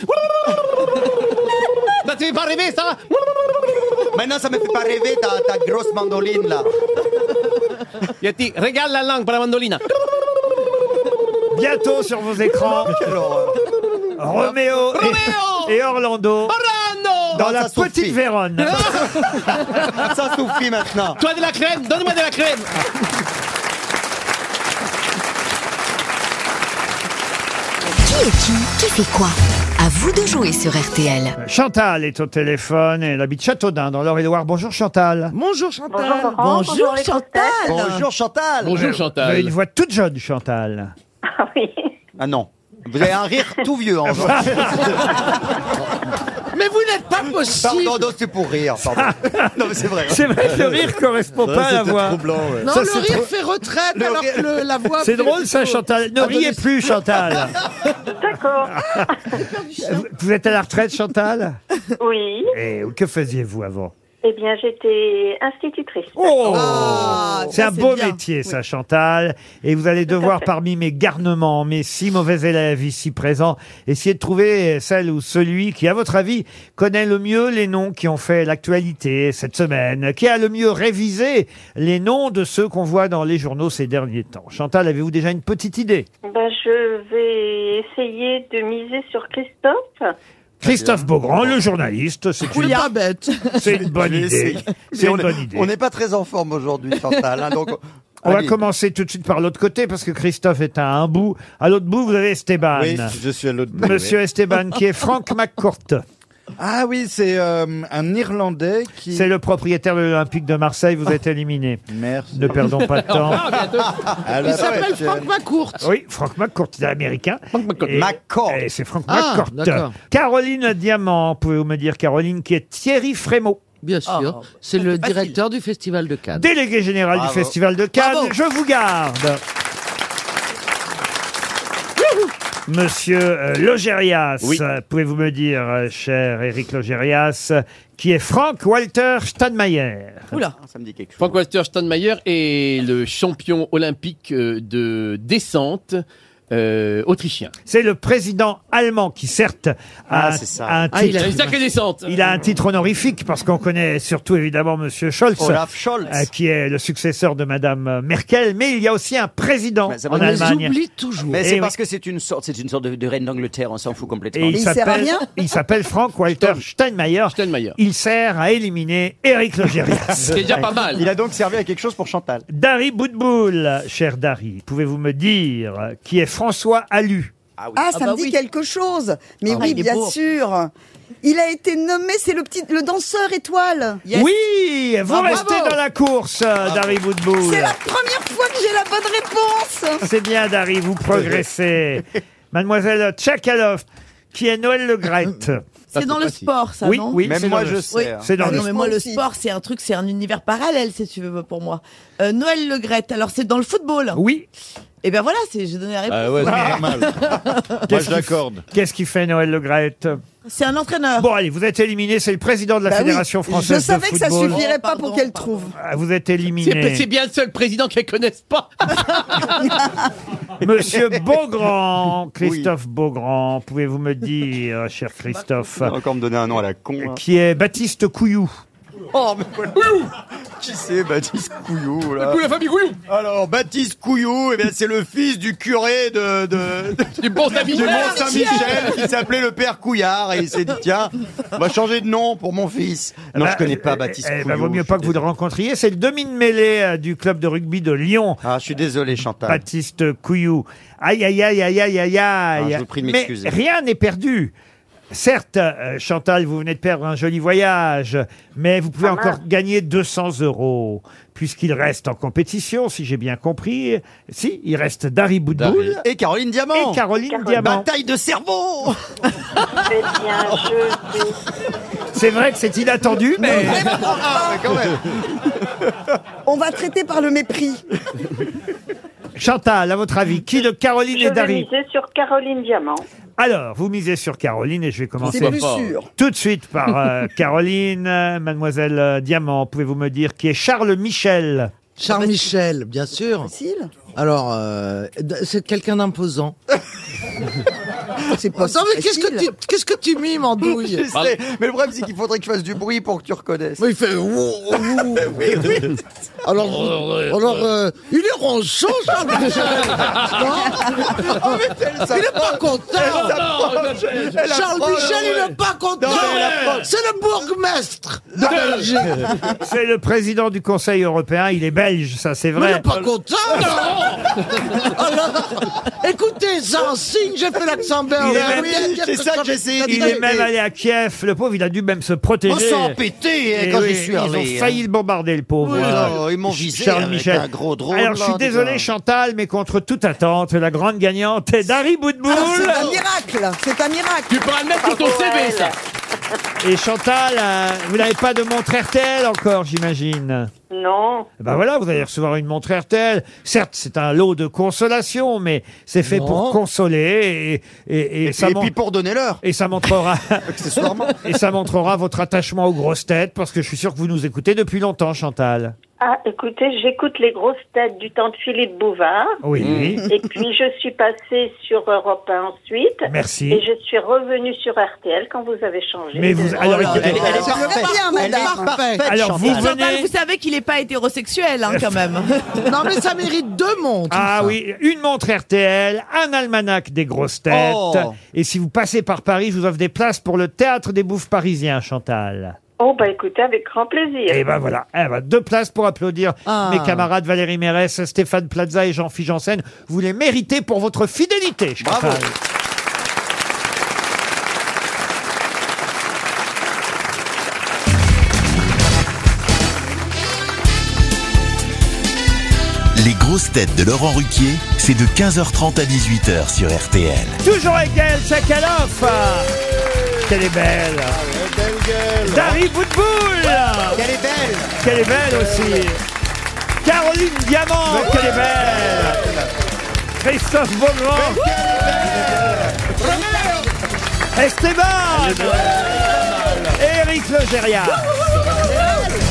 Speaker 5: Ma ti pare questa?
Speaker 7: Maintenant, ça me fait pas rêver ta, ta grosse mandoline là.
Speaker 5: Gli ti regala la langue per la mandolina.
Speaker 2: Bientôt sur vos écrans,
Speaker 7: Alors,
Speaker 2: Roméo et-
Speaker 5: Roméo
Speaker 2: et, Orlando
Speaker 5: Orlando!
Speaker 2: dans
Speaker 7: Non,
Speaker 2: la
Speaker 7: Ah, ça suffit.
Speaker 2: petite Vérone.
Speaker 7: ça suffit maintenant.
Speaker 5: Toi de la crème, donne-moi de la crème.
Speaker 16: Qui est qui Qui fait quoi À vous de jouer sur RTL.
Speaker 2: Chantal est au téléphone et elle habite Châteaudun dans l'Eure-et-Loire. Bonjour Chantal.
Speaker 8: Bonjour
Speaker 11: Bonjour,
Speaker 8: Chantal
Speaker 11: Laurent. Bonjour, Chantal.
Speaker 7: Bonjour Chantal.
Speaker 5: Bonjour
Speaker 2: Vous avez une
Speaker 5: Chantal.
Speaker 2: voix toute jeune Chantal.
Speaker 11: Ah oui.
Speaker 7: Ah non. Vous avez un rire tout vieux en vrai.
Speaker 8: Mais vous n'êtes pas possible
Speaker 7: Pardon, non, c'est pour rire. Pardon. Non, mais c'est vrai. hein.
Speaker 2: C'est vrai que le rire correspond pas à la voix.
Speaker 12: troublant, ouais.
Speaker 8: Non,
Speaker 2: Ça, c'est
Speaker 8: le rire
Speaker 2: trop-
Speaker 8: fait retraite alors
Speaker 7: rire-
Speaker 8: que le- la voix...
Speaker 2: C'est
Speaker 8: fait-
Speaker 2: drôle ça, Chantal. Ne riez plus, Chantal.
Speaker 11: D'accord.
Speaker 2: Vous êtes à la retraite, Chantal
Speaker 11: Oui.
Speaker 2: Et Eh, que faisiez-vous avant
Speaker 11: Eh bien, j'étais institutrice.
Speaker 2: Oh C'est
Speaker 9: Ah, ça,
Speaker 2: un
Speaker 9: c'est
Speaker 2: beau
Speaker 9: bien.
Speaker 2: métier, ça, Chantal. Et vous allez devoir,
Speaker 11: fait.
Speaker 2: parmi mes garnements, mes six mauvais élèves ici présents, essayer de trouver celle ou celui qui, à votre avis, connaît le mieux les noms qui ont fait l'actualité cette semaine, qui a le mieux révisé les noms de ceux qu'on voit dans les journaux ces derniers temps. Chantal, avez-vous déjà une petite idée
Speaker 11: Ben, je vais essayer de miser sur Christophe.
Speaker 2: Christophe Beaugrand, le journaliste, c'est
Speaker 8: Vous
Speaker 2: une,
Speaker 8: n'êtes pas bête
Speaker 2: c'est une bonne
Speaker 7: Je vais
Speaker 2: idée.
Speaker 7: essayer.
Speaker 2: C'est
Speaker 7: Mais on
Speaker 2: une
Speaker 7: est-
Speaker 2: bonne idée.
Speaker 7: On n'est pas très en forme aujourd'hui, Chantal. hein, donc,
Speaker 2: On va
Speaker 7: allez.
Speaker 2: commencer tout de suite par l'autre côté parce que Christophe est à un bout. À l'autre bout, vous avez Esteban.
Speaker 12: Oui, je suis à l'autre bout,
Speaker 2: Monsieur
Speaker 12: oui.
Speaker 2: Esteban, qui est Frank McCourt.
Speaker 12: Ah oui, c'est euh, un Irlandais qui.
Speaker 2: C'est le propriétaire de l'Olympique de Marseille. Vous êtes éliminé.
Speaker 12: Merci.
Speaker 2: Ne perdons pas de temps.
Speaker 12: À la
Speaker 8: Il s'appelle
Speaker 12: prochaine.
Speaker 8: Franck McCourt
Speaker 2: Oui, Frank McCourt, il est américain.
Speaker 5: McCourt.
Speaker 2: Et-
Speaker 7: McCourt.
Speaker 2: et C'est Frank
Speaker 8: Ah,
Speaker 2: McCourt.
Speaker 8: d'accord.
Speaker 2: Caroline Diamant, pouvez-vous me dire, Caroline, qui est Thierry Frémaux,
Speaker 10: Bien sûr, c'est le directeur du Festival de Cannes.
Speaker 2: délégué général
Speaker 7: Bravo.
Speaker 2: du Festival de Cannes.
Speaker 8: Bravo.
Speaker 2: Je vous garde. Monsieur euh, Logérias,
Speaker 17: Oui.
Speaker 2: euh, pouvez-vous me dire, euh, cher Éric Logérias, euh, qui est Frank Walter Steinmeier
Speaker 5: Oula. Frank-Walter Steinmeier est le champion olympique euh, de descente euh, autrichien.
Speaker 2: C'est le président allemand qui, certes, a
Speaker 5: Ah,
Speaker 2: un-
Speaker 5: c'est ça.
Speaker 2: un
Speaker 5: Ah, il a
Speaker 2: titre-
Speaker 5: une sacrée descente.
Speaker 2: Il a un titre honorifique parce qu'on connaît surtout évidemment Monsieur Scholz,
Speaker 5: Olaf Scholz.
Speaker 2: euh, qui est le successeur de Madame Merkel. Mais il y a aussi un président en Allemagne.
Speaker 17: Mais
Speaker 2: Et
Speaker 17: c'est
Speaker 2: oui.
Speaker 17: parce que c'est une sorte, c'est une sorte de, de reine d'Angleterre, on s'en fout complètement.
Speaker 2: Et il s'appelle, il s'appelle Frank Walter Steinmeier. Il sert à éliminer Eric Logérias.
Speaker 7: Il a donc servi à quelque chose pour Chantal.
Speaker 2: Dari Boudboul, cher Dari, pouvez-vous me dire euh, qui est François Alu
Speaker 9: Ah, ça me dit quelque chose. Mais
Speaker 2: bah Ah,
Speaker 9: oui,
Speaker 2: il est
Speaker 9: bien
Speaker 2: beau.
Speaker 9: sûr. Il a été nommé, c'est le petit, le danseur étoile.
Speaker 2: Oui, vous
Speaker 9: Ah, bravo.
Speaker 2: restez dans la course, euh,
Speaker 9: Ah,
Speaker 2: Dari Boudboul.
Speaker 9: C'est la première fois que j'ai la bonne réponse.
Speaker 2: C'est bien, Dari, vous progressez. Mademoiselle Tchakalov, qui est Noël Le Grette.
Speaker 6: C'est dans le sport, ça,
Speaker 2: oui,
Speaker 6: non
Speaker 2: Oui, c'est dans le-
Speaker 6: Oui.
Speaker 7: hein.
Speaker 2: C'est dans
Speaker 6: Ah
Speaker 2: le
Speaker 6: non, mais moi, le sport, c'est un truc, c'est un univers parallèle, si tu veux, pour moi. Euh, Noël Le Gret, alors c'est dans le football.
Speaker 2: Oui.
Speaker 6: Et ben voilà, c'est, j'ai donné la réponse.
Speaker 2: Ah ouais, c'est normal. Qu'est-ce qu'il-
Speaker 12: l'accorde.
Speaker 2: Qu'est-ce qui fait Noël Le Grette
Speaker 6: C'est un entraîneur.
Speaker 2: Bon, allez, vous êtes éliminé, c'est le président de la
Speaker 6: Bah oui,
Speaker 2: Fédération
Speaker 6: je
Speaker 2: française de
Speaker 6: savais
Speaker 2: football.
Speaker 6: que ça suffirait
Speaker 9: pas pour qu'elle trouve.
Speaker 2: Ah, Vous êtes éliminé.
Speaker 5: C'est c'est bien le seul président qu'elle connaisse pas.
Speaker 2: Ah Monsieur Beaugrand, Christophe Beaugrand, pouvez-vous me dire, cher Christophe,
Speaker 7: Encore me donner un nom à la con. hein.
Speaker 2: qui est Baptiste Couillou
Speaker 7: Oh, mais voilà. Qui c'est Bah, Baptiste Couillou là
Speaker 5: Du coup, la famille Couillou
Speaker 7: Alors, Baptiste Couillou, eh bien, c'est le fils du curé de, de,
Speaker 5: du Mont Saint-Michel.
Speaker 7: Mont-Saint-Michel, qui s'appelait le père Couillard. Et il s'est dit, tiens, on va changer de nom pour mon fils. Non,
Speaker 2: Bah,
Speaker 7: je connais
Speaker 2: euh,
Speaker 7: pas Baptiste
Speaker 2: eh,
Speaker 7: Couillou.
Speaker 2: bah, vaut mieux pas que vous le rencontriez. C'est le demi-mêlée euh, du club de rugby de Lyon.
Speaker 7: Ah, je suis désolé, Chantal.
Speaker 2: Baptiste Couillou. Aïe, aïe, aïe, aïe, aïe, aïe, aïe.
Speaker 7: Ah, je vous prie de
Speaker 2: Mais
Speaker 7: m'excuser.
Speaker 2: rien n'est perdu. Certes, euh, Chantal, vous venez de perdre un joli voyage, mais vous pouvez encore gagner 200 euros, puisqu'il reste en compétition, si j'ai bien compris. Si, il reste Dari Boudboul.
Speaker 7: Et Caroline Diamant.
Speaker 2: Et Caroline Diamant.
Speaker 7: Bataille de cerveau.
Speaker 2: C'est vrai que c'est inattendu, Ah, mais...
Speaker 7: Ah,
Speaker 9: On va traiter par le mépris.
Speaker 2: Chantal, à votre avis, qui de Caroline
Speaker 11: Je
Speaker 2: et
Speaker 11: vais
Speaker 2: Dari
Speaker 11: miser sur Caroline Diamant.
Speaker 2: Alors, vous misez sur Caroline et je vais commencer
Speaker 11: C'est plus sûr.
Speaker 2: tout de suite par euh, Caroline. Euh, Mademoiselle euh, Diamant, pouvez-vous me dire qui est Charles Michel
Speaker 7: Ah, bah,
Speaker 8: Charles Michel, bien sûr. Alors, euh, d- c'est quelqu'un d'imposant.
Speaker 9: c'est
Speaker 8: pas Attends, Oh, mais qu'est-ce que tu, qu'est-ce que tu mimes en douille
Speaker 7: Je sais, mais le problème, c'est qu'il faudrait que je fasse du bruit pour que tu reconnaisses.
Speaker 8: Oui, il fait.
Speaker 7: oui, oui.
Speaker 8: Alors, alors euh, il est ronchon, Charles Michel Non
Speaker 7: Oh, mais elle
Speaker 8: Il n'est pas
Speaker 7: s'approche.
Speaker 8: content
Speaker 7: Elle s'approche. Elle
Speaker 8: Charles
Speaker 7: approche.
Speaker 8: Michel, il n'est pas content
Speaker 7: Non, mais elle approche.
Speaker 8: C'est le bourgmestre de Belgique
Speaker 2: C'est le président du Conseil européen. Il est belge, ça c'est
Speaker 8: Mais il
Speaker 2: vrai.
Speaker 8: n'est pas content Alors, écoutez, c'est un signe, j'ai fait l'accent belge.
Speaker 2: Il est même-
Speaker 7: Ah, c'est ça que j'ai essayé
Speaker 2: Il est même allé à Kiev. Le pauvre, il a dû même se protéger.
Speaker 7: On s'en pétait, hein,
Speaker 2: Eh
Speaker 7: quand
Speaker 2: oui,
Speaker 7: j'y suis
Speaker 2: Ils
Speaker 7: allé,
Speaker 2: ont failli
Speaker 7: hein.
Speaker 2: le bombarder, le pauvre.
Speaker 7: Oui,
Speaker 2: euh,
Speaker 7: non, ils m'ont visé
Speaker 2: Charles
Speaker 7: avec
Speaker 2: Michel.
Speaker 7: un gros drone,
Speaker 2: Alors, je suis
Speaker 7: là,
Speaker 2: désolé,
Speaker 7: déjà.
Speaker 2: Chantal, mais contre toute attente, la grande gagnante est Dari Boudboul.
Speaker 9: Ah, c'est un miracle. C'est un miracle.
Speaker 5: Tu pourras le mettre sur ton CV, ça.
Speaker 2: Et Chantal, euh, vous n'avez pas de montre RTL encore, j'imagine
Speaker 11: Non.
Speaker 2: ben voilà, vous allez recevoir une montre RTL. Certes, c'est un lot de consolation, mais c'est fait pour consoler et, et, et, ça
Speaker 7: et
Speaker 2: mon-
Speaker 7: puis pour donner l'heure.
Speaker 2: et ça montrera
Speaker 7: Accessoirement.
Speaker 2: et ça montrera votre attachement aux grosses têtes parce que je suis sûr que vous nous écoutez depuis longtemps, Chantal.
Speaker 11: Ah, écoutez, j'écoute les grosses têtes du temps de Philippe Bouvard.
Speaker 2: Oui. Mm.
Speaker 11: Et puis, je suis passée sur Europe 1 ensuite.
Speaker 2: Merci.
Speaker 11: Et je suis revenue sur RTL quand vous avez changé.
Speaker 2: Mais vous- alors, écoutez- Oh Elle est- elle est
Speaker 7: parfaite.
Speaker 6: Elle est
Speaker 8: parfaite,
Speaker 2: Alors, vous
Speaker 6: Chantal,
Speaker 2: venez-
Speaker 6: vous savez qu'il n'est pas hétérosexuel, hein, quand même.
Speaker 8: Non, mais ça mérite deux montres.
Speaker 2: Ah oui, une montre RTL, un almanach des grosses têtes.
Speaker 8: Oh.
Speaker 2: Et si vous passez par Paris, je vous offre des places pour le théâtre des bouffes parisiens, Chantal.
Speaker 11: Oh, bah écoutez, avec grand plaisir.
Speaker 2: Et ben voilà, Eh ben, deux places pour applaudir
Speaker 11: Ah.
Speaker 2: mes camarades Valérie Mérès, Stéphane Plaza et Jean-Philippe Janssen. Vous les méritez pour votre fidélité. Chantal.
Speaker 7: Bravo.
Speaker 1: Les grosses têtes de Laurent Ruquier, c'est de 15h30 à 18h sur RTL.
Speaker 2: Toujours avec elle, Chakaloff. Quelle Ah, est belle. Dari Boutboul.
Speaker 7: Quelle est belle.
Speaker 2: Quelle est belle aussi. Caroline Diamant, quelle est belle. Christophe Beaugrand. Esteban. Éric Logérias.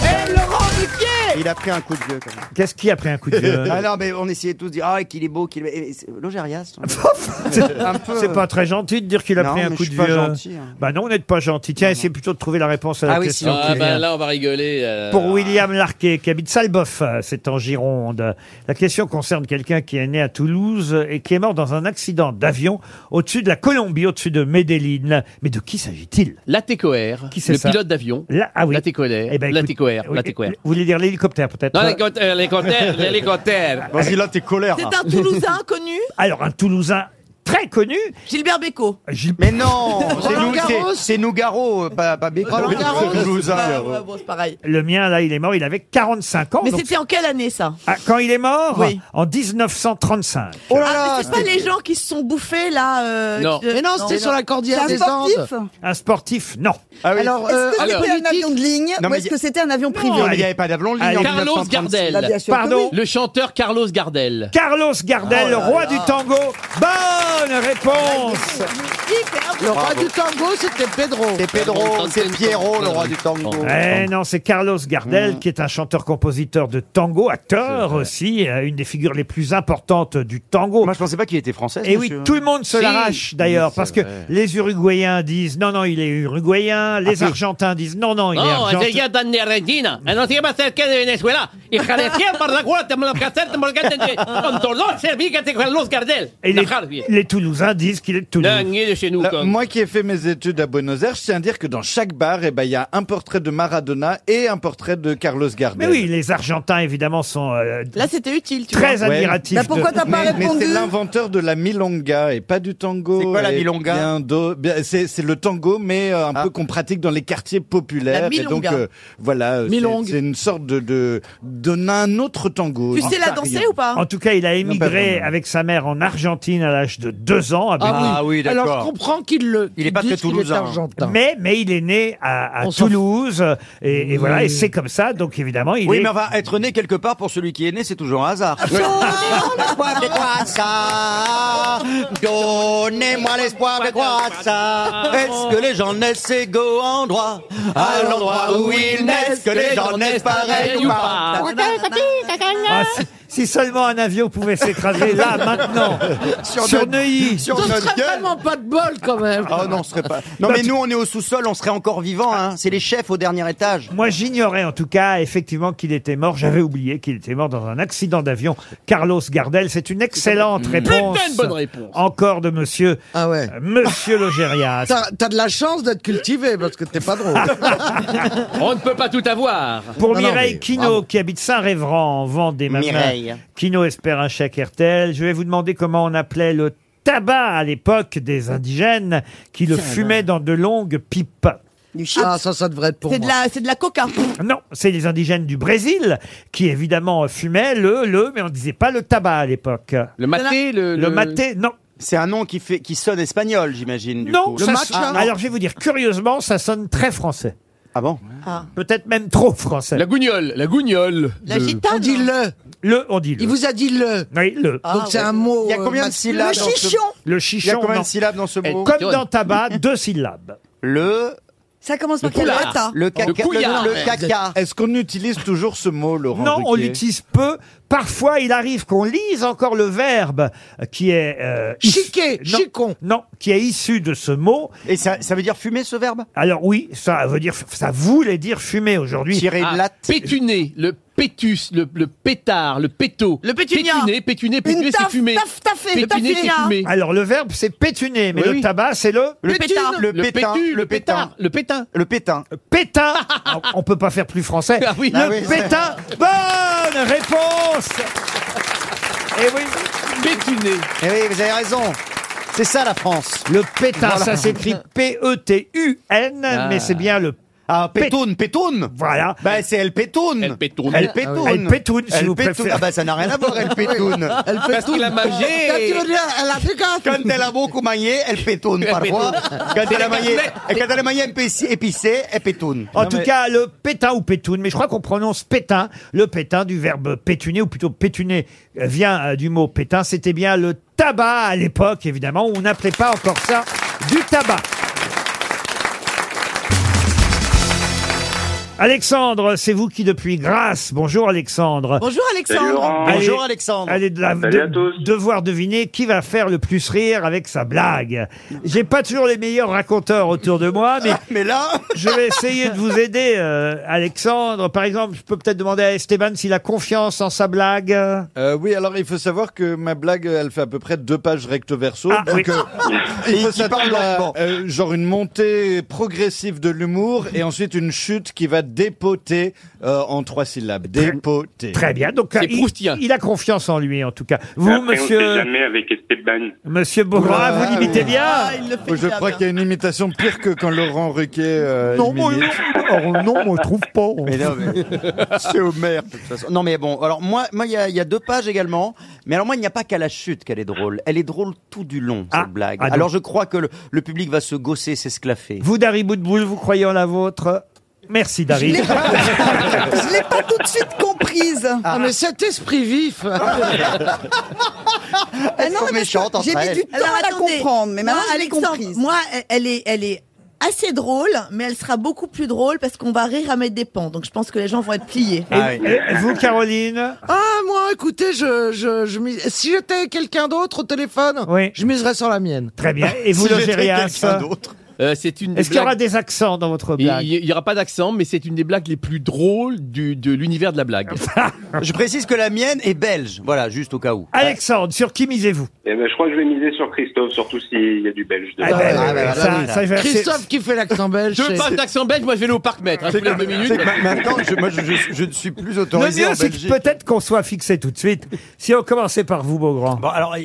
Speaker 7: Et Laurent Ruquier
Speaker 10: Il a pris un coup de vieux quand même.
Speaker 2: Qu'est-ce qui a pris un coup de vieux
Speaker 7: Ah non, mais on essayait tous de dire Ah, qu'il est beau, qu'il est. et c'est- Logérias. Un peu,
Speaker 2: C'est
Speaker 7: euh,
Speaker 2: pas très gentil de dire qu'il a
Speaker 7: Non,
Speaker 2: pris un
Speaker 7: mais
Speaker 2: coup
Speaker 7: je
Speaker 2: de
Speaker 7: suis pas
Speaker 2: vieux.
Speaker 7: gentil, hein. Ah
Speaker 2: Bah non, vous n'êtes pas gentil. Tiens, essayez plutôt de trouver la réponse à la question. qui
Speaker 7: bah
Speaker 2: vient.
Speaker 5: Ah, bah là, on va rigoler. euh.
Speaker 2: Pour William Larquet, qui habite Salboff, euh, c'est en Gironde. La question concerne quelqu'un qui est né à Toulouse et qui est mort dans un accident d'avion au-dessus de la Colombie, au-dessus de Medellin. Mais de qui s'agit-il
Speaker 5: Latécoère,
Speaker 2: Qui c'est
Speaker 5: le
Speaker 2: ça
Speaker 5: pilote d'avion.
Speaker 2: La- ah oui.
Speaker 5: Latécoère,
Speaker 2: Eh ben, écoute-
Speaker 5: Latécoère,
Speaker 2: oui,
Speaker 5: Latécoère.
Speaker 2: Vous voulez dire l'hélicoptère peut-être
Speaker 5: Non, euh, l'hélicoptère, l'hélicoptère, l'hélicoptère.
Speaker 2: Vas-y, là, t'es colère.
Speaker 6: C'est un Toulousain connu
Speaker 2: Alors, un Toulousain très connu.
Speaker 6: Gilbert Bécaud.
Speaker 2: Mais
Speaker 7: Non, c'est nous- c'est- c'est Nougaro, pas, pas Bécaud.
Speaker 6: Roland Garros.
Speaker 7: C'est
Speaker 6: c'est
Speaker 7: Toulousain.
Speaker 6: pas- ouais, bon, c'est pareil.
Speaker 2: Le mien, là, il est mort, il avait 45 ans.
Speaker 6: Mais
Speaker 2: donc-
Speaker 6: c'était en quelle année ça
Speaker 2: Ah, quand il est mort
Speaker 6: Oui.
Speaker 2: En 1935.
Speaker 6: Ah, mais c'est pas les gens qui se sont bouffés là euh, qui-
Speaker 10: Mais non, c'était sur la cordillère des Andes.
Speaker 2: Un sportif, non.
Speaker 7: Ah
Speaker 2: Euh,
Speaker 10: Alors,
Speaker 9: euh,
Speaker 10: euh,
Speaker 9: Est-ce que
Speaker 10: alors-
Speaker 9: c'était un avion de ligne
Speaker 10: Non,
Speaker 9: ou
Speaker 10: mais
Speaker 9: est-ce
Speaker 10: y-
Speaker 9: que c'était un avion privé
Speaker 10: il y avait pas d'avion de ligne en
Speaker 5: Carlos
Speaker 10: 1936.
Speaker 5: Gardel.
Speaker 9: Bah, bien sûr que
Speaker 2: Pardon
Speaker 5: Le chanteur Carlos Gardel.
Speaker 2: Carlos Gardel,
Speaker 5: Oh
Speaker 2: le
Speaker 5: là
Speaker 2: roi
Speaker 5: là.
Speaker 2: du tango. Bonne réponse.
Speaker 10: hein. Le roi du tango, c'était Pedro. C'est
Speaker 7: Pedro, c'est Pierrot, le roi du
Speaker 10: tango.
Speaker 2: Eh non, c'est Carlos Gardel qui est un chanteur-compositeur de tango, acteur aussi, euh, une des figures les plus importantes du tango. Moi,
Speaker 7: je pensais pas qu'il était français.
Speaker 2: Et oui, tout le monde se l'arrache d'ailleurs, parce que les Uruguayens disent non, non, il est Uruguayen, les Argentins disent non, non, il est
Speaker 14: No,
Speaker 2: Argentin.
Speaker 14: llegué Oh, de Argentina. Ah, No se iba a hacer que de Venezuela. Y jadecía para la cuarta, me lo que hacer, me lo que hacer. Con dolor se vi que te con los Gardel.
Speaker 2: Et les,
Speaker 14: Najar, bien.
Speaker 2: les Toulousains disent qu'il est de Toulouse.
Speaker 14: de chez nous.
Speaker 12: Là, Euh, moi qui ai fait mes études à Buenos Aires, je tiens à dire que dans chaque bar, eh ben, il y a un portrait de Maradona et un portrait de Carlos
Speaker 2: Mais
Speaker 12: Gardel.
Speaker 2: oui, les Argentins évidemment sont euh,
Speaker 6: Là, c'était utile, tu
Speaker 2: Très
Speaker 6: vois.
Speaker 2: ami- admiratif Bah, pourquoi de- t'as pas
Speaker 12: mais, mais
Speaker 2: répondu
Speaker 12: c'est l'inventeur de la milonga et pas du tango.
Speaker 7: C'est quoi la
Speaker 12: et
Speaker 7: milonga
Speaker 12: bien d'au- bien- C'est c'est le tango, mais euh, un peu qu'on pratique dans les quartiers populaires.
Speaker 6: Ah. La
Speaker 12: et donc
Speaker 6: milonga.
Speaker 12: euh, voilà, euh, c'est-
Speaker 6: Milong.
Speaker 12: c'est une sorte de, de donner un autre tango.
Speaker 6: Tu sais la danser ou pas
Speaker 2: En tout cas, il a
Speaker 12: pas
Speaker 2: émigré
Speaker 12: vraiment.
Speaker 2: avec sa mère en Argentine à l'âge de deux ans.
Speaker 8: Ah
Speaker 2: à Buenos-
Speaker 10: Alors, je comprends qu'il le.
Speaker 7: Ah Il est pas
Speaker 10: disent
Speaker 7: très
Speaker 10: qu'il
Speaker 7: toulousain.
Speaker 10: argentin.
Speaker 2: Mais, mais il est né à, à
Speaker 10: On s'en
Speaker 2: Toulouse, euh, et, et voilà, et c'est comme ça, donc évidemment, il
Speaker 7: Oui,
Speaker 2: est...
Speaker 7: mais enfin, être né quelque part pour celui qui est né, c'est toujours un hasard.
Speaker 10: L'espoir de croire ça.
Speaker 7: Donnez-moi l'espoir de croire ça. Est-ce que les gens naissent égaux en droit À Ah, l'endroit où ils naissent, que les gens naissent pareils ou pas
Speaker 2: Ah, si, si seulement un avion pouvait s'écraser là, maintenant, sur, Neuilly
Speaker 7: Sur
Speaker 10: Ce
Speaker 7: notre
Speaker 10: serait
Speaker 7: gueule.
Speaker 10: vraiment pas de bol quand même.
Speaker 7: Oh non, ce serait pas. Non, mais nous, on est au sous-sol, on serait encore vivant. Hein. C'est les chefs au dernier étage.
Speaker 2: Moi, j'ignorais en tout cas, effectivement, qu'il était mort. J'avais oublié qu'il était mort dans un accident d'avion. Carlos Gardel, c'est une excellente réponse.
Speaker 5: Putain de bonne réponse.
Speaker 2: Encore de monsieur.
Speaker 10: Ah ouais.
Speaker 2: Monsieur Logérias.
Speaker 10: T'as t'as de la chance d'être cultivé parce que t'es pas drôle.
Speaker 5: On ne peut pas tout avoir.
Speaker 2: Pour
Speaker 10: Non, non,
Speaker 2: Mireille
Speaker 10: mais
Speaker 2: Kino,
Speaker 10: bravo.
Speaker 2: qui habite Saint-Révran, en Vendée, ma
Speaker 7: Mireille.
Speaker 2: Kino espère un chèque RTL. Je vais vous demander comment on appelait le tabac à l'époque des indigènes qui le fumaient dans de longues pipes.
Speaker 10: Ah, ça, ça devrait être pour
Speaker 6: C'est de
Speaker 10: moi.
Speaker 6: la, c'est de la coca.
Speaker 2: Non, c'est les indigènes du Brésil qui évidemment fumaient le, le, mais on ne disait pas le tabac à l'époque.
Speaker 5: Le maté, le.
Speaker 2: Le maté, non.
Speaker 7: Euh, C'est un nom qui, fait, qui sonne espagnol, j'imagine. du
Speaker 2: Non,
Speaker 7: coup.
Speaker 2: ça se-
Speaker 7: Ah, non.
Speaker 2: alors je vais vous dire, curieusement, ça sonne très français.
Speaker 7: Ah bon
Speaker 6: Ah.
Speaker 2: Peut-être même trop français.
Speaker 5: La gougnole, la gougnole.
Speaker 6: La
Speaker 5: Le-
Speaker 6: gitane.
Speaker 10: On dit le.
Speaker 2: Le, on dit le.
Speaker 10: Il vous a dit le.
Speaker 2: Oui, le.
Speaker 6: Ah,
Speaker 10: Donc c'est
Speaker 6: ouais.
Speaker 10: un mot.
Speaker 7: Il y a
Speaker 10: euh,
Speaker 7: combien de
Speaker 10: masculin.
Speaker 7: syllabes
Speaker 6: Le
Speaker 7: dans ce-
Speaker 6: chichon.
Speaker 2: Le
Speaker 7: Il y a
Speaker 2: chichon,
Speaker 7: combien
Speaker 2: non.
Speaker 7: de syllabes dans ce
Speaker 5: Elle-
Speaker 7: mot
Speaker 2: Comme dans tabac, deux syllabes.
Speaker 7: Le.
Speaker 9: commence
Speaker 5: Le
Speaker 9: par quelle hein
Speaker 5: poulard.
Speaker 9: lettre
Speaker 7: Le caca.
Speaker 5: Le couillard.
Speaker 7: le- le caca.
Speaker 12: Est-ce qu'on utilise toujours ce mot, Laurent
Speaker 2: Non, on
Speaker 12: Ruquier
Speaker 2: l'utilise peu. Parfois, il arrive qu'on lise encore le verbe euh, qui est euh, issu-
Speaker 10: Chiqué,
Speaker 2: Non,
Speaker 10: chicon.
Speaker 2: Non, qui est issu de ce mot.
Speaker 7: Et ça, ça veut dire fumer ce verbe
Speaker 2: Alors oui, ça veut dire, ça voulait dire fumer aujourd'hui.
Speaker 7: Tirer
Speaker 5: Ah,
Speaker 7: de latte.
Speaker 5: pétuné, le pétus, le, le pétard, le péto.
Speaker 6: Le pétunia.
Speaker 5: Pétuné, pétuné, pétuné,
Speaker 6: Une
Speaker 5: c'est
Speaker 6: taf,
Speaker 5: fumé.
Speaker 6: taf, taffé, le
Speaker 5: Pétuné, c'est
Speaker 6: taféia.
Speaker 5: fumé.
Speaker 2: Alors le verbe, c'est pétuner, mais
Speaker 5: Oui,
Speaker 2: le
Speaker 5: oui.
Speaker 2: tabac, c'est le
Speaker 6: Le pétard.
Speaker 7: Le
Speaker 5: Le
Speaker 7: pétin.
Speaker 5: pétu, le
Speaker 7: pétin.
Speaker 5: pétard, le pétin.
Speaker 7: Le pétin.
Speaker 2: pétain. Ah, on peut pas faire plus français.
Speaker 5: Ah oui.
Speaker 2: le
Speaker 5: Ah oui.
Speaker 2: pétain. Bonne réponse. Et Eh oui.
Speaker 5: Pétuné.
Speaker 7: Eh oui, vous avez raison. C'est ça la France.
Speaker 2: E Le pétain, ça s'écrit P-E-T-U-N, mais c'est bien le
Speaker 7: Ah, pétoune, pétoune
Speaker 2: Voilà.
Speaker 7: Bah, c'est elle pétoune Elle pétoune Elle
Speaker 2: Ah
Speaker 7: pétoune
Speaker 2: oui. Elle pétoune, si
Speaker 7: Elle
Speaker 2: vous
Speaker 7: pétoune.
Speaker 2: préférez.
Speaker 7: Ah bah, ça n'a rien à voir, elle pétoune
Speaker 2: Elle
Speaker 7: Parce
Speaker 2: pétoune.
Speaker 7: que la magie...
Speaker 2: Quand tu veux dire,
Speaker 7: elle a fait Quand elle a beaucoup manié, elle pétoune parfois.
Speaker 2: pétoune.
Speaker 7: Quand elle a manié, et quand elle a manié un peu épicé, elle pétoune.
Speaker 2: En tout cas, le pétain ou pétoune, mais je crois qu'on prononce pétain, le pétain du verbe pétuner, ou plutôt pétuner euh, vient euh, du mot pétain. C'était bien le tabac à l'époque, évidemment, où on n'appelait pas encore ça du tabac. Alexandre, c'est vous qui depuis Grasse. Bonjour Alexandre.
Speaker 6: Bonjour, Alexandre. Salut, Laurent.
Speaker 2: Allez-
Speaker 6: Bonjour, Alexandre.
Speaker 2: Allez de la-
Speaker 6: Salut
Speaker 2: de-
Speaker 6: à tous.
Speaker 2: devoir deviner qui va faire le plus rire avec sa blague. J'ai pas toujours les meilleurs raconteurs autour de moi, mais,
Speaker 7: là,
Speaker 2: je vais essayer de vous aider, euh, Alexandre. Par exemple, je peux peut-être demander à Esteban s'il a confiance en sa blague.
Speaker 12: Euh, oui, alors il faut savoir que ma blague, elle fait à peu près deux pages recto verso.
Speaker 2: Ah,
Speaker 12: donc, euh,
Speaker 2: oui.
Speaker 12: il
Speaker 7: Et
Speaker 12: faut
Speaker 7: qui parle
Speaker 12: s'attendre à,
Speaker 7: lentement.
Speaker 12: euh, genre une montée progressive de l'humour et ensuite une chute qui va dépoter euh, en trois syllabes. Dépoter.
Speaker 2: Très bien. Donc, euh, il, il a confiance en lui, en tout cas. Vous,
Speaker 18: Après, On sait
Speaker 2: monsieur,
Speaker 18: jamais avec Esteban.
Speaker 2: monsieur Bourra, vous l'imitez bien.
Speaker 12: Je crois qu'il y a une imitation pire que quand Laurent Ruquier. euh,
Speaker 7: Non,
Speaker 12: l'imite.
Speaker 7: moi,
Speaker 2: non, moi, je trouve pas.
Speaker 7: Mais non, mais- c'est Homer, de toute façon. Non, mais bon, alors moi, moi, il y, a- il y a deux pages également. Mais alors moi, il n'y a pas qu'à la chute qu'elle est drôle. Elle est drôle tout du long, cette blague.
Speaker 2: ah, donc.
Speaker 7: alors je crois que le, le public va se gausser, s'esclaffer.
Speaker 2: Vous, Dari Boudboul, vous croyez en la vôtre Merci, Dari.
Speaker 9: Je l'ai pas tout de suite comprise.
Speaker 8: Ah, mais cet esprit vif
Speaker 9: Ah non, mais parce que J'ai mis du temps
Speaker 6: Alors,
Speaker 9: à la
Speaker 6: attendez.
Speaker 9: comprendre, mais maintenant
Speaker 6: Moi,
Speaker 9: je l'ai
Speaker 6: Alexandre,
Speaker 9: comprise.
Speaker 6: Moi, elle- elle est, elle est assez drôle, mais elle sera beaucoup plus drôle parce qu'on va rire à mettre des pans. Donc je pense que les gens vont être pliés.
Speaker 12: Ah
Speaker 2: Et- et- et vous, Caroline
Speaker 8: Ah, moi, écoutez, je, je, je mis- si j'étais quelqu'un d'autre au téléphone, je miserais sur la mienne.
Speaker 2: Très bien. Et vous,
Speaker 8: Si j'étais
Speaker 2: Logérias
Speaker 8: quelqu'un
Speaker 5: Euh, c'est une des
Speaker 2: Est-ce qu'il y aura
Speaker 5: blagues-
Speaker 2: des accents dans votre blague
Speaker 5: Il n'y aura pas d'accent, mais c'est une des blagues les plus drôles du- de l'univers de la blague.
Speaker 7: Je précise que la mienne est belge. Voilà, juste au cas où.
Speaker 2: Alexandre, sur qui misez-vous
Speaker 18: Eh ben, je crois que je vais miser sur Christophe, surtout s'il y a du belge dedans.
Speaker 2: Ah ben, Ah ben, ça- oui. ça, je vais-
Speaker 8: Christophe qui fait l'accent belge.
Speaker 5: Je
Speaker 8: c'est-
Speaker 5: passe d'accent belge, moi je vais aller au parc maître. hein, je vous laisse deux minutes.
Speaker 7: maintenant, je, moi, je, je- je ne suis plus
Speaker 2: Le
Speaker 7: autorisé
Speaker 2: mieux,
Speaker 7: en
Speaker 2: c'est que
Speaker 7: Belgique.
Speaker 2: peut-être qu'on soit fixé tout de suite. Si on commençait par vous, Beaugrand.
Speaker 7: Bon, alors, euh,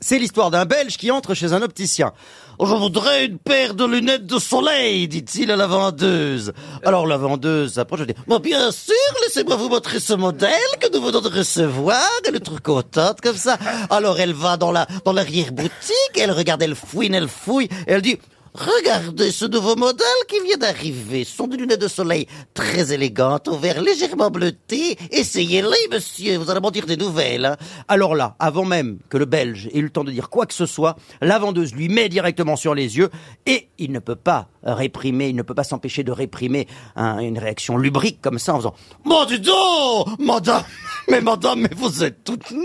Speaker 7: c'est l'histoire d'un Belge qui entre chez un opticien. Je voudrais une paire de lunettes de soleil, dit-il à la vendeuse. Alors la vendeuse s'approche et dit Bon, bien sûr, laissez-moi vous montrer ce modèle que nous venons de recevoir. Elle est trop contente comme ça. Alors elle va dans la dans l'arrière-boutique, elle regarde, elle fouine, elle fouille, et elle dit Regardez ce nouveau modèle qui vient d'arriver. Ce sont des lunettes de soleil très élégantes, au verre légèrement bleuté. Essayez-les, monsieur, vous allez m'en dire des nouvelles. hein. Alors là, avant même que le Belge ait eu le temps de dire quoi que ce soit, la vendeuse lui met directement sur les yeux et il ne peut pas réprimer, il ne peut pas s'empêcher de réprimer un- une réaction lubrique comme ça en faisant Mon du dos, madame, mais madame, mais vous êtes toute nue.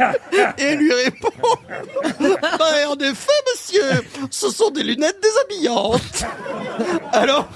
Speaker 7: Et elle lui répond Ben, en effet, monsieur, ce sont des lunettes déshabillantes. Alors,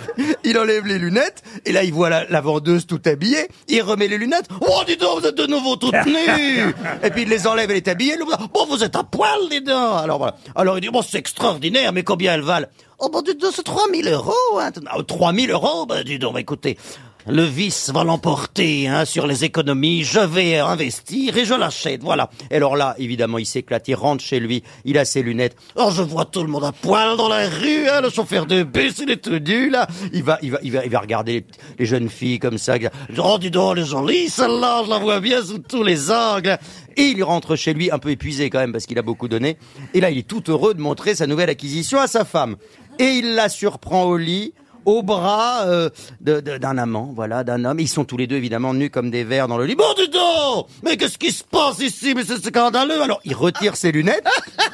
Speaker 7: il enlève les lunettes, et là, il voit la, la vendeuse tout habillée, il remet les lunettes. Oh, dis donc, vous êtes de nouveau toute nue Et puis, il les enlève, elle est habillée, elle ouvre. Bon, vous êtes à poil, les dents Alors, voilà. Alors, il dit, bon, c'est extraordinaire, mais combien elles valent Oh, bon, dis donc, c'est 3000 euros, hein. Ah, 3000 euros Ben, dis donc, bah, écoutez... Le vice va l'emporter hein, sur les économies. Je vais investir et je l'achète. Voilà. Et alors là, évidemment, il s'éclate. Il rentre chez lui. Il a ses lunettes. Oh, je vois tout le monde à poil dans la rue. hein, le chauffeur de bus, il est tout nu là. Il va, il va, il va, il va regarder les, les jeunes filles comme ça. Oh, dis donc, elle est jolie celle-là. Je la vois bien sous tous les angles. Et il rentre chez lui un peu épuisé quand même parce qu'il a beaucoup donné. Et là, il est tout heureux de montrer sa nouvelle acquisition à sa femme. Et il la surprend au lit au bras euh, de- de- d'un amant, voilà, d'un homme. Ils sont tous les deux évidemment nus comme des vers dans le lit. Bon, dis donc Mais qu'est-ce qui se passe ici Mais c'est scandaleux Alors, il retire ses lunettes,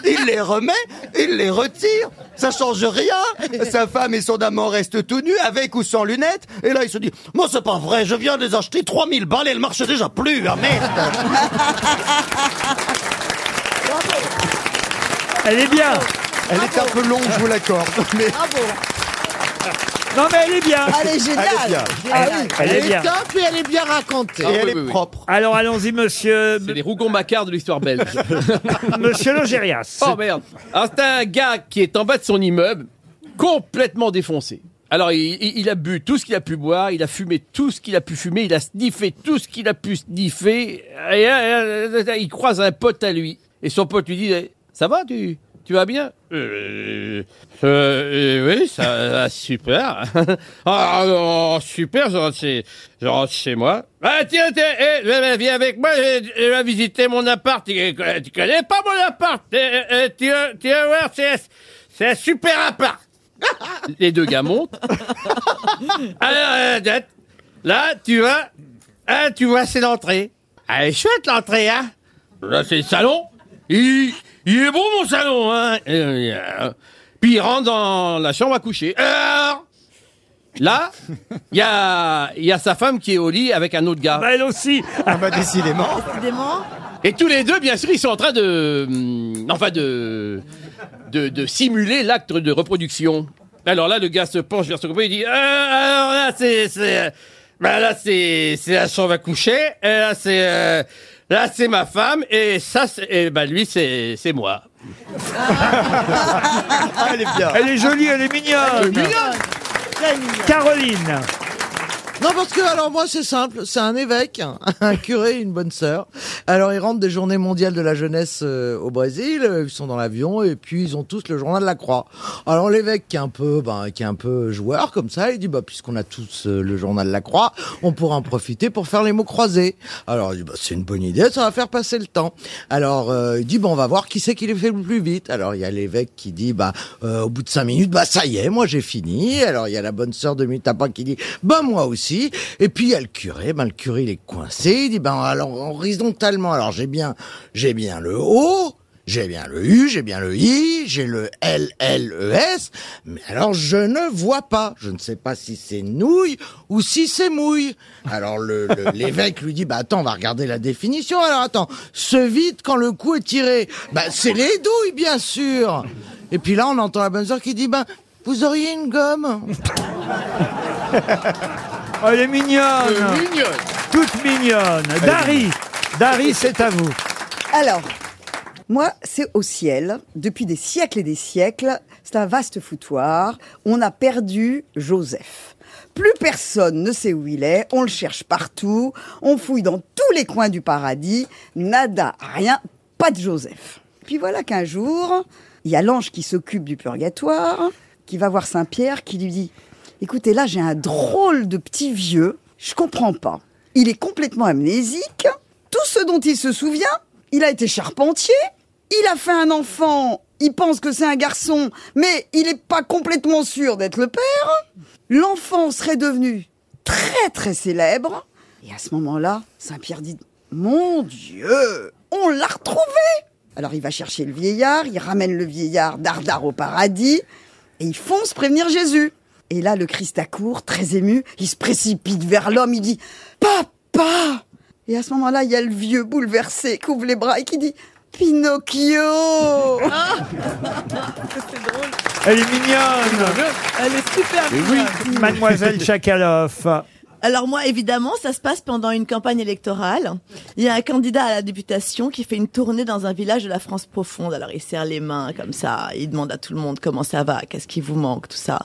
Speaker 7: il les remet, il les retire. Ça change rien. Sa femme et son amant restent tout nus, avec ou sans lunettes. Et là, il se dit, moi, c'est pas vrai, je viens de les acheter 3000 balles et elles marchent déjà plus, ah merde
Speaker 2: Elle est bien.
Speaker 7: Elle est un peu longue, je vous l'accorde. Mais...
Speaker 2: Non, mais elle est bien.
Speaker 8: Elle est géniale.
Speaker 2: Elle est bien.
Speaker 8: Ah oui,
Speaker 2: Elle est bien.
Speaker 8: top et elle est Ah bien racontée.
Speaker 5: Ah
Speaker 7: propre.
Speaker 2: Alors allons-y, monsieur.
Speaker 5: C'est les Rougon-Macquart de l'histoire belge.
Speaker 2: monsieur Logérias.
Speaker 5: Oh merde. Alors, c'est un gars qui est en bas de son immeuble, complètement défoncé. Alors, il, il- il a bu tout ce qu'il a pu boire, il a fumé tout ce qu'il a pu fumer, il a sniffé tout ce qu'il a pu euh, sniffer. Et, euh, euh, il croise un pote à lui. Et son pote lui dit, eh, ça va, tu, Tu vas bien Euh, euh, Oui, ça va super. Ah non, super, je rentre chez, je rentre chez moi. Ah tiens, tiens, eh, eh, viens avec moi, je, je vais visiter mon appart. Tu, euh, tu connais pas mon appart Eh, eh, eh, tu, vas- tu vas voir, c'est c'est un super appart. Les deux gars montent. Alors, euh, Dette, là, tu vois, ah, tu vois, c'est l'entrée. Ah, Elle est chouette, l'entrée, hein Là, c'est le salon. Il, il est bon, mon salon, hein Et, euh, Puis il rentre dans la chambre à coucher. Alors, là, il y a, il y a sa femme qui est au lit avec un autre gars.
Speaker 2: elle aussi
Speaker 5: Ah bah, décidément
Speaker 6: Décidément.
Speaker 5: et tous les deux, bien sûr, ils sont en train de, hum, enfin de, de, de simuler l'acte de reproduction. Alors là, le gars se penche vers son copain, il dit, Euh, alors là, c'est, c'est, bah là, c'est, c'est la chambre à coucher, et là, c'est, euh, là, c'est ma femme, et ça, c'est, et bah lui, c'est, c'est moi.
Speaker 2: elle est bien. Elle est jolie, elle est
Speaker 8: Ah,
Speaker 2: mignonne.
Speaker 5: Elle est
Speaker 2: Caroline.
Speaker 8: Non, parce que, alors moi, c'est simple. C'est un évêque, un- un curé, une bonne sœur. Alors, ils rentrent des journées mondiales de la jeunesse euh, au Brésil. euh, Ils sont dans l'avion et puis ils ont tous le journal de la croix. Alors, l'évêque qui est un peu, ben, qui est un peu joueur comme ça, il dit, bah, puisqu'on a tous euh, le journal de la croix, on pourra en profiter pour faire les mots croisés. Alors, il dit, bah, c'est une bonne idée, ça va faire passer le temps. Alors, euh, il dit, bon, on va voir qui c'est qui les fait le plus vite. Alors, il y a l'évêque qui dit, bah, euh, au bout de cinq minutes, bah, ça y est, moi, j'ai fini. Alors, il y a la bonne sœur de Mutapa qui dit, bah, moi aussi. Et puis, il y a le curé, bah, le curé, il est coincé. Il dit, bah, alors, horizontalement, alors, j'ai bien, j'ai bien le haut. J'ai bien le U, j'ai bien le I, j'ai le L, L, E, S, mais alors je ne vois pas. Je ne sais pas si c'est nouille ou si c'est mouille. Alors le- le- l'évêque lui dit, bah attends, on va regarder la définition. Alors attends, se vide quand le coup est tiré. Bah c'est les douilles, bien sûr. Et puis là, on entend la bonne sœur qui dit, bah vous auriez une gomme.
Speaker 2: Oh, elle est mignonne. Toute mignonne. Dari. Dari, c'est à vous.
Speaker 9: Alors, moi, c'est au ciel, depuis des siècles et des siècles, c'est un vaste foutoir, on a perdu Joseph. Plus personne ne sait où il est, on le cherche partout, on fouille dans tous les coins du paradis, nada, rien, pas de Joseph. Puis voilà qu'un jour, il y a l'ange qui s'occupe du purgatoire, qui va voir Saint-Pierre, qui lui dit Écoutez, là, j'ai un drôle de petit vieux. Je comprends pas. Il est complètement amnésique. Tout ce dont il se souvient, il a été charpentier. Il a fait un enfant. Il pense que c'est un garçon, mais il n'est pas complètement sûr d'être le père. L'enfant serait devenu très très célèbre. Et à ce moment-là, Saint-Pierre dit Mon Dieu, on l'a retrouvé Alors il va chercher le vieillard, il ramène le vieillard dardard au paradis, et ils fonce prévenir Jésus. Et là, le Christ accourt, très ému, il se précipite vers l'homme, il dit Papa Et à ce moment-là, il y a le vieux bouleversé qui ouvre les bras et qui dit Pinocchio
Speaker 2: Elle est mignonne.
Speaker 6: Elle est super mignonne.
Speaker 2: Mademoiselle Chakaloff.
Speaker 6: Alors moi, évidemment, ça se passe pendant une campagne électorale. Il y a un candidat à la députation qui fait une tournée dans un village de la France profonde. Alors il serre les mains comme ça, il demande à tout le monde comment ça va, qu'est-ce qui vous manque, tout ça.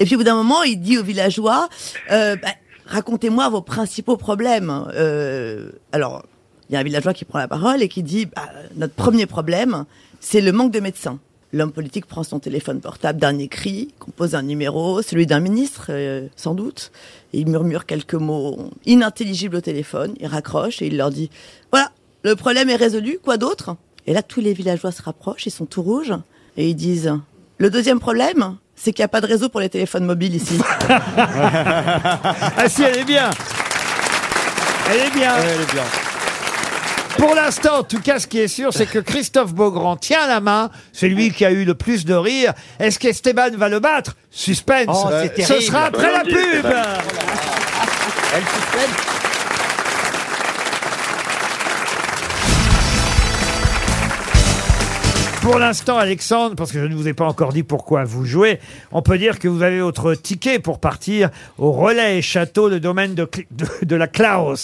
Speaker 6: Et puis au bout d'un moment, il dit aux villageois, euh, bah, racontez-moi vos principaux problèmes. Euh, alors, il y a un villageois qui prend la parole et qui dit, bah, notre premier problème, c'est le manque de médecins. L'homme politique prend son téléphone portable d'un écrit, compose un numéro, celui d'un ministre, euh, sans doute. Et il murmure quelques mots inintelligibles au téléphone, il raccroche et il leur dit « Voilà, le problème est résolu, quoi d'autre ?» Et là, tous les villageois se rapprochent, ils sont tout rouges, et ils disent « Le deuxième problème, c'est qu'il n'y a pas de réseau pour les téléphones mobiles ici.
Speaker 2: Ah si, elle est bien. Elle est bien. Pour l'instant, en tout cas, ce qui est sûr, c'est que Christophe Beaugrand tient la main. C'est lui qui a eu le plus de rire. Est-ce qu'Esteban va le battre Suspense.
Speaker 10: Oh, c'est
Speaker 2: ce
Speaker 10: terrible.
Speaker 2: sera après la
Speaker 10: Volontiers,
Speaker 2: pub.
Speaker 10: Esteban.
Speaker 2: Pour l'instant, Alexandre, parce que je ne vous ai pas encore dit pourquoi vous jouez, on peut dire que vous avez votre ticket pour partir au relais et château, le domaine de, Cl- de, de la Claros.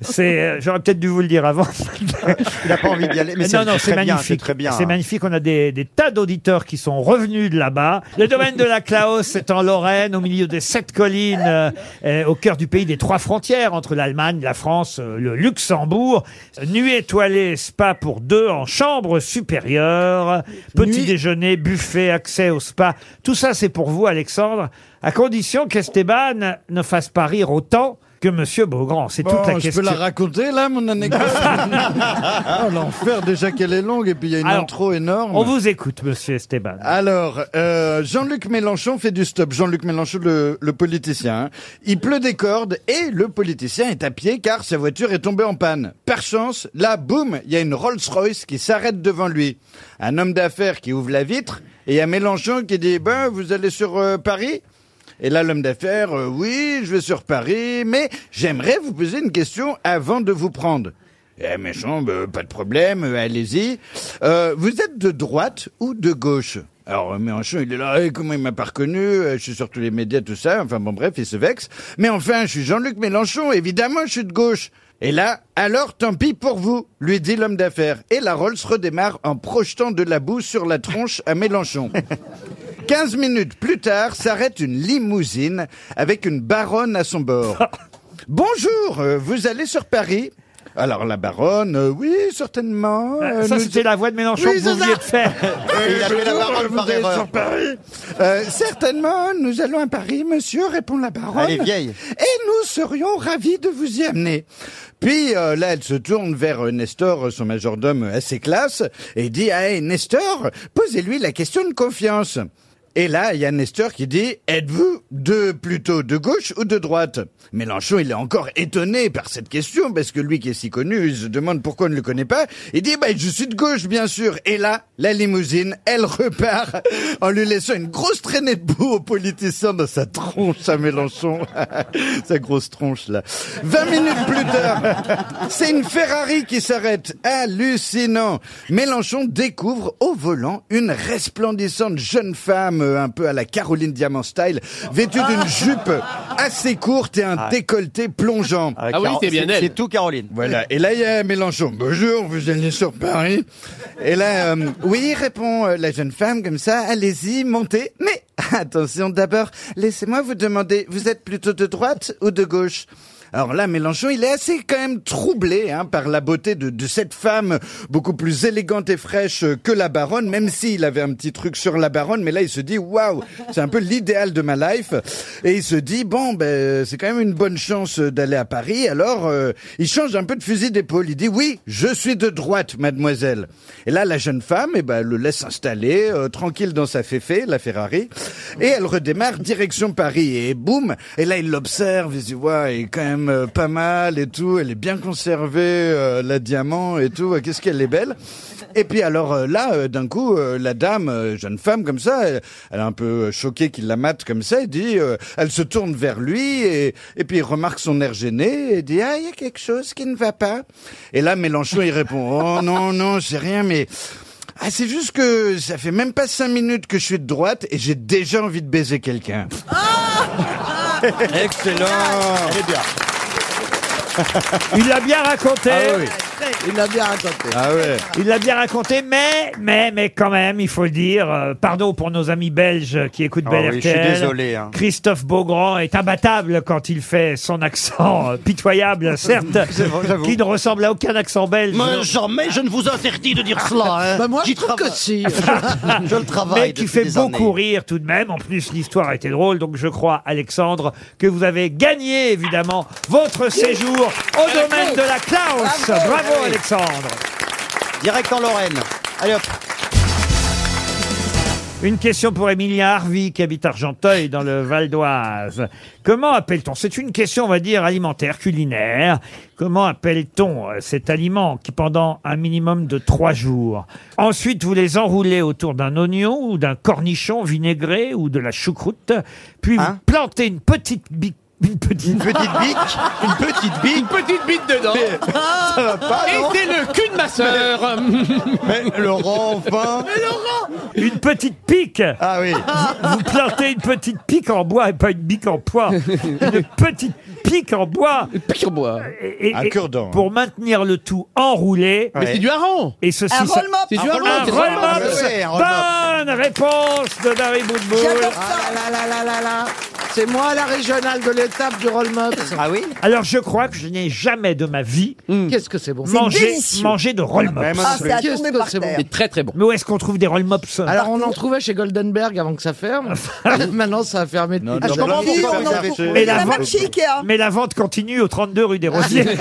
Speaker 2: C'est, euh, j'aurais peut-être dû vous le dire avant.
Speaker 10: Il n'a pas envie d'y aller, mais c'est
Speaker 2: non, non,
Speaker 10: très
Speaker 2: c'est
Speaker 10: bien,
Speaker 2: magnifique.
Speaker 10: c'est très bien. hein.
Speaker 2: C'est magnifique. On a des, des tas d'auditeurs qui sont revenus de là-bas. Le domaine de la Claos, c'est en Lorraine, au milieu des sept collines, euh, euh, au cœur du pays des trois frontières entre l'Allemagne, la France, euh, le Luxembourg. Nuit étoilée, spa pour deux en chambre supérieure. heures, petit déjeuner, buffet, accès au spa. Tout ça, c'est pour vous, Alexandre, à condition qu'Esteban ne fasse pas rire autant que Monsieur Beaugrand. C'est toute la
Speaker 4: Bon,
Speaker 2: question.
Speaker 4: Je peux la raconter là, mon anecdote
Speaker 12: Ah,
Speaker 4: Oh l'enfer, déjà qu'elle est longue et puis il y a une
Speaker 2: Alors,
Speaker 4: intro énorme.
Speaker 2: On vous écoute, Monsieur Esteban.
Speaker 4: Alors, euh, Jean-Luc Mélenchon fait du stop. Jean-Luc Mélenchon, le, le politicien. hein. Il pleut des cordes et le politicien est à pied car sa voiture est tombée en panne. Par chance, là, boum, il y a une Rolls-Royce qui s'arrête devant lui. Un homme d'affaires qui ouvre la vitre et il y a Mélenchon qui dit, ben, vous allez sur euh, Paris et là, l'homme d'affaires, euh, oui, je vais sur Paris, mais j'aimerais vous poser une question avant de vous prendre. Eh, méchant, bah, pas de problème, euh, allez-y. Euh, vous êtes de droite ou de gauche alors, euh, Mélenchon, il est là, Eh, comment il m'a pas reconnu, Euh, je suis sur tous les médias, tout ça, enfin bon, bref, il se vexe. Mais enfin, je suis Jean-Luc Mélenchon, évidemment, je suis de gauche. Et là, alors tant pis pour vous, lui dit l'homme d'affaires. Et la Rolls redémarre en projetant de la boue sur la tronche à Mélenchon. 15 minutes plus tard, s'arrête une limousine avec une baronne à son bord. Bonjour, euh, vous allez sur Paris alors la baronne, euh, oui
Speaker 7: Ah,
Speaker 4: certainement.
Speaker 2: Euh, ça, c'était la voix de Mélenchon que vous vouliez de faire.
Speaker 4: Il a fait la baronne par erreur. Euh, certainement, nous allons à Paris, monsieur, répond la baronne.
Speaker 7: Elle est vieille.
Speaker 4: Et nous serions ravis de vous y amener. Puis euh, là, elle se tourne vers euh, Nestor, euh, son majordome euh, assez classe, et dit à Nestor, posez-lui la question de confiance. Et là, il y a Nestor qui dit Êtes-vous de plutôt de gauche ou de droite Mélenchon, il est encore étonné par cette question parce que lui qui est si connu, il se demande pourquoi on ne le connaît pas. Il dit bah, je suis de gauche bien sûr. Et là, la limousine, elle repart en lui laissant une grosse traînée de boue au politicien dans sa tronche à Mélenchon, sa grosse tronche là. 20 minutes plus tard, c'est une Ferrari qui s'arrête. Hallucinant. Mélenchon découvre au volant une resplendissante jeune femme, euh, un peu à la Caroline Diamant style, vêtue d'une jupe assez courte et un
Speaker 7: Ah.
Speaker 4: décolleté plongeant.
Speaker 7: Ah oui, Caro- c'est bien c'est- elle. c'est
Speaker 4: tout Caroline. Voilà. Et là, il y a Mélenchon. Bonjour, vous allez sur Paris. Et là, euh, oui, répond euh, la jeune femme comme ça. Allez-y, montez. Mais attention, d'abord, laissez-moi vous demander, vous êtes plutôt de droite ou de gauche alors là, Mélenchon, il est assez quand même troublé hein, par la beauté de, de cette femme, beaucoup plus élégante et fraîche euh, que la baronne, même s'il avait un petit truc sur la baronne, mais là il se dit, waouh, c'est un peu l'idéal de ma life. Et il se dit, bon, ben, c'est quand même une bonne chance euh, d'aller à Paris. Alors, euh, il change un peu de fusil d'épaule. Il dit, oui, je suis de droite, mademoiselle. Et là, la jeune femme, eh ben, elle le laisse s'installer, euh, tranquille dans sa féfé, la Ferrari. Et elle redémarre direction Paris. Et boum Et là, il l'observe, il se dit, ouais, elle est quand même euh, pas mal et tout. Elle est bien conservée, euh, la diamant et tout. Ouais, Qu'est-ce qu'elle est belle et puis alors euh, là, euh, d'un coup, euh, la dame, euh, jeune femme comme ça, elle, elle est un peu euh, choquée qu'il la mate comme ça, elle dit, euh, elle se tourne vers lui et, et puis il remarque son air gêné et dit, ah, il y a quelque chose qui ne va pas. Et là, Mélenchon, il répond, oh non, non, c'est rien, mais... Ah, c'est juste que ça fait même pas cinq minutes que je suis de droite et j'ai déjà envie de baiser quelqu'un. Excellent.
Speaker 2: Il l'a bien raconté.
Speaker 7: Ah
Speaker 3: Ah
Speaker 8: Il l'a bien raconté.
Speaker 2: Il l'a bien raconté, mais, mais, mais quand même, il faut le dire, euh, pardon pour nos amis belges qui écoutent
Speaker 7: Ah
Speaker 2: Bel
Speaker 7: oui, je suis
Speaker 2: RTL.
Speaker 7: désolé, hein.
Speaker 2: Christophe Beaugrand est imbattable quand il fait son accent euh, pitoyable, certes,
Speaker 7: C'est vrai, j'avoue.
Speaker 2: qui ne ressemble à aucun accent belge.
Speaker 7: Mais jamais je ne vous interdis de dire cela. Hein.
Speaker 2: Bah, moi,
Speaker 7: J'y
Speaker 2: je trouve
Speaker 7: travaille.
Speaker 2: que si.
Speaker 7: je le travaille.
Speaker 2: Mais qui
Speaker 7: depuis
Speaker 2: fait
Speaker 7: des
Speaker 2: beaucoup
Speaker 7: années.
Speaker 2: rire tout de même. En plus, l'histoire était drôle. Donc, je crois, Alexandre, que vous avez gagné, évidemment, votre séjour au domaine de la Klaus. Bravo, Alexandre.
Speaker 7: Direct en Lorraine. Allez hop.
Speaker 2: Une question pour Emilia Harvey qui habite Argenteuil dans le Val d'Oise. Comment appelle-t-on C'est une question, on va dire, alimentaire, culinaire. Comment appelle-t-on euh, cet aliment qui, pendant un minimum de trois jours, ensuite vous les enroulez autour d'un oignon ou d'un cornichon vinaigré ou de la choucroute, puis vous plantez une petite bique. Une petite,
Speaker 7: Hein petite bique
Speaker 2: Une petite bique
Speaker 5: Une petite bite dedans.
Speaker 7: ça va pas,
Speaker 5: Et
Speaker 7: non
Speaker 5: c'est le cul de ma sœur.
Speaker 7: Mais Laurent, enfin.
Speaker 5: Mais Laurent
Speaker 2: Une petite pique
Speaker 7: Ah oui
Speaker 2: vous, vous plantez une petite pique en bois et pas une bique en poids. Une petite pique en bois. Une pique en bois.
Speaker 4: Un cure-dent, hein.
Speaker 2: Pour maintenir le tout enroulé.
Speaker 5: Mais c'est du
Speaker 2: hareng Et ceci,
Speaker 5: Un
Speaker 2: ça-
Speaker 5: roll-mop.
Speaker 2: C'est du
Speaker 5: Un
Speaker 2: hareng Un
Speaker 5: roll-mop,
Speaker 2: roll-mop.
Speaker 5: oui, oui, un roll-mop.
Speaker 2: Bonne réponse de Dari Boudboul.
Speaker 8: Ah là là là là là là. C'est moi la régionale de l'étape du Rolmont. Ah oui
Speaker 2: Alors je crois que je n'ai jamais de ma vie.
Speaker 8: Qu'est-ce que c'est bon
Speaker 2: Manger- Manger, manger de Ah, roll
Speaker 8: Ah,
Speaker 2: mops. très très bon. Mais où est-ce qu'on trouve des roll mops
Speaker 8: Alors on en trouvait chez Goldenberg avant que ça ferme. Maintenant ça a fermé. depuis-
Speaker 2: Ah, je comprends pourquoi on en trouve. mais, la vente, mais la vente continue au 32 rue des Rosiers.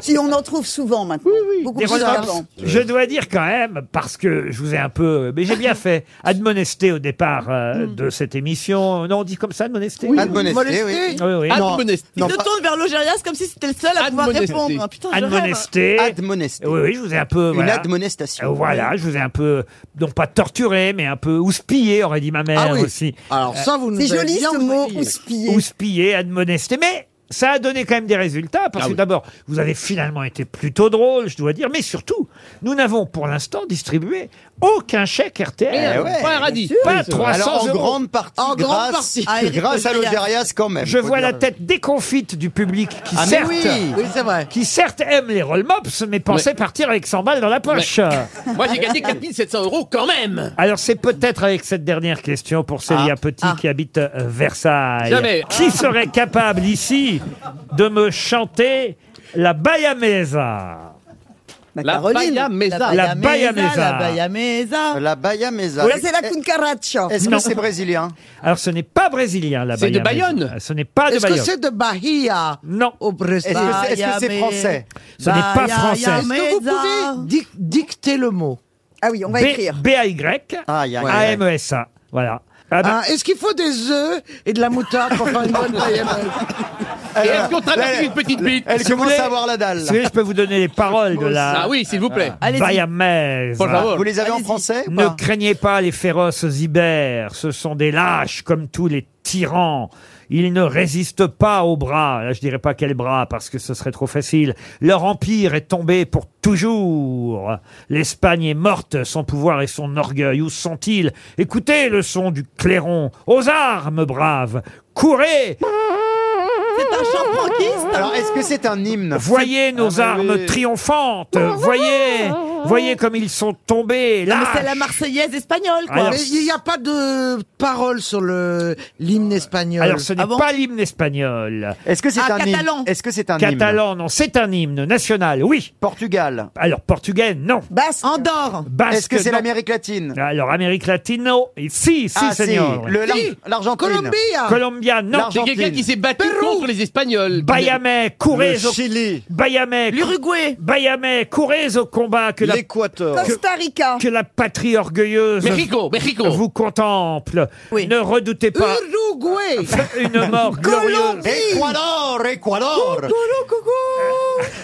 Speaker 9: si on en trouve souvent maintenant. Beaucoup
Speaker 2: Des
Speaker 9: plus
Speaker 2: roll-ups.
Speaker 9: qu'avant.
Speaker 2: Je dois dire quand même, parce que je vous ai un peu... Mais j'ai bien fait admonester au départ euh, de cette émission. Non, on dit comme ça, admonester
Speaker 6: Oui, Admonester, oui. oui.
Speaker 2: Oui, oui.
Speaker 6: Il se tourne vers l'Augérias comme si c'était le seul à pouvoir répondre. Ah, putain, je
Speaker 2: Admonesté.
Speaker 6: rêve.
Speaker 2: Oui, oui, je vous ai un peu.
Speaker 17: Une
Speaker 2: voilà.
Speaker 17: admonestation.
Speaker 2: Euh, Voilà, je vous ai un peu, non pas torturé, mais un peu houspillé, aurait dit ma mère
Speaker 8: Ah oui.
Speaker 2: aussi. Euh,
Speaker 8: Alors ça, vous nous
Speaker 9: C'est joli ce mot,
Speaker 2: houspillé. Houspillé, admonesté. Mais ça a donné quand même des résultats,
Speaker 7: Ah
Speaker 2: parce que d'abord, vous avez finalement été plutôt drôle, je dois dire, mais surtout, nous n'avons pour l'instant distribué aucun chèque RTL.
Speaker 7: Eh ouais,
Speaker 2: Pas un
Speaker 7: bien
Speaker 2: radis.
Speaker 7: sûr.
Speaker 2: Pas
Speaker 7: Oui, c'est vrai.
Speaker 2: 300
Speaker 7: Alors, en
Speaker 2: euros.
Speaker 7: grande partie En grande grâce- partie à Eric grâce à Logérias. Logérias quand même,
Speaker 2: Je
Speaker 7: faut
Speaker 2: vois
Speaker 7: dire.
Speaker 2: la tête déconfite du public qui
Speaker 7: Ah, mais
Speaker 2: certes,
Speaker 7: oui. Oui,
Speaker 8: c'est vrai.
Speaker 2: qui certes aime les roll mops, mais pensait partir avec 100 balles dans la poche.
Speaker 5: Moi, j'ai gagné 4700 euros quand même.
Speaker 2: Alors c'est peut-être avec cette dernière question pour Célia Petit qui habite euh, Versailles.
Speaker 5: Ah. Jamais.
Speaker 2: Qui serait capable ici de me chanter la Bayamesa
Speaker 5: La Bayamesa.
Speaker 2: La Bayamesa.
Speaker 6: Bayamesa.
Speaker 7: La Bayamesa.
Speaker 2: Oui.
Speaker 7: Est-ce-
Speaker 2: C'est la
Speaker 9: cucaracha.
Speaker 7: Est-ce
Speaker 2: Non.
Speaker 7: que c'est brésilien
Speaker 2: Alors ce n'est pas brésilien la
Speaker 7: C'est de
Speaker 2: Bayamesa.
Speaker 7: Bayonne
Speaker 2: Ce n'est pas de
Speaker 8: Est-ce que
Speaker 2: Bayonne.
Speaker 8: c'est de Bahia
Speaker 2: Non.
Speaker 8: Au Brésil.
Speaker 2: Est-ce que c'est- est-ce que c'est
Speaker 8: Bahia,
Speaker 2: français
Speaker 8: mais-
Speaker 2: Ce n'est pas
Speaker 8: Bahia,
Speaker 2: français.
Speaker 8: Est-ce que vous pouvez dic- dicter le mot
Speaker 9: Ah oui, on
Speaker 2: B- B-A-Y A-M-E-S-A. E Voilà. Ah bah-
Speaker 8: Ah, Est-ce qu'il faut des œufs et de la moutarde pour faire une bonne Bayamesa
Speaker 5: Et est-ce qu'on traverse une petite bite
Speaker 2: Si vous voulez- Si vous voulez, je peux vous donner les paroles de la.
Speaker 5: Ah oui, s'il vous plaît. Allez-y.
Speaker 2: Bayamaise.
Speaker 5: Por favor.
Speaker 7: Vous les avez en français ou
Speaker 2: Ne
Speaker 7: pas
Speaker 2: craignez pas les féroces ibères, ce sont des lâches comme tous les tyrans. Ils ne résistent pas aux bras. Là, je dirais pas quels bras parce que ce serait trop facile. Leur empire est tombé pour toujours. L'Espagne est morte, son pouvoir et son orgueil. Où sont-ils Écoutez le son du clairon. Aux armes, braves. Courez
Speaker 6: C'est un chant franquiste.
Speaker 7: Alors, est-ce que c'est un hymne
Speaker 2: Voyez nos
Speaker 7: Ah, mais
Speaker 2: armes
Speaker 7: oui.
Speaker 2: triomphantes. Voyez, voyez comme ils sont tombés.
Speaker 6: Non, mais
Speaker 2: Là,
Speaker 6: c'est la Marseillaise espagnole, quoi.
Speaker 2: Alors,
Speaker 8: Mais il n'y a pas de parole sur le l'hymne espagnol.
Speaker 2: alors ce n'est pas l'hymne espagnol.
Speaker 7: Ah Est-ce que c'est
Speaker 8: Ah,
Speaker 7: un
Speaker 8: catalan.
Speaker 7: hymne Est-ce que c'est un hymne
Speaker 2: Catalan, non, c'est un hymne national, oui.
Speaker 7: Portugal.
Speaker 2: Alors portugais, non.
Speaker 9: Basque.
Speaker 6: Andorre.
Speaker 2: Basque,
Speaker 7: Est-ce que c'est
Speaker 2: non.
Speaker 7: l'Amérique latine
Speaker 2: Alors Amérique latine, non. Et Si, si,
Speaker 7: Ah, si,
Speaker 2: seigneur.
Speaker 7: le- l'Ar-
Speaker 2: Si.
Speaker 7: l'Argentine. Colombia.
Speaker 2: Colombia, non.
Speaker 5: C'est quelqu'un qui s'est battu contre les Espagnols.
Speaker 2: Bayamais, courez
Speaker 5: Le
Speaker 2: au Chili. Bayamais, l'Uruguay. Bayamais, courez au combat que la
Speaker 7: l'Équateur.
Speaker 9: Costa Rica.
Speaker 2: que la patrie orgueilleuse
Speaker 5: Mexico, Mexico.
Speaker 2: vous contemple. Ne redoutez pas
Speaker 8: Uruguay.
Speaker 2: une mort glorieuse.
Speaker 7: Équador, Équador.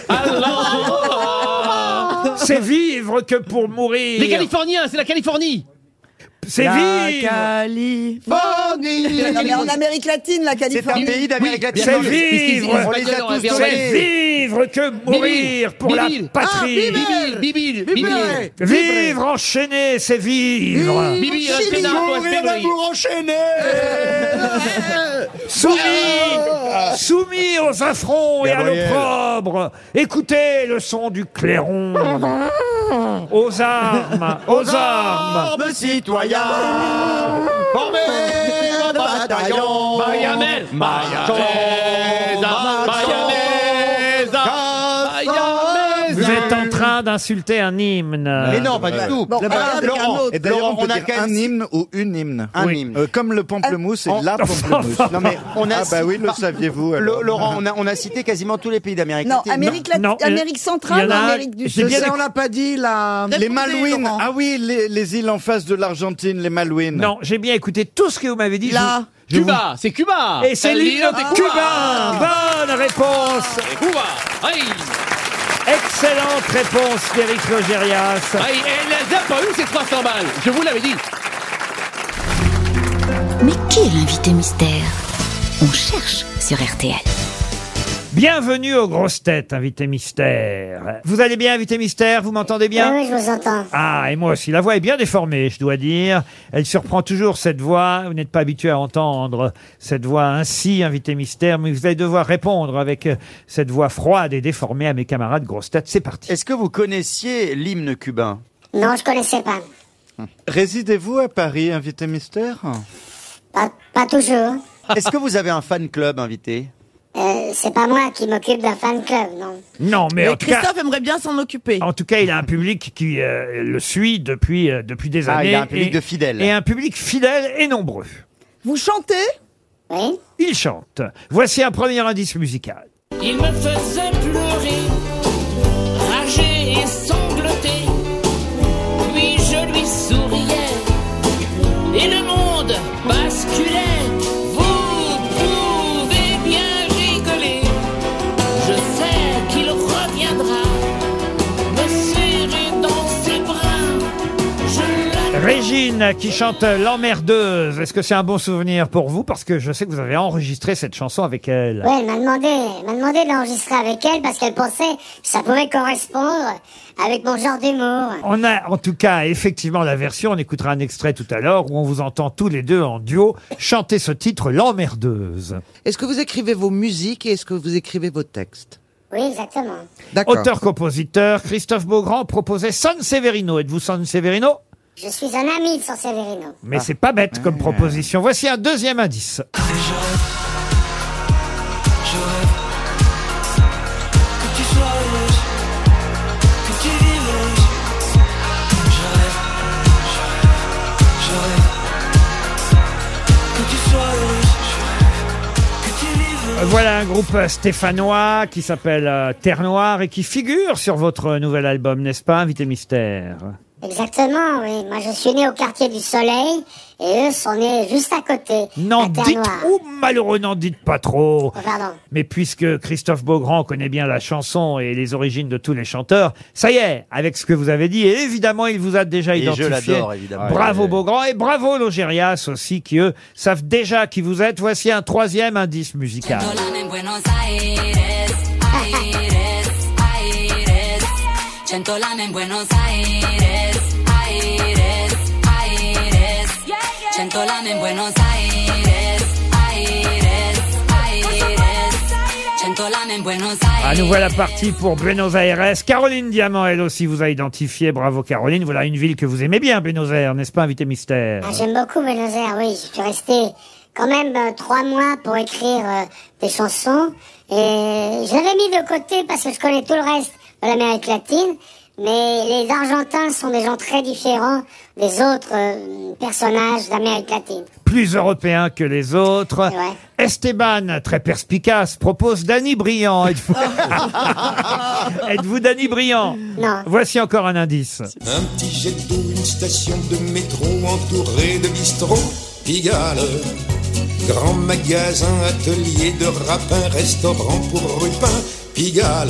Speaker 5: Alors
Speaker 2: C'est vivre que pour mourir.
Speaker 5: Les Californiens, c'est la Californie.
Speaker 2: C'est vivre.
Speaker 5: Californie.
Speaker 9: Non, mais en Amérique latine, la Californie.
Speaker 7: pays d'Amérique latine.
Speaker 2: C'est
Speaker 7: Mais si, si,
Speaker 2: vivre.
Speaker 7: on les a tous
Speaker 2: C'est
Speaker 7: donnés.
Speaker 2: vivre que mourir pour la
Speaker 5: Bibil.
Speaker 2: patrie.
Speaker 7: Ah,
Speaker 5: Bibil, Bibil, Bibil.
Speaker 2: Vivre enchaîné, c'est vivre.
Speaker 5: Bibil, Antenna, Boas, Pedri.
Speaker 2: Soumis, Ah. soumis aux affronts et à
Speaker 7: Gabriel.
Speaker 2: l'opprobre. Écoutez le son du clairon. Aux armes, aux armes.
Speaker 7: citoyens, formez un bataillon.
Speaker 5: Bayamel. Bayamesa. Bayamesa. Bayamesa.
Speaker 2: Vous êtes en train d'insulter un hymne.
Speaker 7: Mais non, pas du tout.
Speaker 9: Bon,
Speaker 7: Laurent,
Speaker 9: alors, avec un
Speaker 7: Laurent,
Speaker 9: autre.
Speaker 4: Et d'ailleurs,
Speaker 7: Laurent,
Speaker 4: on,
Speaker 7: on
Speaker 4: peut
Speaker 7: a
Speaker 4: dire
Speaker 7: quand même-
Speaker 4: un hymne ou une hymne.
Speaker 7: Un
Speaker 4: Oui.
Speaker 7: hymne.
Speaker 4: Euh, comme le pamplemousse et la pamplemousse.
Speaker 7: Non mais on a
Speaker 4: ah bah oui, le
Speaker 7: par-
Speaker 4: saviez-vous alors
Speaker 7: Le- Laurent, on a, on a cité quasiment tous les pays d'Amérique
Speaker 9: Non,
Speaker 7: latine.
Speaker 9: Amérique, latine,
Speaker 8: euh,
Speaker 2: non, il y en a-
Speaker 9: Amérique centrale,
Speaker 2: il y en a-
Speaker 9: Amérique du
Speaker 2: j'ai
Speaker 9: Sud.
Speaker 2: bien
Speaker 9: C'est
Speaker 2: écou-
Speaker 9: en
Speaker 8: On n'a pas dit la.
Speaker 9: Répondez,
Speaker 4: Les Malouines.
Speaker 9: Laurent.
Speaker 4: Ah oui, les, les îles en face de l'Argentine, les Malouines.
Speaker 2: Non, j'ai bien écouté tout ce que vous m'avez dit. Je
Speaker 6: Là.
Speaker 2: vous- je vous-
Speaker 5: Cuba, c'est Cuba.
Speaker 2: Et c'est l'île de Cuba. Bonne réponse.
Speaker 5: Cuba. Aïe.
Speaker 2: Excellente réponse d'Éric Logérias.
Speaker 5: Aïe. Ah, Elle n'a pas eu ces 300 balles. Je vous l'avais dit.
Speaker 16: Mais qui est l'invité mystère On cherche sur RTL.
Speaker 2: Bienvenue aux grosses têtes, invité mystère. Vous allez bien, invité mystère Vous m'entendez bien
Speaker 19: Oui, oui, je vous entends.
Speaker 2: Ah, et moi aussi. La voix est bien déformée, je dois dire. Elle surprend toujours cette voix. Vous n'êtes pas habitué à entendre cette voix ainsi, invité mystère, mais vous allez devoir répondre avec euh, cette voix froide et déformée à mes camarades grosses têtes. C'est parti.
Speaker 7: Est-ce que vous connaissiez l'hymne cubain
Speaker 19: Non, je connaissais pas.
Speaker 4: Résidez-vous à Paris, invité mystère
Speaker 19: Pas, pas toujours.
Speaker 20: Est-ce que vous avez un fan club invité
Speaker 19: Euh, c'est pas moi qui m'occupe d'un fan club, non.
Speaker 2: Non, mais, en tout cas-
Speaker 21: Christophe aimerait bien s'en occuper.
Speaker 2: En tout cas, il a un public qui euh, le suit depuis, euh, depuis des
Speaker 20: Ah,
Speaker 2: années.
Speaker 20: il a un public
Speaker 2: et-
Speaker 20: de fidèles.
Speaker 2: Et un public fidèle et nombreux.
Speaker 21: Vous chantez
Speaker 19: Oui.
Speaker 2: Il chante. Voici un premier indice musical.
Speaker 3: Il me faisait pleurer, rager et sangloter. Puis je lui souriais et le monde basculait. Vous pouvez bien rigoler, je sais qu'il reviendra me serrer dans ses bras. Je l'attends.
Speaker 2: Régine qui chante L'emmerdeuse. Est-ce que c'est un bon souvenir pour vous Parce que je sais que vous avez enregistré cette chanson avec elle.
Speaker 19: Ouais, elle m'a demandé, elle m'a demandé de l'enregistrer avec elle parce qu'elle pensait que ça pouvait correspondre avec mon genre d'humour.
Speaker 2: On a en tout cas effectivement la version, on écoutera un extrait tout à l'heure où on vous entend tous les deux en duo chanter ce titre L'emmerdeuse.
Speaker 22: Est-ce que vous écrivez vos musiques et est-ce que vous écrivez vos textes
Speaker 19: Oui, exactement.
Speaker 22: D'accord.
Speaker 2: Auteur-compositeur, Christophe Beaugrand proposait San Severino. Êtes-vous San Severino
Speaker 19: Je suis un ami de San Severino.
Speaker 2: Mais c'est pas bête comme proposition. Voici un deuxième indice.
Speaker 3: Je rêve que tu sois heureuse, que tu vives heureuse. Je rêve, je rêve, que tu sois heureuse, que tu vives heureuse.
Speaker 2: Voilà un groupe euh, stéphanois qui s'appelle euh, Terre Noire et qui figure sur votre euh, nouvel album, n'est-ce pas, Invité Mystère
Speaker 19: Exactement, oui. Moi, je suis né au quartier du Soleil et eux sont nés juste à côté.
Speaker 2: N'en
Speaker 19: à Terre
Speaker 2: dites,
Speaker 19: Noire.
Speaker 2: ou malheureux, n'en dites pas trop.
Speaker 19: Oh, pardon.
Speaker 2: Mais puisque Christophe Beaugrand connaît bien la chanson et les origines de tous les chanteurs, ça y est, avec ce que vous avez dit, et évidemment, il vous a déjà
Speaker 20: Et je
Speaker 2: identifié.
Speaker 20: l'adore, évidemment.
Speaker 2: Bravo Beaugrand et bravo Logérias aussi, qui eux savent déjà qui vous êtes. Voici un troisième indice musical.
Speaker 23: Dolan en Buenos Aires, Aires, Aires. Centolan en Buenos Aires, Aires, Aires. Centolan en Buenos Aires, Aires, Aires. Centolan en Buenos Aires.
Speaker 2: Ah, nous voilà partis pour Buenos Aires. Caroline Diamant, elle aussi, vous a identifié. Bravo Caroline. Voilà une ville que vous aimez bien, Buenos Aires, n'est-ce pas, invité mystère
Speaker 19: Ah, J'aime beaucoup Buenos Aires, oui. Je suis resté quand même euh, trois mois pour écrire euh, des chansons. Et je l'avais mis de côté parce que je connais tout le reste de l'Amérique latine. Mais les Argentins sont des gens très différents des autres euh, personnages d'Amérique latine.
Speaker 2: Plus européen que les autres. Esteban, très perspicace, propose Danny Briand. Êtes-vous Êtes-vous Danny Briand
Speaker 7: Ah.
Speaker 19: Non.
Speaker 2: Voici encore un indice.
Speaker 7: Un petit jet d'eau, une station de métro entourée de bistrots, Pigalle. Grand magasin, atelier de rapin, restaurant pour rupin, Pigalle.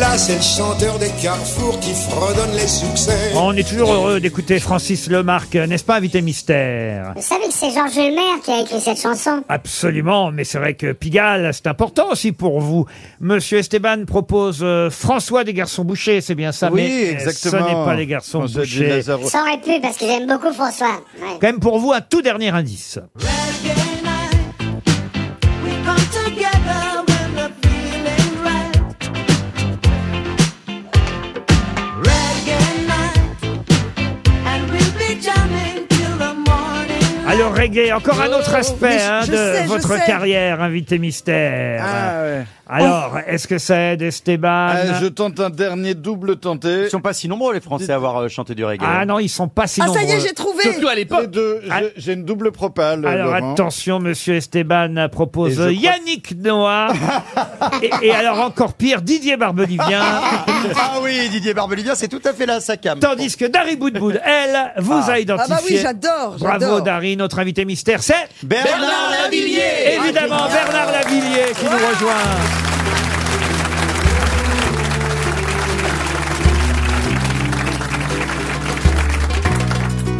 Speaker 7: Là, c'est le chanteur des carrefours qui fredonne les succès.
Speaker 2: On est toujours heureux d'écouter Francis Lemarque, n'est-ce pas, invité mystère
Speaker 19: Vous savez que c'est Georges Lemaire qui a écrit cette chanson.
Speaker 2: Absolument, mais c'est vrai que Pigalle, c'est important aussi pour vous. Monsieur Esteban propose euh, François des Garçons Bouchers, c'est bien ça
Speaker 4: Oui,
Speaker 2: mais euh,
Speaker 4: exactement.
Speaker 2: ce n'est pas les Garçons
Speaker 4: François du
Speaker 2: Bouchers.
Speaker 4: Lazaro.
Speaker 19: Ça aurait pu parce que j'aime beaucoup François. Ouais.
Speaker 2: Quand même pour vous, un tout dernier indice.
Speaker 23: We come together when the feeling right. Reggae night, and we'll be jamming till the morning.
Speaker 2: Alors reggae, encore un autre aspect
Speaker 23: Mais je-
Speaker 2: hein,
Speaker 23: je
Speaker 2: de
Speaker 23: sais, je
Speaker 2: votre
Speaker 23: sais.
Speaker 2: carrière, invité mystère.
Speaker 4: Ah, ouais.
Speaker 2: Alors, est-ce que ça aide Esteban
Speaker 4: Ah, je tente un dernier double tenté. Ils
Speaker 20: sont pas si nombreux les Français à avoir euh, chanté du reggae.
Speaker 2: Ah non, ils sont pas si nombreux.
Speaker 4: à l'époque. J'ai une double propale.
Speaker 2: Alors
Speaker 4: Laurent.
Speaker 2: attention, monsieur Esteban
Speaker 4: Et
Speaker 2: propose
Speaker 4: je crois-
Speaker 2: Yannick Noah. et, et alors encore pire, Didier Barbelivien.
Speaker 20: ah oui, Didier Barbelivien, c'est tout à fait là, sa cam.
Speaker 2: Tandis que Dari Boudboul, elle, vous
Speaker 20: Ah.
Speaker 2: a identifié.
Speaker 20: Ah bah oui, j'adore,
Speaker 2: Bravo
Speaker 20: j'adore.
Speaker 2: Dari, notre invité mystère, c'est
Speaker 20: Bernard Lavilliers.
Speaker 2: Évidemment,
Speaker 20: Ah, génial.
Speaker 2: Bernard Lavilliers qui nous rejoint.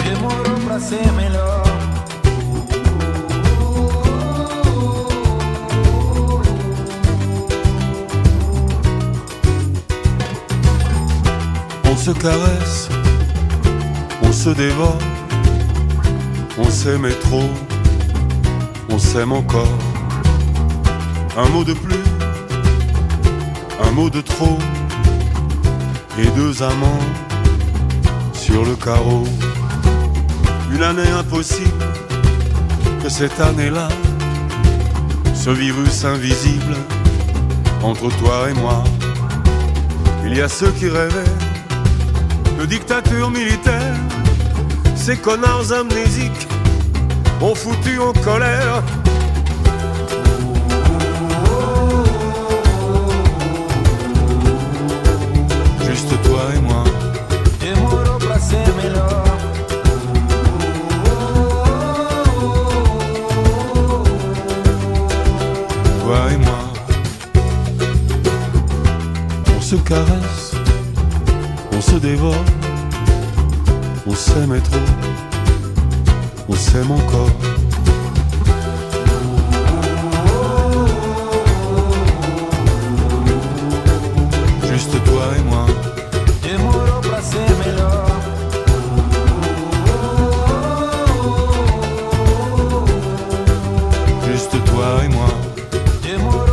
Speaker 7: Demoro pra ser melhor.
Speaker 24: On se caresse, on se dévore, on s'aimait trop, on s'aime encore. Un mot de plus, un mot de trop, et deux amants sur le carreau. Une année impossible, que cette année-là, ce virus invisible entre toi et moi, il y a ceux qui rêvaient de dictature militaire. Ces connards amnésiques ont foutu en colère juste toi et moi. Toi et moi, on se caresse, on se dévore, on s'aime et trop, on s'aime encore. Juste toi et moi. Juste toi et moi.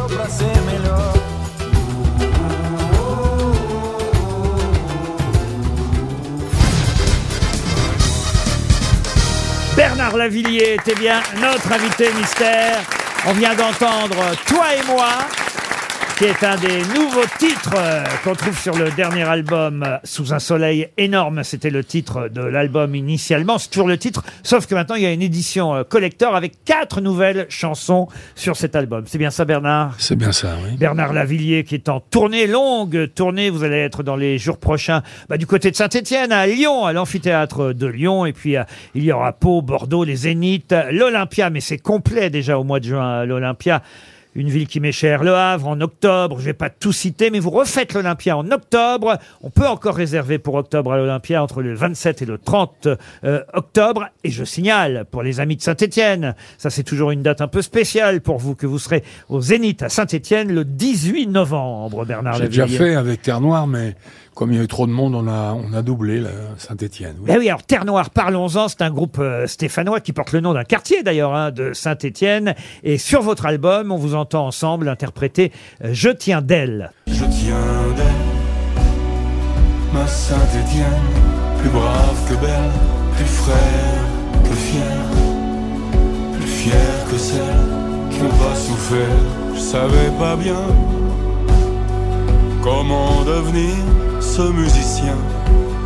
Speaker 2: Bernard Lavillier était bien notre invité mystère. On vient d'entendre Toi et moi, qui est un des nouveaux titres euh, qu'on trouve sur le dernier album euh, Sous un soleil énorme. C'était le titre de l'album initialement. C'est toujours le titre, sauf que maintenant il y a une édition euh, collector avec quatre nouvelles chansons sur cet album. C'est bien ça, Bernard
Speaker 25: C'est bien ça, oui.
Speaker 2: Bernard Lavillier qui est en tournée longue, tournée, vous allez être dans les jours prochains bah, du côté de Saint-Etienne, à Lyon, à l'amphithéâtre de Lyon, et puis euh, il y aura Pau, Bordeaux, les Zéniths, l'Olympia, mais c'est complet déjà au mois de juin, à l'Olympia. Une ville qui m'est chère, Le Havre, en octobre. Je vais pas tout citer, mais vous refaites l'Olympia en octobre. On peut encore réserver pour octobre à l'Olympia entre le 27 et le 30 euh, octobre. Et je signale pour les amis de Saint-Étienne, ça c'est toujours une date un peu spéciale pour vous, que vous serez au Zénith à Saint-Étienne le 18 novembre, Bernard
Speaker 25: J'ai déjà
Speaker 2: Lavillier.
Speaker 25: fait hein. avec Terre Noire, mais comme il y a eu trop de monde, on a, on a doublé la Saint-Étienne. Eh oui.
Speaker 2: Ben oui, alors Terre Noire, parlons-en, c'est un groupe euh, stéphanois qui porte le nom d'un quartier d'ailleurs, hein, de Saint-Étienne. Et sur votre album, on vous entend ensemble interpréter euh, Je tiens d'elle.
Speaker 24: Je tiens d'elle, ma Saint-Étienne, plus brave que belle, plus frère que fière, plus fière que celle qui m'a pas souffert. Je savais pas bien comment devenir ce musicien,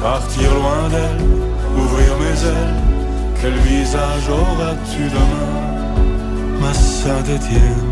Speaker 24: partir loin d'elle, ouvrir mes ailes. Quel visage auras-tu demain, ma Saint-Étienne?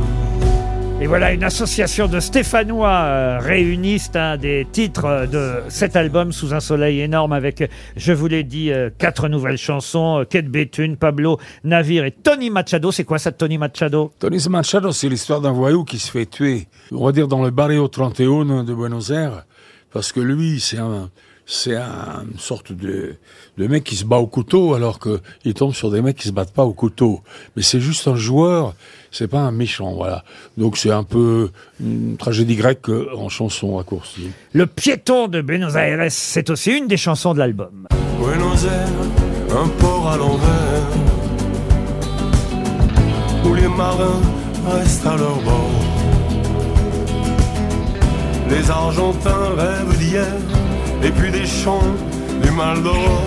Speaker 2: Et voilà une association de Stéphanois euh, réunis, c'est un des titres euh, de cet album sous un soleil énorme avec, euh, je vous l'ai dit, euh, quatre nouvelles chansons, euh, Kate Béthune, Pablo Navire et Tony Machado. C'est quoi ça Tony Machado
Speaker 25: Tony Machado, c'est l'histoire d'un voyou qui se fait tuer, on va dire dans le barrio 31 de Buenos Aires, parce que lui, c'est un, c'est un- une sorte de, de mec qui se bat au couteau, alors que il tombe sur des mecs qui se battent pas au couteau. Mais c'est juste un joueur, c'est pas un méchant, voilà. Donc c'est un peu une tragédie grecque euh, en chanson raccourcie.
Speaker 2: Le piéton de Buenos Aires, c'est aussi une des chansons de l'album.
Speaker 24: Buenos Aires, un port à l'envers, où les marins restent à leur bord. Les Argentins rêvent d'hier, et puis des chants du mal d'or.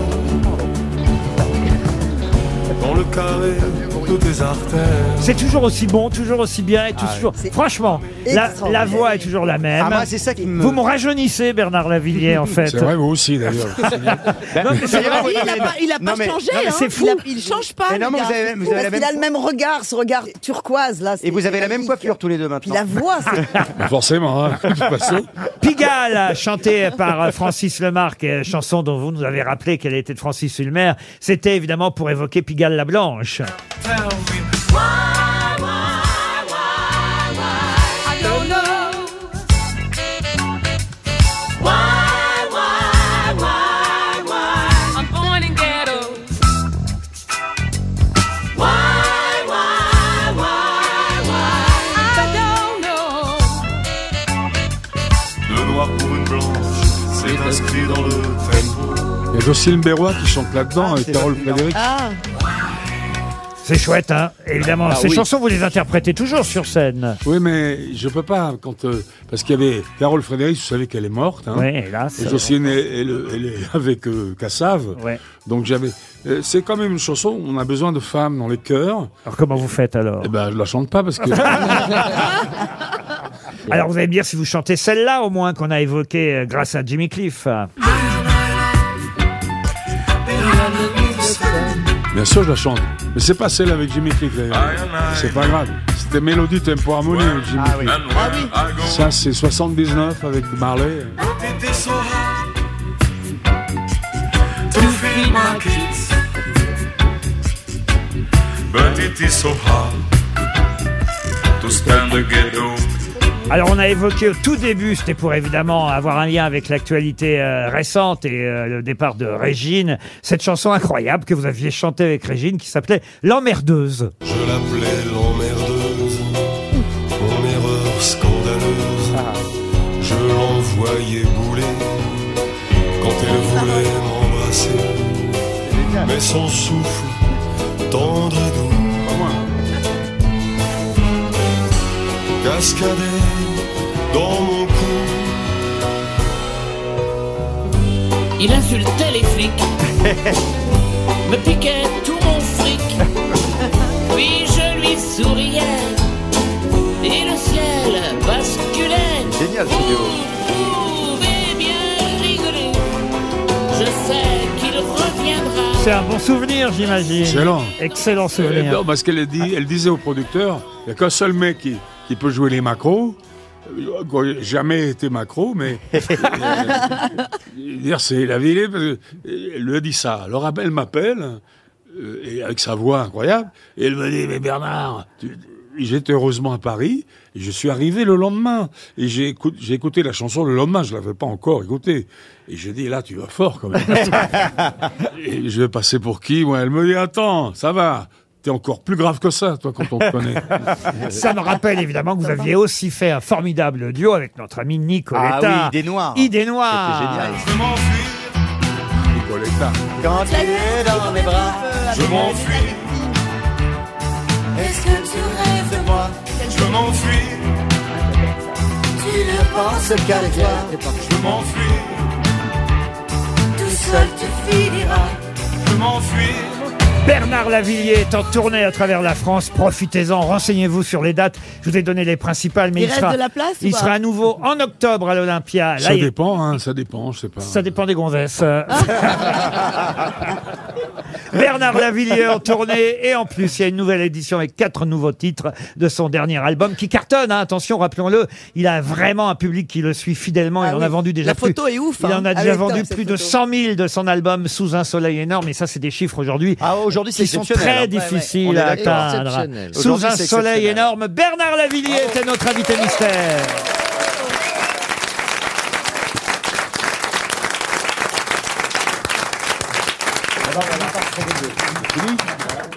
Speaker 24: Dans le carré de tes artères.
Speaker 2: C'est toujours aussi bon, toujours aussi bien et
Speaker 24: Ah oui.
Speaker 2: toujours. Franchement, la, la voix est toujours la même.
Speaker 25: Ah, moi, c'est ça qui me-
Speaker 2: Vous me rajeunissez, Bernard Lavillier, en fait.
Speaker 25: C'est vrai, vous aussi d'ailleurs.
Speaker 2: Non, mais c'est vrai,
Speaker 6: Il
Speaker 2: non,
Speaker 6: n'a
Speaker 2: mais-
Speaker 6: pas, il a pas
Speaker 2: non, mais-
Speaker 6: changé.
Speaker 2: non, mais
Speaker 6: hein.
Speaker 2: c'est fou.
Speaker 6: Il, a- il change pas.
Speaker 10: Mais non,
Speaker 6: le
Speaker 10: mais
Speaker 6: gars.
Speaker 10: vous avez- vous avez la
Speaker 9: Il
Speaker 10: même-
Speaker 9: a le même regard, ce regard turquoise là.
Speaker 10: Et vous avez la même coiffure tous les deux maintenant.
Speaker 9: Puis la voix, c'est
Speaker 25: Bah, forcément, hein, de toute façon.
Speaker 2: Pigalle, chantée par euh, Francis Lemarque, euh, chanson dont vous nous avez rappelé qu'elle était de Francis Ulmer, c'était évidemment pour évoquer Pigalle la Blanche.
Speaker 3: I don't know. Why, why, why, why? I'm born in ghetto. Why, why, why, why? I don't know.
Speaker 24: Le noir pour une blanche, c'est inscrit dans le tempo.
Speaker 3: Ah,
Speaker 25: euh, Il y a Jocelyne Berrois qui chante là-dedans avec Carole Frédéric.
Speaker 2: Ah. C'est chouette, hein Évidemment,
Speaker 25: Ah,
Speaker 2: ces
Speaker 25: oui.
Speaker 2: chansons, vous les interprétez toujours sur scène.
Speaker 25: Oui, mais je peux pas. Quand, euh, parce qu'il y avait Carole Frédéric, vous savez qu'elle est morte. Hein.
Speaker 2: Oui, hélas.
Speaker 25: Et Jocelyne, elle, elle- elle est avec euh, Cassave. Donc j'avais. euh, c'est quand même une chanson, on a besoin de femmes dans les chœurs.
Speaker 2: Alors comment vous faites alors
Speaker 25: Eh ben, je la chante pas parce que.
Speaker 2: Alors vous allez me dire si vous chantez celle-là au moins qu'on a évoquée euh, grâce à Jimmy Cliff.
Speaker 25: Bien sûr, je la chante. Mais c'est pas celle avec Jimmy Cliff, d'ailleurs. C'est pas grave. C'était Mélodie Tempo Harmonie avec Jimmy
Speaker 3: Ah oui.
Speaker 25: Cliff.
Speaker 3: Ah oui.
Speaker 25: Ça, c'est 79 avec Marley.
Speaker 3: T'étais so hot to feel my kiss.
Speaker 26: But it is so hard to stand the ghetto.
Speaker 2: Alors on a évoqué au tout début, c'était pour évidemment avoir un lien avec l'actualité euh, récente et euh, le départ de Régine, cette chanson incroyable que vous aviez chantée avec Régine qui s'appelait L'emmerdeuse.
Speaker 26: Je l'appelais l'emmerdeuse, mon erreur scandaleuse. Je l'envoyais bouler quand elle voulait m'embrasser. Mais son souffle tendre et doux cascadait dans mon cou.
Speaker 3: Il insultait les flics, me piquait tout mon fric. Puis je lui souriais et le ciel basculait.
Speaker 10: Génial, cette vidéo.
Speaker 3: Vous pouvez bien rigoler, je sais qu'il reviendra.
Speaker 2: C'est un bon souvenir, j'imagine.
Speaker 25: Excellent.
Speaker 2: Excellent
Speaker 25: Euh,
Speaker 2: souvenir.
Speaker 25: non, parce qu'elle a dit, elle disait au producteur, il n'y a qu'un seul mec qui, qui peut jouer les macros. Euh, quoi, j'ai Jamais été macro, mais euh, dire c'est la vérité. parce que, euh, Elle lui a dit ça. Alors elle m'appelle euh, et avec sa voix incroyable et elle me dit mais Bernard, tu- j'étais heureusement à Paris. Et je suis arrivé le lendemain et j'ai écou- j'ai écouté la chanson le lendemain. Je l'avais pas encore écoutée et j'ai dit là tu vas fort quand même. Et je vais passer pour qui Moi, elle me dit Attends, ça va. T'es encore plus grave que ça, toi, quand on te connaît.
Speaker 2: Ça me rappelle évidemment que vous aviez aussi fait un formidable duo avec notre ami Nicoletta.
Speaker 10: Ah oui, Idées Noires.
Speaker 2: Idées Noires.
Speaker 10: C'était génial.
Speaker 25: Nicoletta.
Speaker 10: Quand tu es dans mes bras, je m'enfuis.
Speaker 3: Est-ce que tu rêves de moi Je m'enfuis. Tu ne penses qu'à toi. Je m'enfuis. Tout seul tu finiras. Je m'enfuis.
Speaker 2: Bernard Lavillier est en tournée à travers la France. Profitez-en, renseignez-vous sur les dates. Je vous ai donné les principales, mais
Speaker 6: Il
Speaker 2: il,
Speaker 6: reste
Speaker 2: sera,
Speaker 6: de la place ou
Speaker 2: il
Speaker 6: pas
Speaker 2: sera à nouveau en octobre à l'Olympia. Là,
Speaker 25: Ça
Speaker 2: il-
Speaker 25: dépend, hein, ça dépend, je sais pas.
Speaker 2: ça dépend des gonzesses. Euh, Bernard Lavillier en tournée et en plus il y a une nouvelle édition avec quatre nouveaux titres de son dernier album qui cartonne. hein. attention, rappelons-le, il a vraiment un public qui le suit fidèlement. il
Speaker 6: Ah
Speaker 2: en
Speaker 6: oui.
Speaker 2: a vendu déjà
Speaker 6: La
Speaker 2: plus.
Speaker 6: photo est ouf,
Speaker 2: Il
Speaker 6: hein.
Speaker 2: en a
Speaker 6: Elle
Speaker 2: déjà
Speaker 6: est top,
Speaker 2: vendu
Speaker 6: cette
Speaker 2: plus de
Speaker 6: photo.
Speaker 2: 100 000 de son album Sous un soleil énorme. Et ça, c'est des chiffres aujourd'hui.
Speaker 10: aujourd'hui, c'est
Speaker 2: qui sont
Speaker 10: exceptionnel,
Speaker 2: très
Speaker 10: hein.
Speaker 2: difficiles
Speaker 10: Ouais, ouais.
Speaker 2: à
Speaker 10: On est d'accord.
Speaker 2: atteindre.
Speaker 10: Exceptionnel.
Speaker 2: Sous
Speaker 10: Aujourd'hui,
Speaker 2: un
Speaker 10: c'est
Speaker 2: soleil
Speaker 10: exceptionnel.
Speaker 2: énorme, Bernard Lavillier était notre invité mystère.